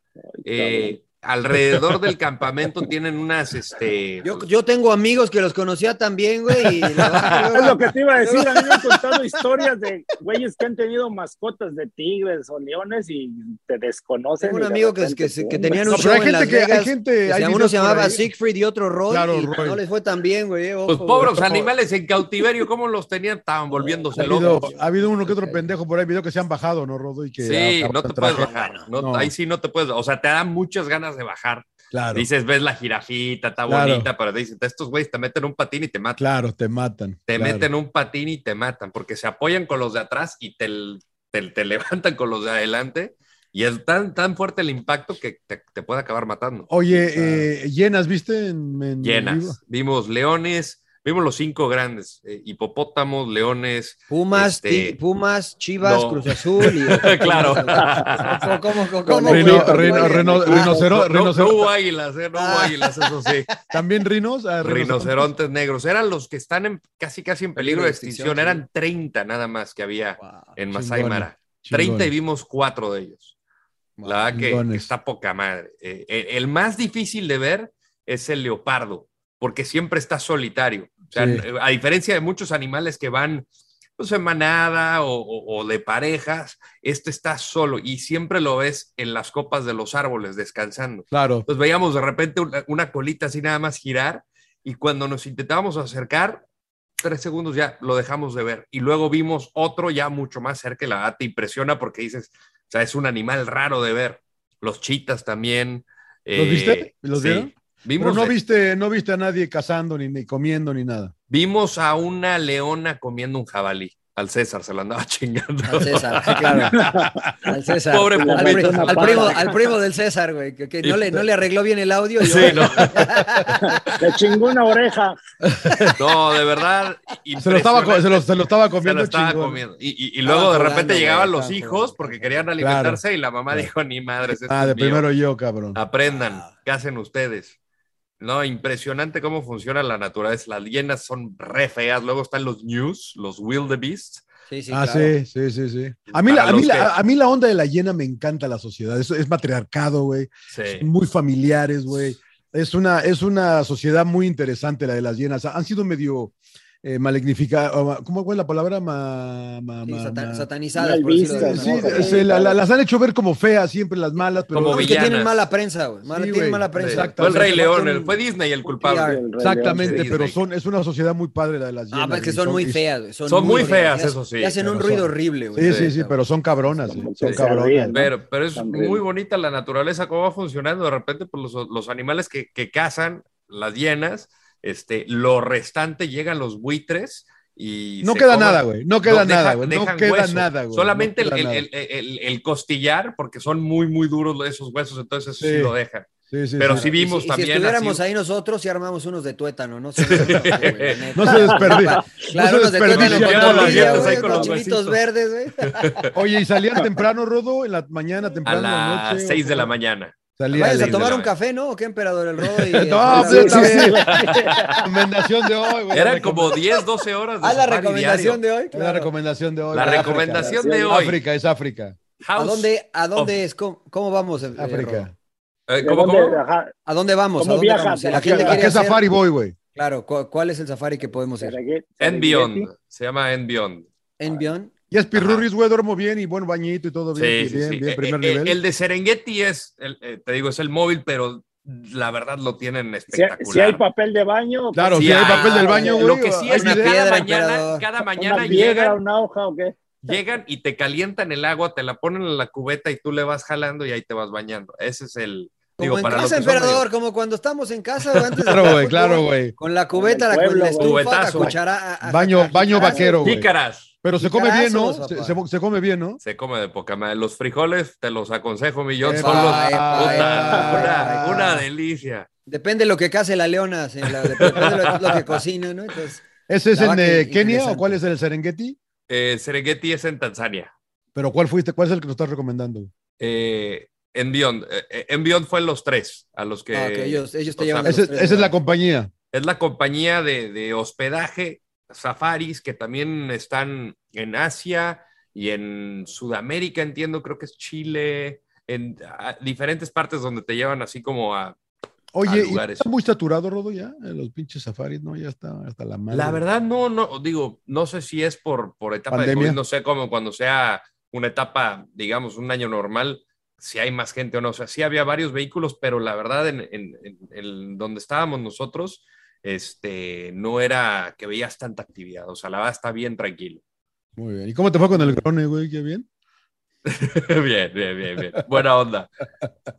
[SPEAKER 1] eh, alrededor del campamento tienen unas, este,
[SPEAKER 2] yo, yo tengo amigos que los conocía también, güey. y la
[SPEAKER 3] [LAUGHS]
[SPEAKER 2] verdad que
[SPEAKER 4] Es
[SPEAKER 2] yo-
[SPEAKER 4] lo que te iba a decir. A mí me han
[SPEAKER 2] [LAUGHS]
[SPEAKER 4] contado historias de güeyes que han tenido mascotas de tigres o leones y te desconocen.
[SPEAKER 2] Tengo un
[SPEAKER 4] y de
[SPEAKER 2] amigo que,
[SPEAKER 4] repente,
[SPEAKER 2] que, se- que
[SPEAKER 4] pum,
[SPEAKER 2] tenían
[SPEAKER 3] No,
[SPEAKER 2] un
[SPEAKER 4] [LAUGHS]
[SPEAKER 3] pero
[SPEAKER 2] show
[SPEAKER 3] hay
[SPEAKER 2] en
[SPEAKER 3] gente
[SPEAKER 2] Las
[SPEAKER 3] que- hay
[SPEAKER 2] Vegas,
[SPEAKER 3] gente-
[SPEAKER 2] que se
[SPEAKER 3] hay
[SPEAKER 2] llama- uno
[SPEAKER 3] videos
[SPEAKER 2] se
[SPEAKER 3] por
[SPEAKER 2] llamaba
[SPEAKER 3] ahí.
[SPEAKER 2] Siegfried y otro Roy,
[SPEAKER 3] Claro,
[SPEAKER 2] y
[SPEAKER 3] Roy.
[SPEAKER 2] no les fue tan bien, güey. eh, ojo,
[SPEAKER 1] pues
[SPEAKER 2] güey.
[SPEAKER 1] pobres animales en cautiverio, ¿cómo los tenían? Estaban volviéndose
[SPEAKER 3] Ha habido,
[SPEAKER 1] locos.
[SPEAKER 3] ha habido uno que otro pendejo por ahí, video que se han bajado, ¿no, Rodo? Y que
[SPEAKER 1] Sí,
[SPEAKER 3] ah,
[SPEAKER 1] no
[SPEAKER 3] cabrón,
[SPEAKER 1] te puedes
[SPEAKER 3] traje.
[SPEAKER 1] bajar. no-
[SPEAKER 3] No.
[SPEAKER 1] Ahí sí no te puedes, o sea, te dan muchas ganas de bajar,
[SPEAKER 3] Claro.
[SPEAKER 1] Dices, ves la jirafita, está
[SPEAKER 3] Claro.
[SPEAKER 1] bonita, pero dices, estos güeyes te meten un patín y te matan.
[SPEAKER 3] Claro, te matan.
[SPEAKER 1] Te
[SPEAKER 3] claro.
[SPEAKER 1] meten un patín y te matan, porque se apoyan con los de atrás y te, te, [LAUGHS] te levantan con los de adelante. Y es tan, tan fuerte el impacto que te, te puede acabar matando.
[SPEAKER 3] Oye, eh, llenas, ¿viste? En, en vivo?
[SPEAKER 1] Llenas. Vimos leones, vimos los cinco grandes: eh, hipopótamos, leones.
[SPEAKER 2] Pumas,
[SPEAKER 1] este,
[SPEAKER 2] Ti- Pumas, Chivas,
[SPEAKER 1] no.
[SPEAKER 2] Cruz Azul. Y,
[SPEAKER 1] [LAUGHS] Claro.
[SPEAKER 2] ¿Cómo, cómo, cómo, cómo,
[SPEAKER 3] Rino-
[SPEAKER 2] güey?
[SPEAKER 3] rino- rino-
[SPEAKER 1] No,
[SPEAKER 3] rinocero-
[SPEAKER 1] no
[SPEAKER 3] rinocero-
[SPEAKER 1] hubo águilas, eh, no hubo águilas, eso [LAUGHS] sí.
[SPEAKER 3] ¿También rinos? Ah,
[SPEAKER 1] Rinocerontes negros. Eran los que están en- casi, casi en peligro de extinción.
[SPEAKER 3] sí.
[SPEAKER 1] Eran 30 nada más que había en Masai
[SPEAKER 3] Chingones,
[SPEAKER 1] Mara. 30 y
[SPEAKER 3] chingones.
[SPEAKER 1] vimos cuatro de ellos. La verdad que- que,
[SPEAKER 3] Chingones.
[SPEAKER 1] está poca madre. Eh, el, el más difícil de ver es el leopardo, porque siempre está solitario. O sea,
[SPEAKER 3] Sí.
[SPEAKER 1] n- a diferencia de muchos animales que van pues, en manada o, o- o de parejas, este está solo y siempre lo ves en las copas de los árboles descansando.
[SPEAKER 3] Claro.
[SPEAKER 1] Entonces veíamos de repente una, una colita así nada más girar y cuando nos intentábamos acercar, tres segundos ya lo dejamos de ver y luego vimos otro ya mucho más cerca y la verdad te impresiona porque dices, o sea, es un animal raro de ver. Los chitas también. eh,
[SPEAKER 3] viste? ¿Los
[SPEAKER 1] sí.
[SPEAKER 3] vieron?
[SPEAKER 1] Vimos,
[SPEAKER 3] Pero no
[SPEAKER 1] de-
[SPEAKER 3] viste, no viste a nadie cazando, ni, ni comiendo, ni nada.
[SPEAKER 1] vimos a una leona comiendo un jabalí. Al César se lo andaba [LAUGHS] chingando.
[SPEAKER 2] Al César, sí, claro. Al César.
[SPEAKER 1] Pobre
[SPEAKER 2] al,
[SPEAKER 1] Pupita.
[SPEAKER 2] pri- al primo, al primo del César, güey, que, que no, le, no le arregló bien el audio. y
[SPEAKER 1] Sí,
[SPEAKER 2] ahora-
[SPEAKER 1] no.
[SPEAKER 4] Le chingó una oreja.
[SPEAKER 1] No, de verdad.
[SPEAKER 3] Se lo estaba, co- se lo, se lo estaba
[SPEAKER 1] Ah, Se
[SPEAKER 3] comiendo.
[SPEAKER 1] lo estaba
[SPEAKER 3] chingón.
[SPEAKER 1] comiendo. Y, y- y
[SPEAKER 2] Estaba
[SPEAKER 1] luego de
[SPEAKER 2] jugando,
[SPEAKER 1] repente
[SPEAKER 2] güey,
[SPEAKER 1] llegaban
[SPEAKER 2] estaba
[SPEAKER 1] los hijos porque querían alimentarse y la mamá dijo, ni madres. esto
[SPEAKER 3] Ah, de
[SPEAKER 1] es mío. Ah,
[SPEAKER 3] primero Ah. yo, cabrón.
[SPEAKER 1] Aprendan, ¿qué hacen ustedes? No, impresionante cómo funciona la naturaleza. Las hienas son re feas. Luego están los news, los wildebeest.
[SPEAKER 2] Sí, sí,
[SPEAKER 3] ah,
[SPEAKER 2] claro.
[SPEAKER 3] sí, sí, sí, sí. A mí,
[SPEAKER 1] Para
[SPEAKER 3] la, a, mí
[SPEAKER 1] los
[SPEAKER 3] la-
[SPEAKER 1] que-
[SPEAKER 3] a mí la onda de la hiena me encanta la sociedad. Es, es matriarcado, güey.
[SPEAKER 1] Sí.
[SPEAKER 3] Muy familiares, güey. Es una, es una sociedad muy interesante la de las hienas. Han sido medio eh, malignificadas. ¿Cómo fue la palabra? Ma- ma-
[SPEAKER 2] Sí,
[SPEAKER 3] ma-
[SPEAKER 2] satan-
[SPEAKER 3] ma-
[SPEAKER 2] satanizadas. por decirlo de
[SPEAKER 4] Malvistas,
[SPEAKER 2] alguna
[SPEAKER 3] Sí,
[SPEAKER 2] manera.
[SPEAKER 3] se la- la- las han hecho ver como feas, siempre las malas, pero
[SPEAKER 1] Como
[SPEAKER 2] No, es que
[SPEAKER 1] villanas.
[SPEAKER 2] tienen mala prensa, güey. Mala-
[SPEAKER 3] Sí,
[SPEAKER 2] tienen
[SPEAKER 3] güey.
[SPEAKER 2] mala prensa.
[SPEAKER 3] Exacto.
[SPEAKER 1] Fue el Rey
[SPEAKER 2] Son-
[SPEAKER 1] León, el- fue Disney el culpable.
[SPEAKER 4] El Rey
[SPEAKER 3] exactamente,
[SPEAKER 1] León.
[SPEAKER 3] pero son, es una sociedad muy padre la de las
[SPEAKER 2] Ah,
[SPEAKER 1] pues
[SPEAKER 3] hienas.
[SPEAKER 2] pero es que
[SPEAKER 3] güey.
[SPEAKER 2] son muy
[SPEAKER 3] y-
[SPEAKER 2] feas, güey. Son,
[SPEAKER 1] Son muy feas,
[SPEAKER 2] Y hacen-
[SPEAKER 1] eso sí,
[SPEAKER 2] Y hacen un
[SPEAKER 1] pero
[SPEAKER 2] ruido
[SPEAKER 1] son-
[SPEAKER 2] horrible, güey.
[SPEAKER 3] Sí, sí, sí, pero son cabronas, güey, son
[SPEAKER 4] Se
[SPEAKER 3] cabronas.
[SPEAKER 4] ríen, ¿no?
[SPEAKER 1] Pero, pero es
[SPEAKER 4] También.
[SPEAKER 1] muy bonita la naturaleza, cómo va funcionando. De repente, por los, los animales que, que cazan, las hienas, este, lo restante llegan los buitres y.
[SPEAKER 3] No
[SPEAKER 1] se
[SPEAKER 3] queda
[SPEAKER 1] comen-
[SPEAKER 3] nada, güey. No queda
[SPEAKER 1] deja-
[SPEAKER 3] nada, güey. No
[SPEAKER 1] dejan
[SPEAKER 3] queda
[SPEAKER 1] hueso.
[SPEAKER 3] nada, güey.
[SPEAKER 1] Solamente
[SPEAKER 3] no
[SPEAKER 1] el,
[SPEAKER 3] queda
[SPEAKER 1] el- el- el- el costillar, porque son muy, muy duros esos huesos, entonces eso sí,
[SPEAKER 3] Sí.
[SPEAKER 1] lo dejan.
[SPEAKER 3] nada. Sí, sí,
[SPEAKER 1] pero
[SPEAKER 3] sí.
[SPEAKER 1] sí vimos
[SPEAKER 2] Y si- y
[SPEAKER 1] también.
[SPEAKER 2] Si estuviéramos
[SPEAKER 1] así-
[SPEAKER 2] ahí nosotros, y armamos unos de tuétano, ¿no? Sí, güey, la neta.
[SPEAKER 3] No se desperdicia.
[SPEAKER 2] Claro,
[SPEAKER 3] no
[SPEAKER 2] unos
[SPEAKER 3] se
[SPEAKER 2] de tuétano
[SPEAKER 3] desperdiciaron
[SPEAKER 2] con
[SPEAKER 3] las
[SPEAKER 2] tortilla,
[SPEAKER 3] dietas ahí
[SPEAKER 2] güey,
[SPEAKER 3] con
[SPEAKER 2] unos
[SPEAKER 3] los
[SPEAKER 2] chilitos
[SPEAKER 1] huesitos.
[SPEAKER 2] verdes, güey.
[SPEAKER 3] Oye, ¿y salían temprano, Rodo? ¿En la mañana,
[SPEAKER 1] a
[SPEAKER 3] temprano?
[SPEAKER 1] las 6 de la mañana.
[SPEAKER 2] Vayas a
[SPEAKER 1] seis de
[SPEAKER 2] tomar
[SPEAKER 1] la
[SPEAKER 2] un
[SPEAKER 1] mañana.
[SPEAKER 2] café, ¿no? ¿O qué, emperador? El rodo y...
[SPEAKER 3] [LAUGHS] No,
[SPEAKER 2] Sí,
[SPEAKER 3] pues,
[SPEAKER 2] sí,
[SPEAKER 3] está
[SPEAKER 2] sí.
[SPEAKER 3] bien. recomendación de hoy, güey.
[SPEAKER 1] Eran como 10, 12 horas de
[SPEAKER 2] Haz Ah, la
[SPEAKER 1] safari
[SPEAKER 2] recomendación
[SPEAKER 1] diario.
[SPEAKER 2] de hoy.
[SPEAKER 3] Es La
[SPEAKER 2] claro.
[SPEAKER 3] recomendación de hoy.
[SPEAKER 1] La
[SPEAKER 3] güey, África.
[SPEAKER 1] recomendación de
[SPEAKER 3] África,
[SPEAKER 1] hoy.
[SPEAKER 3] África, es África.
[SPEAKER 2] ¿A
[SPEAKER 1] House-
[SPEAKER 2] dónde, a
[SPEAKER 1] of-
[SPEAKER 2] dónde es? ¿Cómo, cómo vamos? eh, Rodo?
[SPEAKER 3] África.
[SPEAKER 1] Eh,
[SPEAKER 4] ¿De
[SPEAKER 1] ¿Cómo,
[SPEAKER 4] dónde?
[SPEAKER 1] cómo?
[SPEAKER 4] Ajá,
[SPEAKER 2] ¿A dónde vamos?
[SPEAKER 4] ¿Cómo
[SPEAKER 2] ¿A dónde
[SPEAKER 4] viajas?
[SPEAKER 2] vamos? Si la
[SPEAKER 4] ¿A qué-
[SPEAKER 2] gente
[SPEAKER 3] ¿A
[SPEAKER 2] quiere
[SPEAKER 3] qué
[SPEAKER 2] hacer-
[SPEAKER 3] safari voy, güey?
[SPEAKER 2] Claro, ¿cu- ¿cuál es el safari que podemos ir?
[SPEAKER 4] Serengeti.
[SPEAKER 1] And Beyond. Se llama And Beyond.
[SPEAKER 2] ¿En Bion?
[SPEAKER 3] Y es Pirurris, güey, duermo bien y buen bañito y todo bien.
[SPEAKER 1] Sí, sí,
[SPEAKER 3] bien,
[SPEAKER 1] sí.
[SPEAKER 3] bien,
[SPEAKER 1] Eh,
[SPEAKER 3] primer
[SPEAKER 1] eh, eh,
[SPEAKER 3] nivel.
[SPEAKER 1] El de Serengeti es, el- eh, te digo, es el móvil, pero la verdad lo tienen
[SPEAKER 4] Si,
[SPEAKER 1] espectacular.
[SPEAKER 4] si hay papel de baño, pues
[SPEAKER 3] Claro,
[SPEAKER 1] sí
[SPEAKER 3] si hay
[SPEAKER 1] hay-
[SPEAKER 3] papel del baño, güey.
[SPEAKER 1] Lo que sí
[SPEAKER 3] hay
[SPEAKER 1] es que
[SPEAKER 3] video.
[SPEAKER 2] una
[SPEAKER 1] cada
[SPEAKER 2] piedra,
[SPEAKER 1] mañana,
[SPEAKER 2] emperador.
[SPEAKER 1] cada mañana
[SPEAKER 4] una piedra,
[SPEAKER 1] llegan,
[SPEAKER 4] una hoja o qué.
[SPEAKER 1] llegan y te calientan el agua, te la ponen en la cubeta y tú le vas jalando y ahí te vas bañando. Ese es el.
[SPEAKER 2] Como
[SPEAKER 1] Digo,
[SPEAKER 2] en
[SPEAKER 1] para los
[SPEAKER 2] casa,
[SPEAKER 1] que son
[SPEAKER 2] emperador, como cuando estamos en casa. güey, antes de
[SPEAKER 3] Claro,
[SPEAKER 2] entrar,
[SPEAKER 3] güey,
[SPEAKER 2] pues,
[SPEAKER 3] claro,
[SPEAKER 2] tú,
[SPEAKER 3] güey.
[SPEAKER 2] Con la cubeta, la,
[SPEAKER 4] Con el
[SPEAKER 2] con la
[SPEAKER 4] pueblo,
[SPEAKER 2] estufa,
[SPEAKER 1] güey.
[SPEAKER 2] la
[SPEAKER 1] Cubetazo.
[SPEAKER 2] cuchara. a- a-
[SPEAKER 3] Baño, baño
[SPEAKER 2] jicarazos.
[SPEAKER 3] vaquero,
[SPEAKER 1] medio.
[SPEAKER 3] güey.
[SPEAKER 1] Jícaras.
[SPEAKER 3] Pero se come bien, ¿no?
[SPEAKER 2] Jicarazos,
[SPEAKER 3] Se,
[SPEAKER 2] papá.
[SPEAKER 3] se- se come bien, ¿no?
[SPEAKER 1] Se come de poca madre. Los frijoles, te los aconsejo, millón.
[SPEAKER 3] Epa,
[SPEAKER 1] Son los.
[SPEAKER 3] epa,
[SPEAKER 1] puta,
[SPEAKER 3] epa,
[SPEAKER 1] una,
[SPEAKER 3] epa.
[SPEAKER 1] una delicia.
[SPEAKER 2] Depende de lo que case la leona, se- la- depende de lo, lo que cocina, ¿no? Entonces,
[SPEAKER 3] ¿Ese es
[SPEAKER 2] La
[SPEAKER 3] en
[SPEAKER 2] vaca
[SPEAKER 3] eh,
[SPEAKER 2] in-
[SPEAKER 3] Kenia o
[SPEAKER 2] interesante.
[SPEAKER 3] cuál es el Serengeti?
[SPEAKER 1] Eh, Serengeti es en Tanzania.
[SPEAKER 3] Pero ¿cuál fuiste? ¿Cuál es el que nos estás recomendando?
[SPEAKER 1] Eh, en Beyond. eh, eh, en Beyond fue los tres a los [LAUGHS] que.
[SPEAKER 2] ah, ok, ellos, ellos
[SPEAKER 1] o
[SPEAKER 2] te llevan
[SPEAKER 1] sea,
[SPEAKER 2] a los
[SPEAKER 3] Ese-
[SPEAKER 2] tres
[SPEAKER 3] esa es la
[SPEAKER 2] lugares.
[SPEAKER 3] compañía.
[SPEAKER 1] Es la compañía de, de hospedaje, safaris, que también están en Asia y en Sudamérica, entiendo, creo que es Chile, en ah, diferentes partes donde te llevan así como a...
[SPEAKER 3] Oye, ¿y
[SPEAKER 1] lugares.
[SPEAKER 3] ¿está muy saturado, Rodo, ya? Eh, Los pinches safaris, ¿no? Ya está hasta la madre.
[SPEAKER 1] La verdad, no, no, digo, no sé si es por, por etapa de
[SPEAKER 3] Pandemia.
[SPEAKER 1] COVID, no sé cómo cuando sea una etapa, digamos, un año normal, si hay más gente o no. O sea, sí había varios vehículos, pero la verdad, en, en- en- en donde estábamos nosotros, este, no era que veías tanta actividad. O sea, la verdad está bien tranquilo. [LAUGHS]
[SPEAKER 3] Muy bien. ¿Y cómo te fue con el grone, güey? ¿Qué bien?
[SPEAKER 1] bien, bien, bien, bien. Buena onda.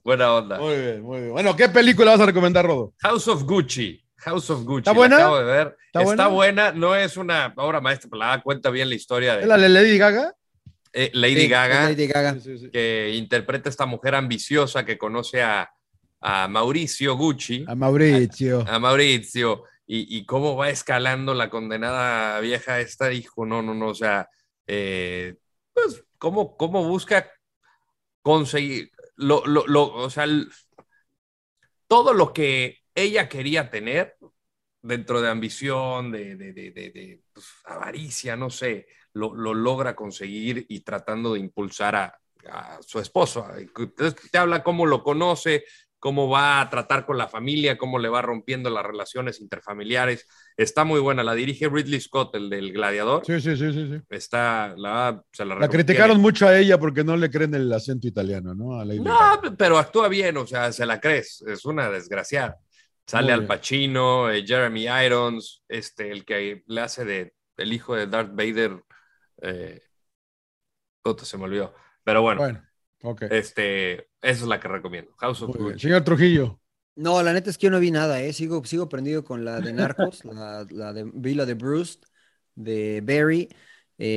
[SPEAKER 1] Buena
[SPEAKER 2] Ah.
[SPEAKER 1] onda.
[SPEAKER 3] Muy bien, muy bien. Bueno, ¿qué película vas a recomendar, Rodo?
[SPEAKER 1] House of Gucci. House of Gucci.
[SPEAKER 3] ¿Está buena?
[SPEAKER 1] La acabo de ver.
[SPEAKER 3] ¿Está
[SPEAKER 1] ¿Está,
[SPEAKER 3] buena?
[SPEAKER 1] buena? No es una obra maestra, pero la cuenta bien la historia de
[SPEAKER 3] ¿Es la de Lady Gaga?
[SPEAKER 1] eh, Lady,
[SPEAKER 2] Sí,
[SPEAKER 1] Gaga,
[SPEAKER 2] Lady Gaga.
[SPEAKER 1] que interpreta a esta mujer ambiciosa que conoce a, a Mauricio Gucci,
[SPEAKER 3] A Mauricio.
[SPEAKER 2] Ah.
[SPEAKER 1] a Mauricio, y, y cómo va escalando la condenada vieja esta, hijo, no, no, no, o sea, eh, pues cómo, cómo busca conseguir, lo, lo, lo- o sea, l- todo lo que ella quería tener dentro de ambición, de, de- de- de- de, pues, avaricia, no sé, lo, lo logra conseguir y tratando de impulsar a, a su esposo. Entonces, te habla cómo lo conoce, cómo va a tratar con la familia, cómo le va rompiendo las relaciones interfamiliares. Está muy buena, la dirige Ridley Scott, el del gladiador.
[SPEAKER 3] Sí, sí, sí, sí. sí.
[SPEAKER 1] Está, la, se la,
[SPEAKER 3] La
[SPEAKER 1] recomiendo.
[SPEAKER 3] criticaron mucho a ella porque no le creen el acento italiano, ¿no? A Lady Gaga.
[SPEAKER 1] No, pero actúa bien, o sea, se la crees, es una desgraciada. Sale
[SPEAKER 3] Muy
[SPEAKER 1] Al
[SPEAKER 3] bien.
[SPEAKER 1] Pacino, eh, Jeremy Irons, este, el que le hace de el hijo de Darth Vader. Eh, puta, se me olvidó. Pero bueno,
[SPEAKER 3] Bueno, ok.
[SPEAKER 2] Eh,
[SPEAKER 1] este, esa es la que recomiendo. House of
[SPEAKER 3] Muy bien.
[SPEAKER 1] Gucci.
[SPEAKER 3] Señor Trujillo.
[SPEAKER 2] No, la neta es que yo no vi nada, ¿eh? Sigo, sigo prendido con la de Narcos, la, la de, vi la de Bruce, de Barry.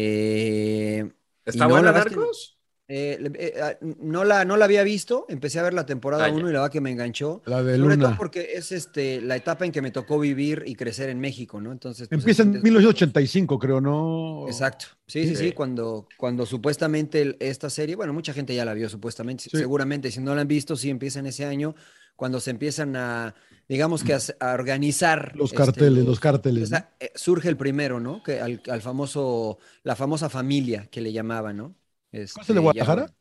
[SPEAKER 2] eh,
[SPEAKER 1] ¿Está
[SPEAKER 2] y no,
[SPEAKER 1] buena,
[SPEAKER 2] la verdad es que-
[SPEAKER 1] Narcos?
[SPEAKER 2] eh, le- eh, ah, no, la, no la había visto, empecé a ver la temporada
[SPEAKER 1] Ah, ya.
[SPEAKER 2] 1 y la verdad que me enganchó.
[SPEAKER 3] La de
[SPEAKER 2] Sobre
[SPEAKER 3] Luna.
[SPEAKER 2] todo porque es este, la etapa en que me tocó vivir y crecer en México, ¿no? Entonces, pues,
[SPEAKER 3] Empieza en
[SPEAKER 2] es-
[SPEAKER 3] 1985, creo, ¿no?
[SPEAKER 2] Exacto. Sí, sí,
[SPEAKER 1] Sí.
[SPEAKER 2] sí,
[SPEAKER 3] eh.
[SPEAKER 2] cuando, cuando supuestamente el- esta serie, bueno, mucha gente ya la vio supuestamente,
[SPEAKER 3] Sí.
[SPEAKER 2] seguramente si no la han visto, sí empieza en ese año, cuando se empiezan a, digamos que a, s- a organizar.
[SPEAKER 3] Los
[SPEAKER 2] este,
[SPEAKER 3] carteles,
[SPEAKER 2] los-
[SPEAKER 3] los carteles. ¿no?
[SPEAKER 2] esa- eh, surge el primero, ¿no? Que al, al famoso, la famosa familia que le llamaban, ¿no?
[SPEAKER 3] ¿Cuál es el de
[SPEAKER 2] Este, ya-
[SPEAKER 3] Guadalajara?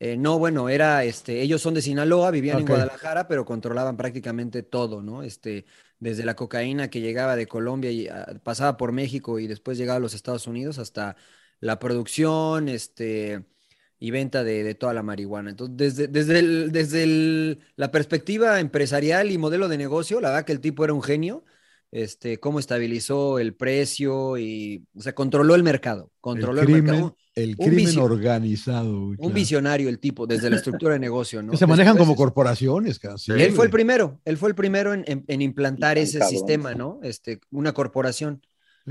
[SPEAKER 2] eh, no, bueno, era, este, ellos son de Sinaloa, vivían en
[SPEAKER 3] Ok.
[SPEAKER 2] Guadalajara, pero controlaban prácticamente todo, ¿no? Este, desde la cocaína que llegaba de Colombia y ah, pasaba por México y después llegaba a los Estados Unidos, hasta la producción, este, y venta de, de toda la marihuana. Entonces, desde, desde, el- desde el- la perspectiva empresarial y modelo de negocio, la verdad que el tipo era un genio, este, cómo estabilizó el precio y, o sea, controló el mercado, controló
[SPEAKER 3] el
[SPEAKER 2] el mercado.
[SPEAKER 3] crimen, el
[SPEAKER 2] un
[SPEAKER 3] crimen
[SPEAKER 2] vicio-
[SPEAKER 3] organizado. güey,
[SPEAKER 2] Un
[SPEAKER 3] claro.
[SPEAKER 2] visionario el tipo, desde la estructura de negocio, ¿no?
[SPEAKER 3] Que se manejan
[SPEAKER 2] Después,
[SPEAKER 3] como corporaciones, casi.
[SPEAKER 2] él fue el primero, él fue el primero en, en- en implantar
[SPEAKER 4] Y tan
[SPEAKER 2] ese
[SPEAKER 4] cabrón.
[SPEAKER 2] sistema, ¿no? Este, una corporación.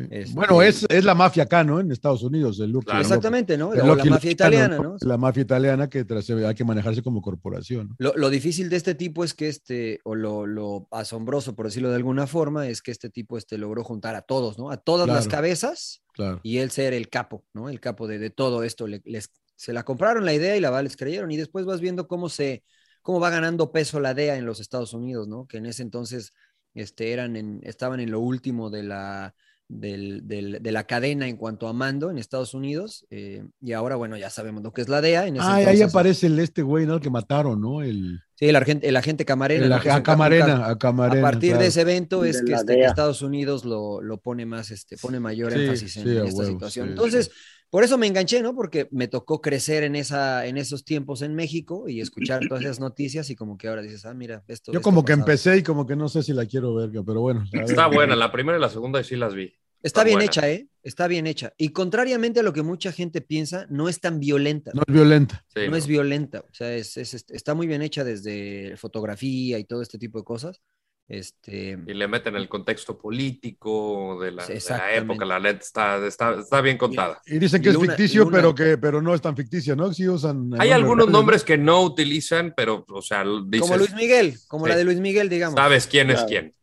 [SPEAKER 2] este-
[SPEAKER 3] Bueno, es, es la mafia acá, ¿no? En Estados Unidos, el Lucky.
[SPEAKER 1] Claro.
[SPEAKER 3] el
[SPEAKER 2] Exactamente, ¿no?
[SPEAKER 3] Lucky- el
[SPEAKER 2] O la
[SPEAKER 3] Lucky
[SPEAKER 2] mafia
[SPEAKER 3] Luciano,
[SPEAKER 2] italiana, ¿no?
[SPEAKER 3] La mafia italiana que tras- hay que manejarse como corporación. ¿no?
[SPEAKER 2] Lo, lo difícil de este tipo es que este, o lo, lo asombroso, por decirlo de alguna forma, es que este tipo este, logró juntar a todos, ¿no? A todas las
[SPEAKER 3] Claro.
[SPEAKER 2] cabezas
[SPEAKER 3] Claro.
[SPEAKER 2] y él ser el capo, ¿no? El capo de, de todo esto. Le- les, se la compraron la idea y la verdad les creyeron. Y después vas viendo cómo se, cómo va ganando peso la DEA en los Estados Unidos, ¿no? Que en ese entonces este, eran en, estaban en lo último de la, del- del- de la cadena en cuanto a mando en Estados Unidos. eh, y ahora, bueno, ya sabemos lo que es la DEA. En ese
[SPEAKER 3] Ah, ahí
[SPEAKER 2] entonces-
[SPEAKER 3] aparece el este güey, ¿no? El que mataron, ¿no? El,
[SPEAKER 2] Sí, el, argent- el agente Camarena.
[SPEAKER 3] el
[SPEAKER 2] ¿no?
[SPEAKER 3] a-
[SPEAKER 2] Que es
[SPEAKER 3] a
[SPEAKER 2] un ca- un ca-
[SPEAKER 3] Camarena, a Camarena.
[SPEAKER 2] a partir
[SPEAKER 3] claro.
[SPEAKER 2] de ese evento es
[SPEAKER 4] De
[SPEAKER 2] que,
[SPEAKER 4] la
[SPEAKER 2] este, que
[SPEAKER 4] DEA.
[SPEAKER 2] Estados Unidos lo, lo pone más, este, pone mayor
[SPEAKER 3] Sí,
[SPEAKER 2] énfasis en,
[SPEAKER 3] sí, a
[SPEAKER 2] en esta
[SPEAKER 3] huevo,
[SPEAKER 2] situación.
[SPEAKER 3] sí,
[SPEAKER 2] Entonces, por eso me enganché, ¿no? Porque me tocó crecer en, esa, en esos tiempos en México y escuchar
[SPEAKER 3] [LAUGHS]
[SPEAKER 2] todas esas noticias y como que ahora dices, ah, mira, esto.
[SPEAKER 3] Yo
[SPEAKER 2] esto
[SPEAKER 3] como que
[SPEAKER 2] pasaba.
[SPEAKER 3] empecé y como que no sé si la quiero ver, pero bueno. a ver.
[SPEAKER 1] Está buena, la primera y la segunda sí las vi.
[SPEAKER 2] Está bien
[SPEAKER 1] buena.
[SPEAKER 2] hecha, ¿eh? Está bien hecha. Y contrariamente a lo que mucha gente piensa, no es tan violenta.
[SPEAKER 3] No es violenta.
[SPEAKER 1] Sí,
[SPEAKER 2] no,
[SPEAKER 1] ¿no?
[SPEAKER 2] es violenta, o sea, es, es- es- está muy bien hecha desde fotografía y todo este tipo de cosas. Este,
[SPEAKER 1] Y le meten el contexto político de la,
[SPEAKER 2] Sí,
[SPEAKER 1] de la
[SPEAKER 2] exactamente.
[SPEAKER 1] época, la neta está, está, está bien contada.
[SPEAKER 3] Y dicen que
[SPEAKER 2] Y
[SPEAKER 3] es
[SPEAKER 2] Luna-
[SPEAKER 3] ficticio,
[SPEAKER 2] Luna-
[SPEAKER 3] pero que pero no es tan ficticio, ¿no? Sí usan. eh,
[SPEAKER 1] Hay algunos
[SPEAKER 3] reales, ¿no?
[SPEAKER 1] nombres que no utilizan, pero, o sea, dices,
[SPEAKER 2] como Luis Miguel, como
[SPEAKER 1] Sí.
[SPEAKER 2] la de Luis Miguel, digamos.
[SPEAKER 1] sabes quién es
[SPEAKER 4] Claro.
[SPEAKER 1] quién.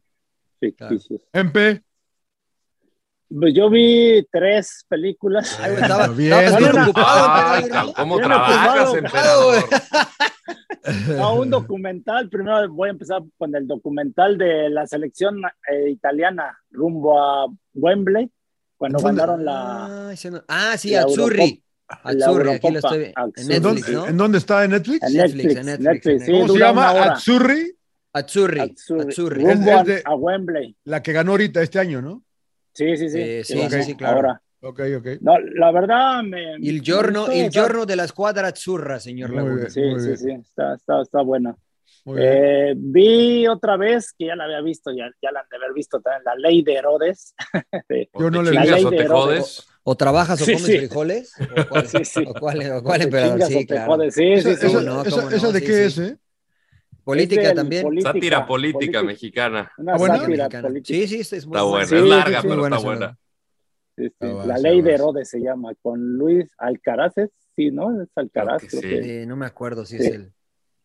[SPEAKER 4] ficticios.
[SPEAKER 3] MP.
[SPEAKER 4] Pues yo vi tres películas.
[SPEAKER 2] Ay, güey, estaba- pues,
[SPEAKER 3] Bien.
[SPEAKER 2] estabas bien
[SPEAKER 4] Bueno,
[SPEAKER 2] ocupado,
[SPEAKER 1] Ay,
[SPEAKER 2] emperador,
[SPEAKER 1] cabrón,
[SPEAKER 2] ¿no?
[SPEAKER 1] ¿cómo
[SPEAKER 4] Bien
[SPEAKER 1] trabajas,
[SPEAKER 4] ocupado,
[SPEAKER 1] emperador?
[SPEAKER 4] No,
[SPEAKER 2] [LAUGHS]
[SPEAKER 4] un documental. Primero voy a empezar con el documental de la selección eh, italiana rumbo a Wembley, cuando
[SPEAKER 3] ¿En dónde?
[SPEAKER 4] ganaron la,
[SPEAKER 2] Ah, ese no- ah, sí,
[SPEAKER 4] la
[SPEAKER 2] Azzurri.
[SPEAKER 4] la
[SPEAKER 2] Azzurri, aquí lo
[SPEAKER 4] Eurocopa.
[SPEAKER 2] estoy viendo. En
[SPEAKER 4] Azzurri.
[SPEAKER 3] ¿En
[SPEAKER 2] Netflix,
[SPEAKER 3] dónde,
[SPEAKER 2] ¿no?
[SPEAKER 3] en dónde está? ¿En Netflix?
[SPEAKER 4] en
[SPEAKER 2] Ah, Netflix,
[SPEAKER 4] Netflix.
[SPEAKER 2] en
[SPEAKER 4] en
[SPEAKER 2] Netflix, en
[SPEAKER 4] Netflix, sí,
[SPEAKER 2] Netflix.
[SPEAKER 3] ¿Cómo se
[SPEAKER 4] dura
[SPEAKER 3] llama?
[SPEAKER 4] una hora.
[SPEAKER 3] Atsuri,
[SPEAKER 2] Azzurri.
[SPEAKER 4] Azzurri,
[SPEAKER 2] Azzurri. este-
[SPEAKER 3] Es-
[SPEAKER 4] rumbo
[SPEAKER 3] es
[SPEAKER 4] a-
[SPEAKER 3] de-
[SPEAKER 4] a Wembley.
[SPEAKER 3] la que ganó ahorita este año, ¿no?
[SPEAKER 4] Sí, sí, sí.
[SPEAKER 2] Eh, sí,
[SPEAKER 4] que
[SPEAKER 3] sí,
[SPEAKER 4] ganó
[SPEAKER 2] sí, claro.
[SPEAKER 4] Ahora.
[SPEAKER 3] Ok, ok.
[SPEAKER 4] No, la verdad me.
[SPEAKER 2] Il giorno,
[SPEAKER 4] me
[SPEAKER 2] il
[SPEAKER 4] gustó, o sea,
[SPEAKER 2] giorno de la squadra Azzurra, señor
[SPEAKER 3] Muy
[SPEAKER 2] Laguna.
[SPEAKER 3] bien.
[SPEAKER 4] Sí, sí, sí, está, está, está buena.
[SPEAKER 3] Muy bien.
[SPEAKER 4] Eh, vi otra vez, que ya la había visto, ya, ya la han de haber visto también, la ley de Herodes.
[SPEAKER 1] O
[SPEAKER 3] Yo
[SPEAKER 1] te
[SPEAKER 3] no le
[SPEAKER 1] chingas
[SPEAKER 4] vi.
[SPEAKER 1] o te jodes.
[SPEAKER 2] O trabajas o
[SPEAKER 4] Sí,
[SPEAKER 2] comes
[SPEAKER 4] sí.
[SPEAKER 2] frijoles. ¿O cuál,
[SPEAKER 4] [LAUGHS] Sí, sí.
[SPEAKER 2] o cuál- o
[SPEAKER 4] O [LAUGHS]
[SPEAKER 2] cuál
[SPEAKER 4] te
[SPEAKER 2] emperador?
[SPEAKER 4] chingas o
[SPEAKER 2] Sí,
[SPEAKER 4] te
[SPEAKER 2] claro.
[SPEAKER 4] jodes. Sí, sí, sí.
[SPEAKER 2] ¿Cómo no? ¿Cómo no? Sí, sí.
[SPEAKER 3] eh?
[SPEAKER 2] Política
[SPEAKER 4] Es del
[SPEAKER 2] también.
[SPEAKER 4] política,
[SPEAKER 1] Sátira política mexicana.
[SPEAKER 4] Una
[SPEAKER 2] Ah, bueno.
[SPEAKER 4] sátira
[SPEAKER 2] Mexicana.
[SPEAKER 4] política.
[SPEAKER 2] Sí, sí, es- es muy
[SPEAKER 1] Está buena,
[SPEAKER 2] Sí,
[SPEAKER 1] es
[SPEAKER 2] sí,
[SPEAKER 1] larga,
[SPEAKER 2] sí,
[SPEAKER 1] pero
[SPEAKER 2] muy
[SPEAKER 1] está
[SPEAKER 2] esa
[SPEAKER 1] buena.
[SPEAKER 4] Este,
[SPEAKER 3] Ah,
[SPEAKER 4] la
[SPEAKER 3] vas,
[SPEAKER 4] ley
[SPEAKER 3] ah,
[SPEAKER 4] de
[SPEAKER 3] vas.
[SPEAKER 4] Herodes se llama, con Luis Alcaraz, ¿es? sí, ¿no? Es Alcaraz.
[SPEAKER 1] Creo que
[SPEAKER 4] creo que
[SPEAKER 2] Eh, no me acuerdo si
[SPEAKER 4] Sí.
[SPEAKER 2] es el.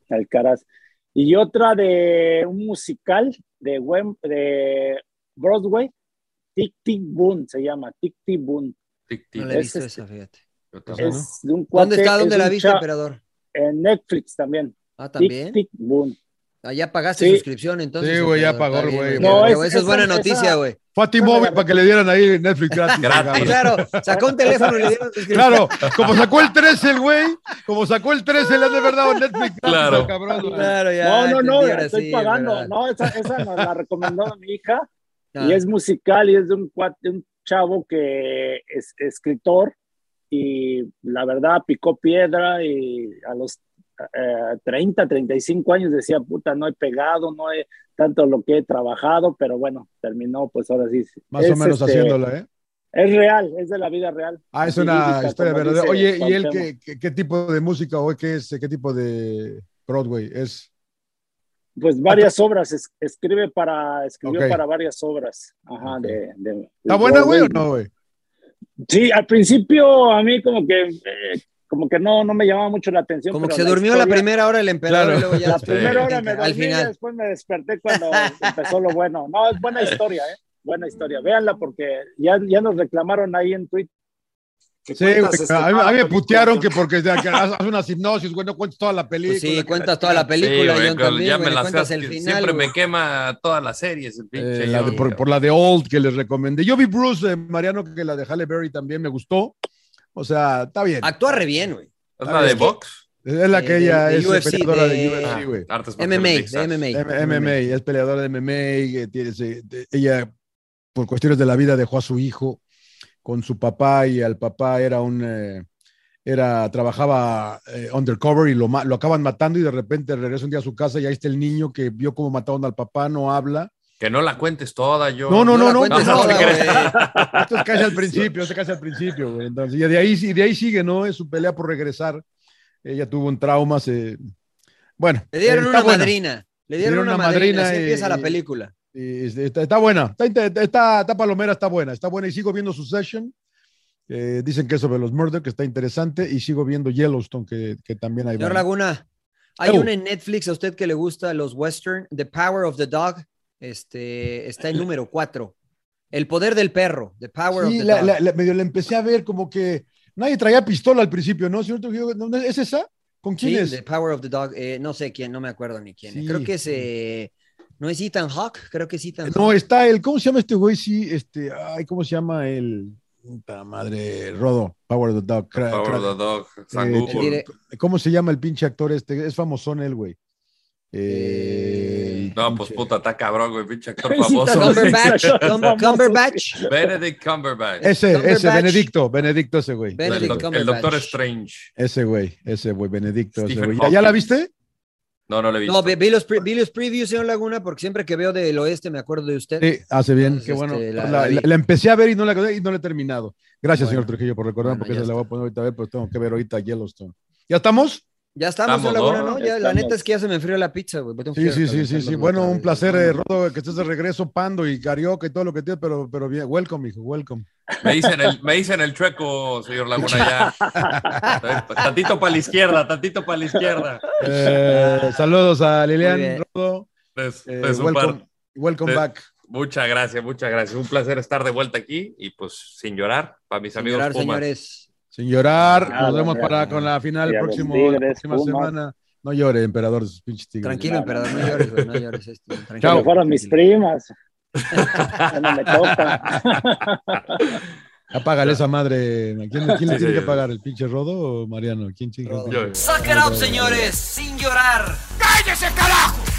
[SPEAKER 4] es Alcaraz. Y otra de un musical de, Wem- de Broadway, Tic Tic Boom se llama, Tic Tic Boom.
[SPEAKER 1] Tic, tic.
[SPEAKER 2] No la he
[SPEAKER 4] Es
[SPEAKER 2] visto
[SPEAKER 4] este.
[SPEAKER 2] esa, fíjate.
[SPEAKER 1] Yo tampoco.
[SPEAKER 4] Es de un cuate,
[SPEAKER 2] ¿Dónde está?
[SPEAKER 4] es
[SPEAKER 2] ¿Dónde la
[SPEAKER 4] un
[SPEAKER 2] viste,
[SPEAKER 4] cha-
[SPEAKER 2] emperador?
[SPEAKER 4] En Netflix también.
[SPEAKER 2] Ah,
[SPEAKER 4] Tic
[SPEAKER 2] también.
[SPEAKER 4] Tic Boom.
[SPEAKER 2] Allá pagaste
[SPEAKER 4] Sí.
[SPEAKER 2] suscripción, entonces.
[SPEAKER 3] Sí, güey, ya
[SPEAKER 2] emperador,
[SPEAKER 3] pagó
[SPEAKER 2] está
[SPEAKER 3] el
[SPEAKER 2] bien,
[SPEAKER 3] güey.
[SPEAKER 4] No,
[SPEAKER 2] Eso
[SPEAKER 4] es-
[SPEAKER 2] es buena
[SPEAKER 4] esa-
[SPEAKER 2] noticia, güey. Ah,
[SPEAKER 3] Fati Móvil para que le dieran
[SPEAKER 2] [LAUGHS]
[SPEAKER 3] ahí Netflix gratis.
[SPEAKER 1] Gratis.
[SPEAKER 3] cabrón.
[SPEAKER 2] Claro, sacó un teléfono y le
[SPEAKER 4] [LAUGHS]
[SPEAKER 2] dieron suscripción.
[SPEAKER 3] Claro, como sacó el 13 el güey, como sacó el 13 le han de verdad a Netflix. gratis
[SPEAKER 1] Claro.
[SPEAKER 3] al
[SPEAKER 2] [LAUGHS]
[SPEAKER 3] cabrón, güey.
[SPEAKER 2] Claro, ya.
[SPEAKER 4] No, no, no,
[SPEAKER 2] entendí, ahora
[SPEAKER 4] estoy
[SPEAKER 2] sí,
[SPEAKER 4] pagando.
[SPEAKER 2] ¿verdad?
[SPEAKER 4] No, esa, esa nos la recomendó mi hija.
[SPEAKER 2] Ah,
[SPEAKER 4] Y es musical y es de un, cuat- de un chavo que es escritor y la verdad picó piedra y a los eh, 30, 35 años decía, puta, no he pegado, no he tanto lo que he trabajado, pero bueno, terminó pues ahora sí.
[SPEAKER 3] Más o
[SPEAKER 4] Es,
[SPEAKER 3] menos
[SPEAKER 4] este,
[SPEAKER 3] haciéndola, ¿eh?
[SPEAKER 4] Es real, es de la vida real.
[SPEAKER 3] Ah, es
[SPEAKER 4] Así
[SPEAKER 3] una
[SPEAKER 4] lírica,
[SPEAKER 3] historia
[SPEAKER 4] como
[SPEAKER 3] verdadera.
[SPEAKER 4] dice
[SPEAKER 3] Oye, ¿y él
[SPEAKER 4] Cuauhtémoc.
[SPEAKER 3] qué, qué- qué tipo de música o qué es, qué tipo de Broadway es?
[SPEAKER 4] Pues varias obras, es- escribe para, escribió
[SPEAKER 3] Ok.
[SPEAKER 4] para varias obras. Ajá,
[SPEAKER 3] Ok.
[SPEAKER 4] de, de- de
[SPEAKER 3] ¿Está buena, güey, o
[SPEAKER 4] Broadway.
[SPEAKER 3] no, güey?
[SPEAKER 4] Sí, al principio a mí como que, eh, como que no, no me llamaba mucho la atención.
[SPEAKER 2] Como que
[SPEAKER 4] pero
[SPEAKER 2] se durmió la
[SPEAKER 4] historia-
[SPEAKER 2] primera hora el emperador
[SPEAKER 3] Claro.
[SPEAKER 2] y luego ya
[SPEAKER 1] [LAUGHS]
[SPEAKER 4] La
[SPEAKER 2] después-
[SPEAKER 4] primera hora me
[SPEAKER 2] al
[SPEAKER 4] dormí y
[SPEAKER 2] final.
[SPEAKER 4] después me desperté cuando empezó lo bueno. No, es
[SPEAKER 2] [LAUGHS]
[SPEAKER 4] buena historia, ¿eh? Buena historia. Véanla porque ya, ya nos reclamaron ahí en Twitter.
[SPEAKER 3] Sí, güey.
[SPEAKER 4] este?
[SPEAKER 3] A
[SPEAKER 4] Ah,
[SPEAKER 3] mí, a mí me putearon que porque de- que haz haz unas hipnosis, güey, no cuentes toda la película.
[SPEAKER 2] Pues sí,
[SPEAKER 3] que-
[SPEAKER 2] cuentas toda la
[SPEAKER 1] Sí,
[SPEAKER 2] película,
[SPEAKER 1] güey,
[SPEAKER 2] John,
[SPEAKER 1] con-
[SPEAKER 2] también,
[SPEAKER 1] ya
[SPEAKER 2] güey,
[SPEAKER 1] me
[SPEAKER 2] le
[SPEAKER 1] las
[SPEAKER 2] cuentas
[SPEAKER 1] has-
[SPEAKER 2] el final,
[SPEAKER 1] Siempre
[SPEAKER 2] güey.
[SPEAKER 1] me quema todas las series, el pinche.
[SPEAKER 3] Eh, la de-
[SPEAKER 1] John.
[SPEAKER 3] por, por la de Old que les recomendé. Yo vi Bruce eh, Mariano, que la de Halle Berry también me gustó. O sea, está bien.
[SPEAKER 2] Actúa re bien, güey.
[SPEAKER 1] ¿Es la de Vox?
[SPEAKER 3] Es la que
[SPEAKER 2] Ah, de-
[SPEAKER 3] ella
[SPEAKER 2] de
[SPEAKER 3] es
[SPEAKER 2] UFC,
[SPEAKER 3] peleadora de,
[SPEAKER 2] de-
[SPEAKER 3] UFC, güey.
[SPEAKER 1] Artes
[SPEAKER 2] MMA,
[SPEAKER 1] marciales
[SPEAKER 2] de
[SPEAKER 1] mixtas.
[SPEAKER 2] MMA.
[SPEAKER 3] M- MMA, es peleadora de MMA, que tiene ese- de- ella por cuestiones de la vida dejó a su hijo con su papá y al papá era un eh, era trabajaba eh, undercover y lo, ma- lo acaban matando y de repente regresa un día a su casa y ahí está el niño que vio cómo mataron al papá, no habla.
[SPEAKER 1] Que no la cuentes toda, yo.
[SPEAKER 3] No,
[SPEAKER 2] No
[SPEAKER 3] no, no,
[SPEAKER 2] la
[SPEAKER 3] no.
[SPEAKER 2] cuentes
[SPEAKER 3] no, no,
[SPEAKER 2] toda,
[SPEAKER 3] no,
[SPEAKER 2] güey.
[SPEAKER 3] esto es casi al principio, esto es casi al principio, güey. Entonces, y de ahí, y de ahí sigue, ¿no? Es su pelea por regresar. Ella tuvo un trauma, se... Bueno.
[SPEAKER 2] Le dieron
[SPEAKER 3] eh,
[SPEAKER 2] una
[SPEAKER 3] está buena.
[SPEAKER 2] madrina. Le dieron una madrina. Así
[SPEAKER 3] y-
[SPEAKER 2] empieza la
[SPEAKER 3] y-
[SPEAKER 2] película.
[SPEAKER 3] Y este, está, está buena, está, inte- está- está palomera, está buena, está buena. Y sigo viendo Succession. Eh, dicen que es sobre los murder, que está interesante. Y sigo viendo Yellowstone, que, que también hay.
[SPEAKER 2] Señor Laguna, hay
[SPEAKER 3] Ew.
[SPEAKER 2] una en Netflix a usted que le gusta los western, The Power of the Dog, este, está en número 4. El poder del perro, The Power of the Dog.
[SPEAKER 3] medio la empecé a ver como que nadie traía pistola al principio, ¿no? Si no te equivoco, ¿no? ¿no? ¿Es esa? ¿Con quién
[SPEAKER 2] Sí,
[SPEAKER 3] es?
[SPEAKER 2] The Power of the Dog, eh, no sé quién, no me acuerdo ni quién.
[SPEAKER 3] Sí.
[SPEAKER 2] Creo que es, eh, no es Ethan Hawke, creo que es Ethan
[SPEAKER 3] No,
[SPEAKER 2] Hawke.
[SPEAKER 3] está el, ¿cómo se llama este güey? Sí, este, ay, ¿cómo se llama el? Puta madre, Rodo, Power of the Dog. cra-
[SPEAKER 1] Power
[SPEAKER 3] cra-
[SPEAKER 1] of the Dog, San
[SPEAKER 3] Eh,
[SPEAKER 1] Google.
[SPEAKER 2] dire-
[SPEAKER 3] ¿Cómo se llama el pinche actor este? Es famosón el güey. Eh, el
[SPEAKER 1] No, pues
[SPEAKER 3] pinche-
[SPEAKER 1] puta, está cabrón, güey, pinche actor
[SPEAKER 4] no,
[SPEAKER 1] famoso.
[SPEAKER 4] no,
[SPEAKER 2] Cumberbatch,
[SPEAKER 4] no,
[SPEAKER 2] Cum-
[SPEAKER 4] no, no,
[SPEAKER 2] Cumberbatch,
[SPEAKER 1] Benedict Cumberbatch.
[SPEAKER 3] Ese, ese,
[SPEAKER 2] Cumberbatch.
[SPEAKER 3] Benedicto, Benedicto ese güey.
[SPEAKER 2] Ben-
[SPEAKER 1] El,
[SPEAKER 2] Benedict
[SPEAKER 1] doc- el
[SPEAKER 2] Cumberbatch.
[SPEAKER 1] Doctor Strange.
[SPEAKER 3] Ese güey, ese güey, Benedicto. ese
[SPEAKER 1] Stephen
[SPEAKER 3] güey. ¿Ya, ya la
[SPEAKER 1] Hawking.
[SPEAKER 3] viste?
[SPEAKER 1] No, no lo he visto.
[SPEAKER 2] No, vi, vi los pre- vi los previews, señor Laguna, porque siempre que veo del oeste me acuerdo de usted.
[SPEAKER 3] Sí, hace bien.
[SPEAKER 2] Entonces,
[SPEAKER 3] Qué bueno.
[SPEAKER 2] este, la-
[SPEAKER 3] la,
[SPEAKER 2] la vi.
[SPEAKER 3] la- la empecé a ver y no la, y no la he terminado. Gracias,
[SPEAKER 2] Bueno.
[SPEAKER 3] señor Trujillo, por recordar,
[SPEAKER 2] Bueno,
[SPEAKER 3] porque
[SPEAKER 2] ya
[SPEAKER 3] esa
[SPEAKER 2] está.
[SPEAKER 3] la voy a poner ahorita a ver, pues tengo que ver ahorita Yellowstone. ¿Ya estamos?
[SPEAKER 2] Ya estamos,
[SPEAKER 1] Estamos,
[SPEAKER 2] señor Laguna, ¿no?
[SPEAKER 1] ¿no?
[SPEAKER 2] Ya, la
[SPEAKER 4] Estamos.
[SPEAKER 2] neta es que ya se me enfrió la pizza, güey. Tengo que
[SPEAKER 3] Sí,
[SPEAKER 2] ir a
[SPEAKER 3] sí, sí, sí,
[SPEAKER 2] calentarla
[SPEAKER 3] sí.
[SPEAKER 2] otra
[SPEAKER 3] Bueno, un
[SPEAKER 2] vez.
[SPEAKER 3] placer, eh, Rodo, que estés de regreso, Pando y Carioca y todo lo que tienes, pero, pero bien. Welcome, hijo, welcome.
[SPEAKER 2] [LAUGHS]
[SPEAKER 1] Me dicen el, me dicen el chueco, señor Laguna,
[SPEAKER 2] [LAUGHS]
[SPEAKER 1] ya. tantito para la izquierda, tantito para la izquierda.
[SPEAKER 3] Eh, saludos a
[SPEAKER 2] Muy
[SPEAKER 3] Lilian,
[SPEAKER 2] bien.
[SPEAKER 3] Rodo.
[SPEAKER 1] Pues,
[SPEAKER 3] eh,
[SPEAKER 1] pues, un par-
[SPEAKER 3] welcome welcome
[SPEAKER 1] Te-
[SPEAKER 3] back.
[SPEAKER 1] Muchas gracias, muchas gracias. Un placer estar de vuelta aquí y pues sin llorar, para mis
[SPEAKER 2] Sin
[SPEAKER 1] amigos
[SPEAKER 2] llorar,
[SPEAKER 1] Pumas.
[SPEAKER 2] señores.
[SPEAKER 3] Sin llorar,
[SPEAKER 4] Nada,
[SPEAKER 3] nos vemos
[SPEAKER 4] ya,
[SPEAKER 3] para
[SPEAKER 2] ya.
[SPEAKER 3] con la final
[SPEAKER 4] Ya,
[SPEAKER 3] próximo,
[SPEAKER 4] los
[SPEAKER 3] la
[SPEAKER 4] Tigres,
[SPEAKER 3] próxima
[SPEAKER 4] Pumas.
[SPEAKER 3] semana. No llore, emperador, de sus pinches tigres.
[SPEAKER 2] Tranquilo,
[SPEAKER 4] No,
[SPEAKER 2] emperador,
[SPEAKER 4] no,
[SPEAKER 2] no
[SPEAKER 4] no.
[SPEAKER 2] llores, güey, no llores. este, tranquilo,
[SPEAKER 3] Chao.
[SPEAKER 4] Pero fueron mis
[SPEAKER 2] tranquilo.
[SPEAKER 4] primas. [LAUGHS] Ya no me toca.
[SPEAKER 3] Apágale esa madre. ¿A ¿Quién, quién le
[SPEAKER 1] Sí,
[SPEAKER 3] tiene que
[SPEAKER 1] sí.
[SPEAKER 3] pagar? ¿El pinche Rodo o Mariano? ¿Quién chinga?
[SPEAKER 2] Rodo.
[SPEAKER 1] Yo-
[SPEAKER 7] Suck it up, señores, sin llorar. ¡Cállese, carajo!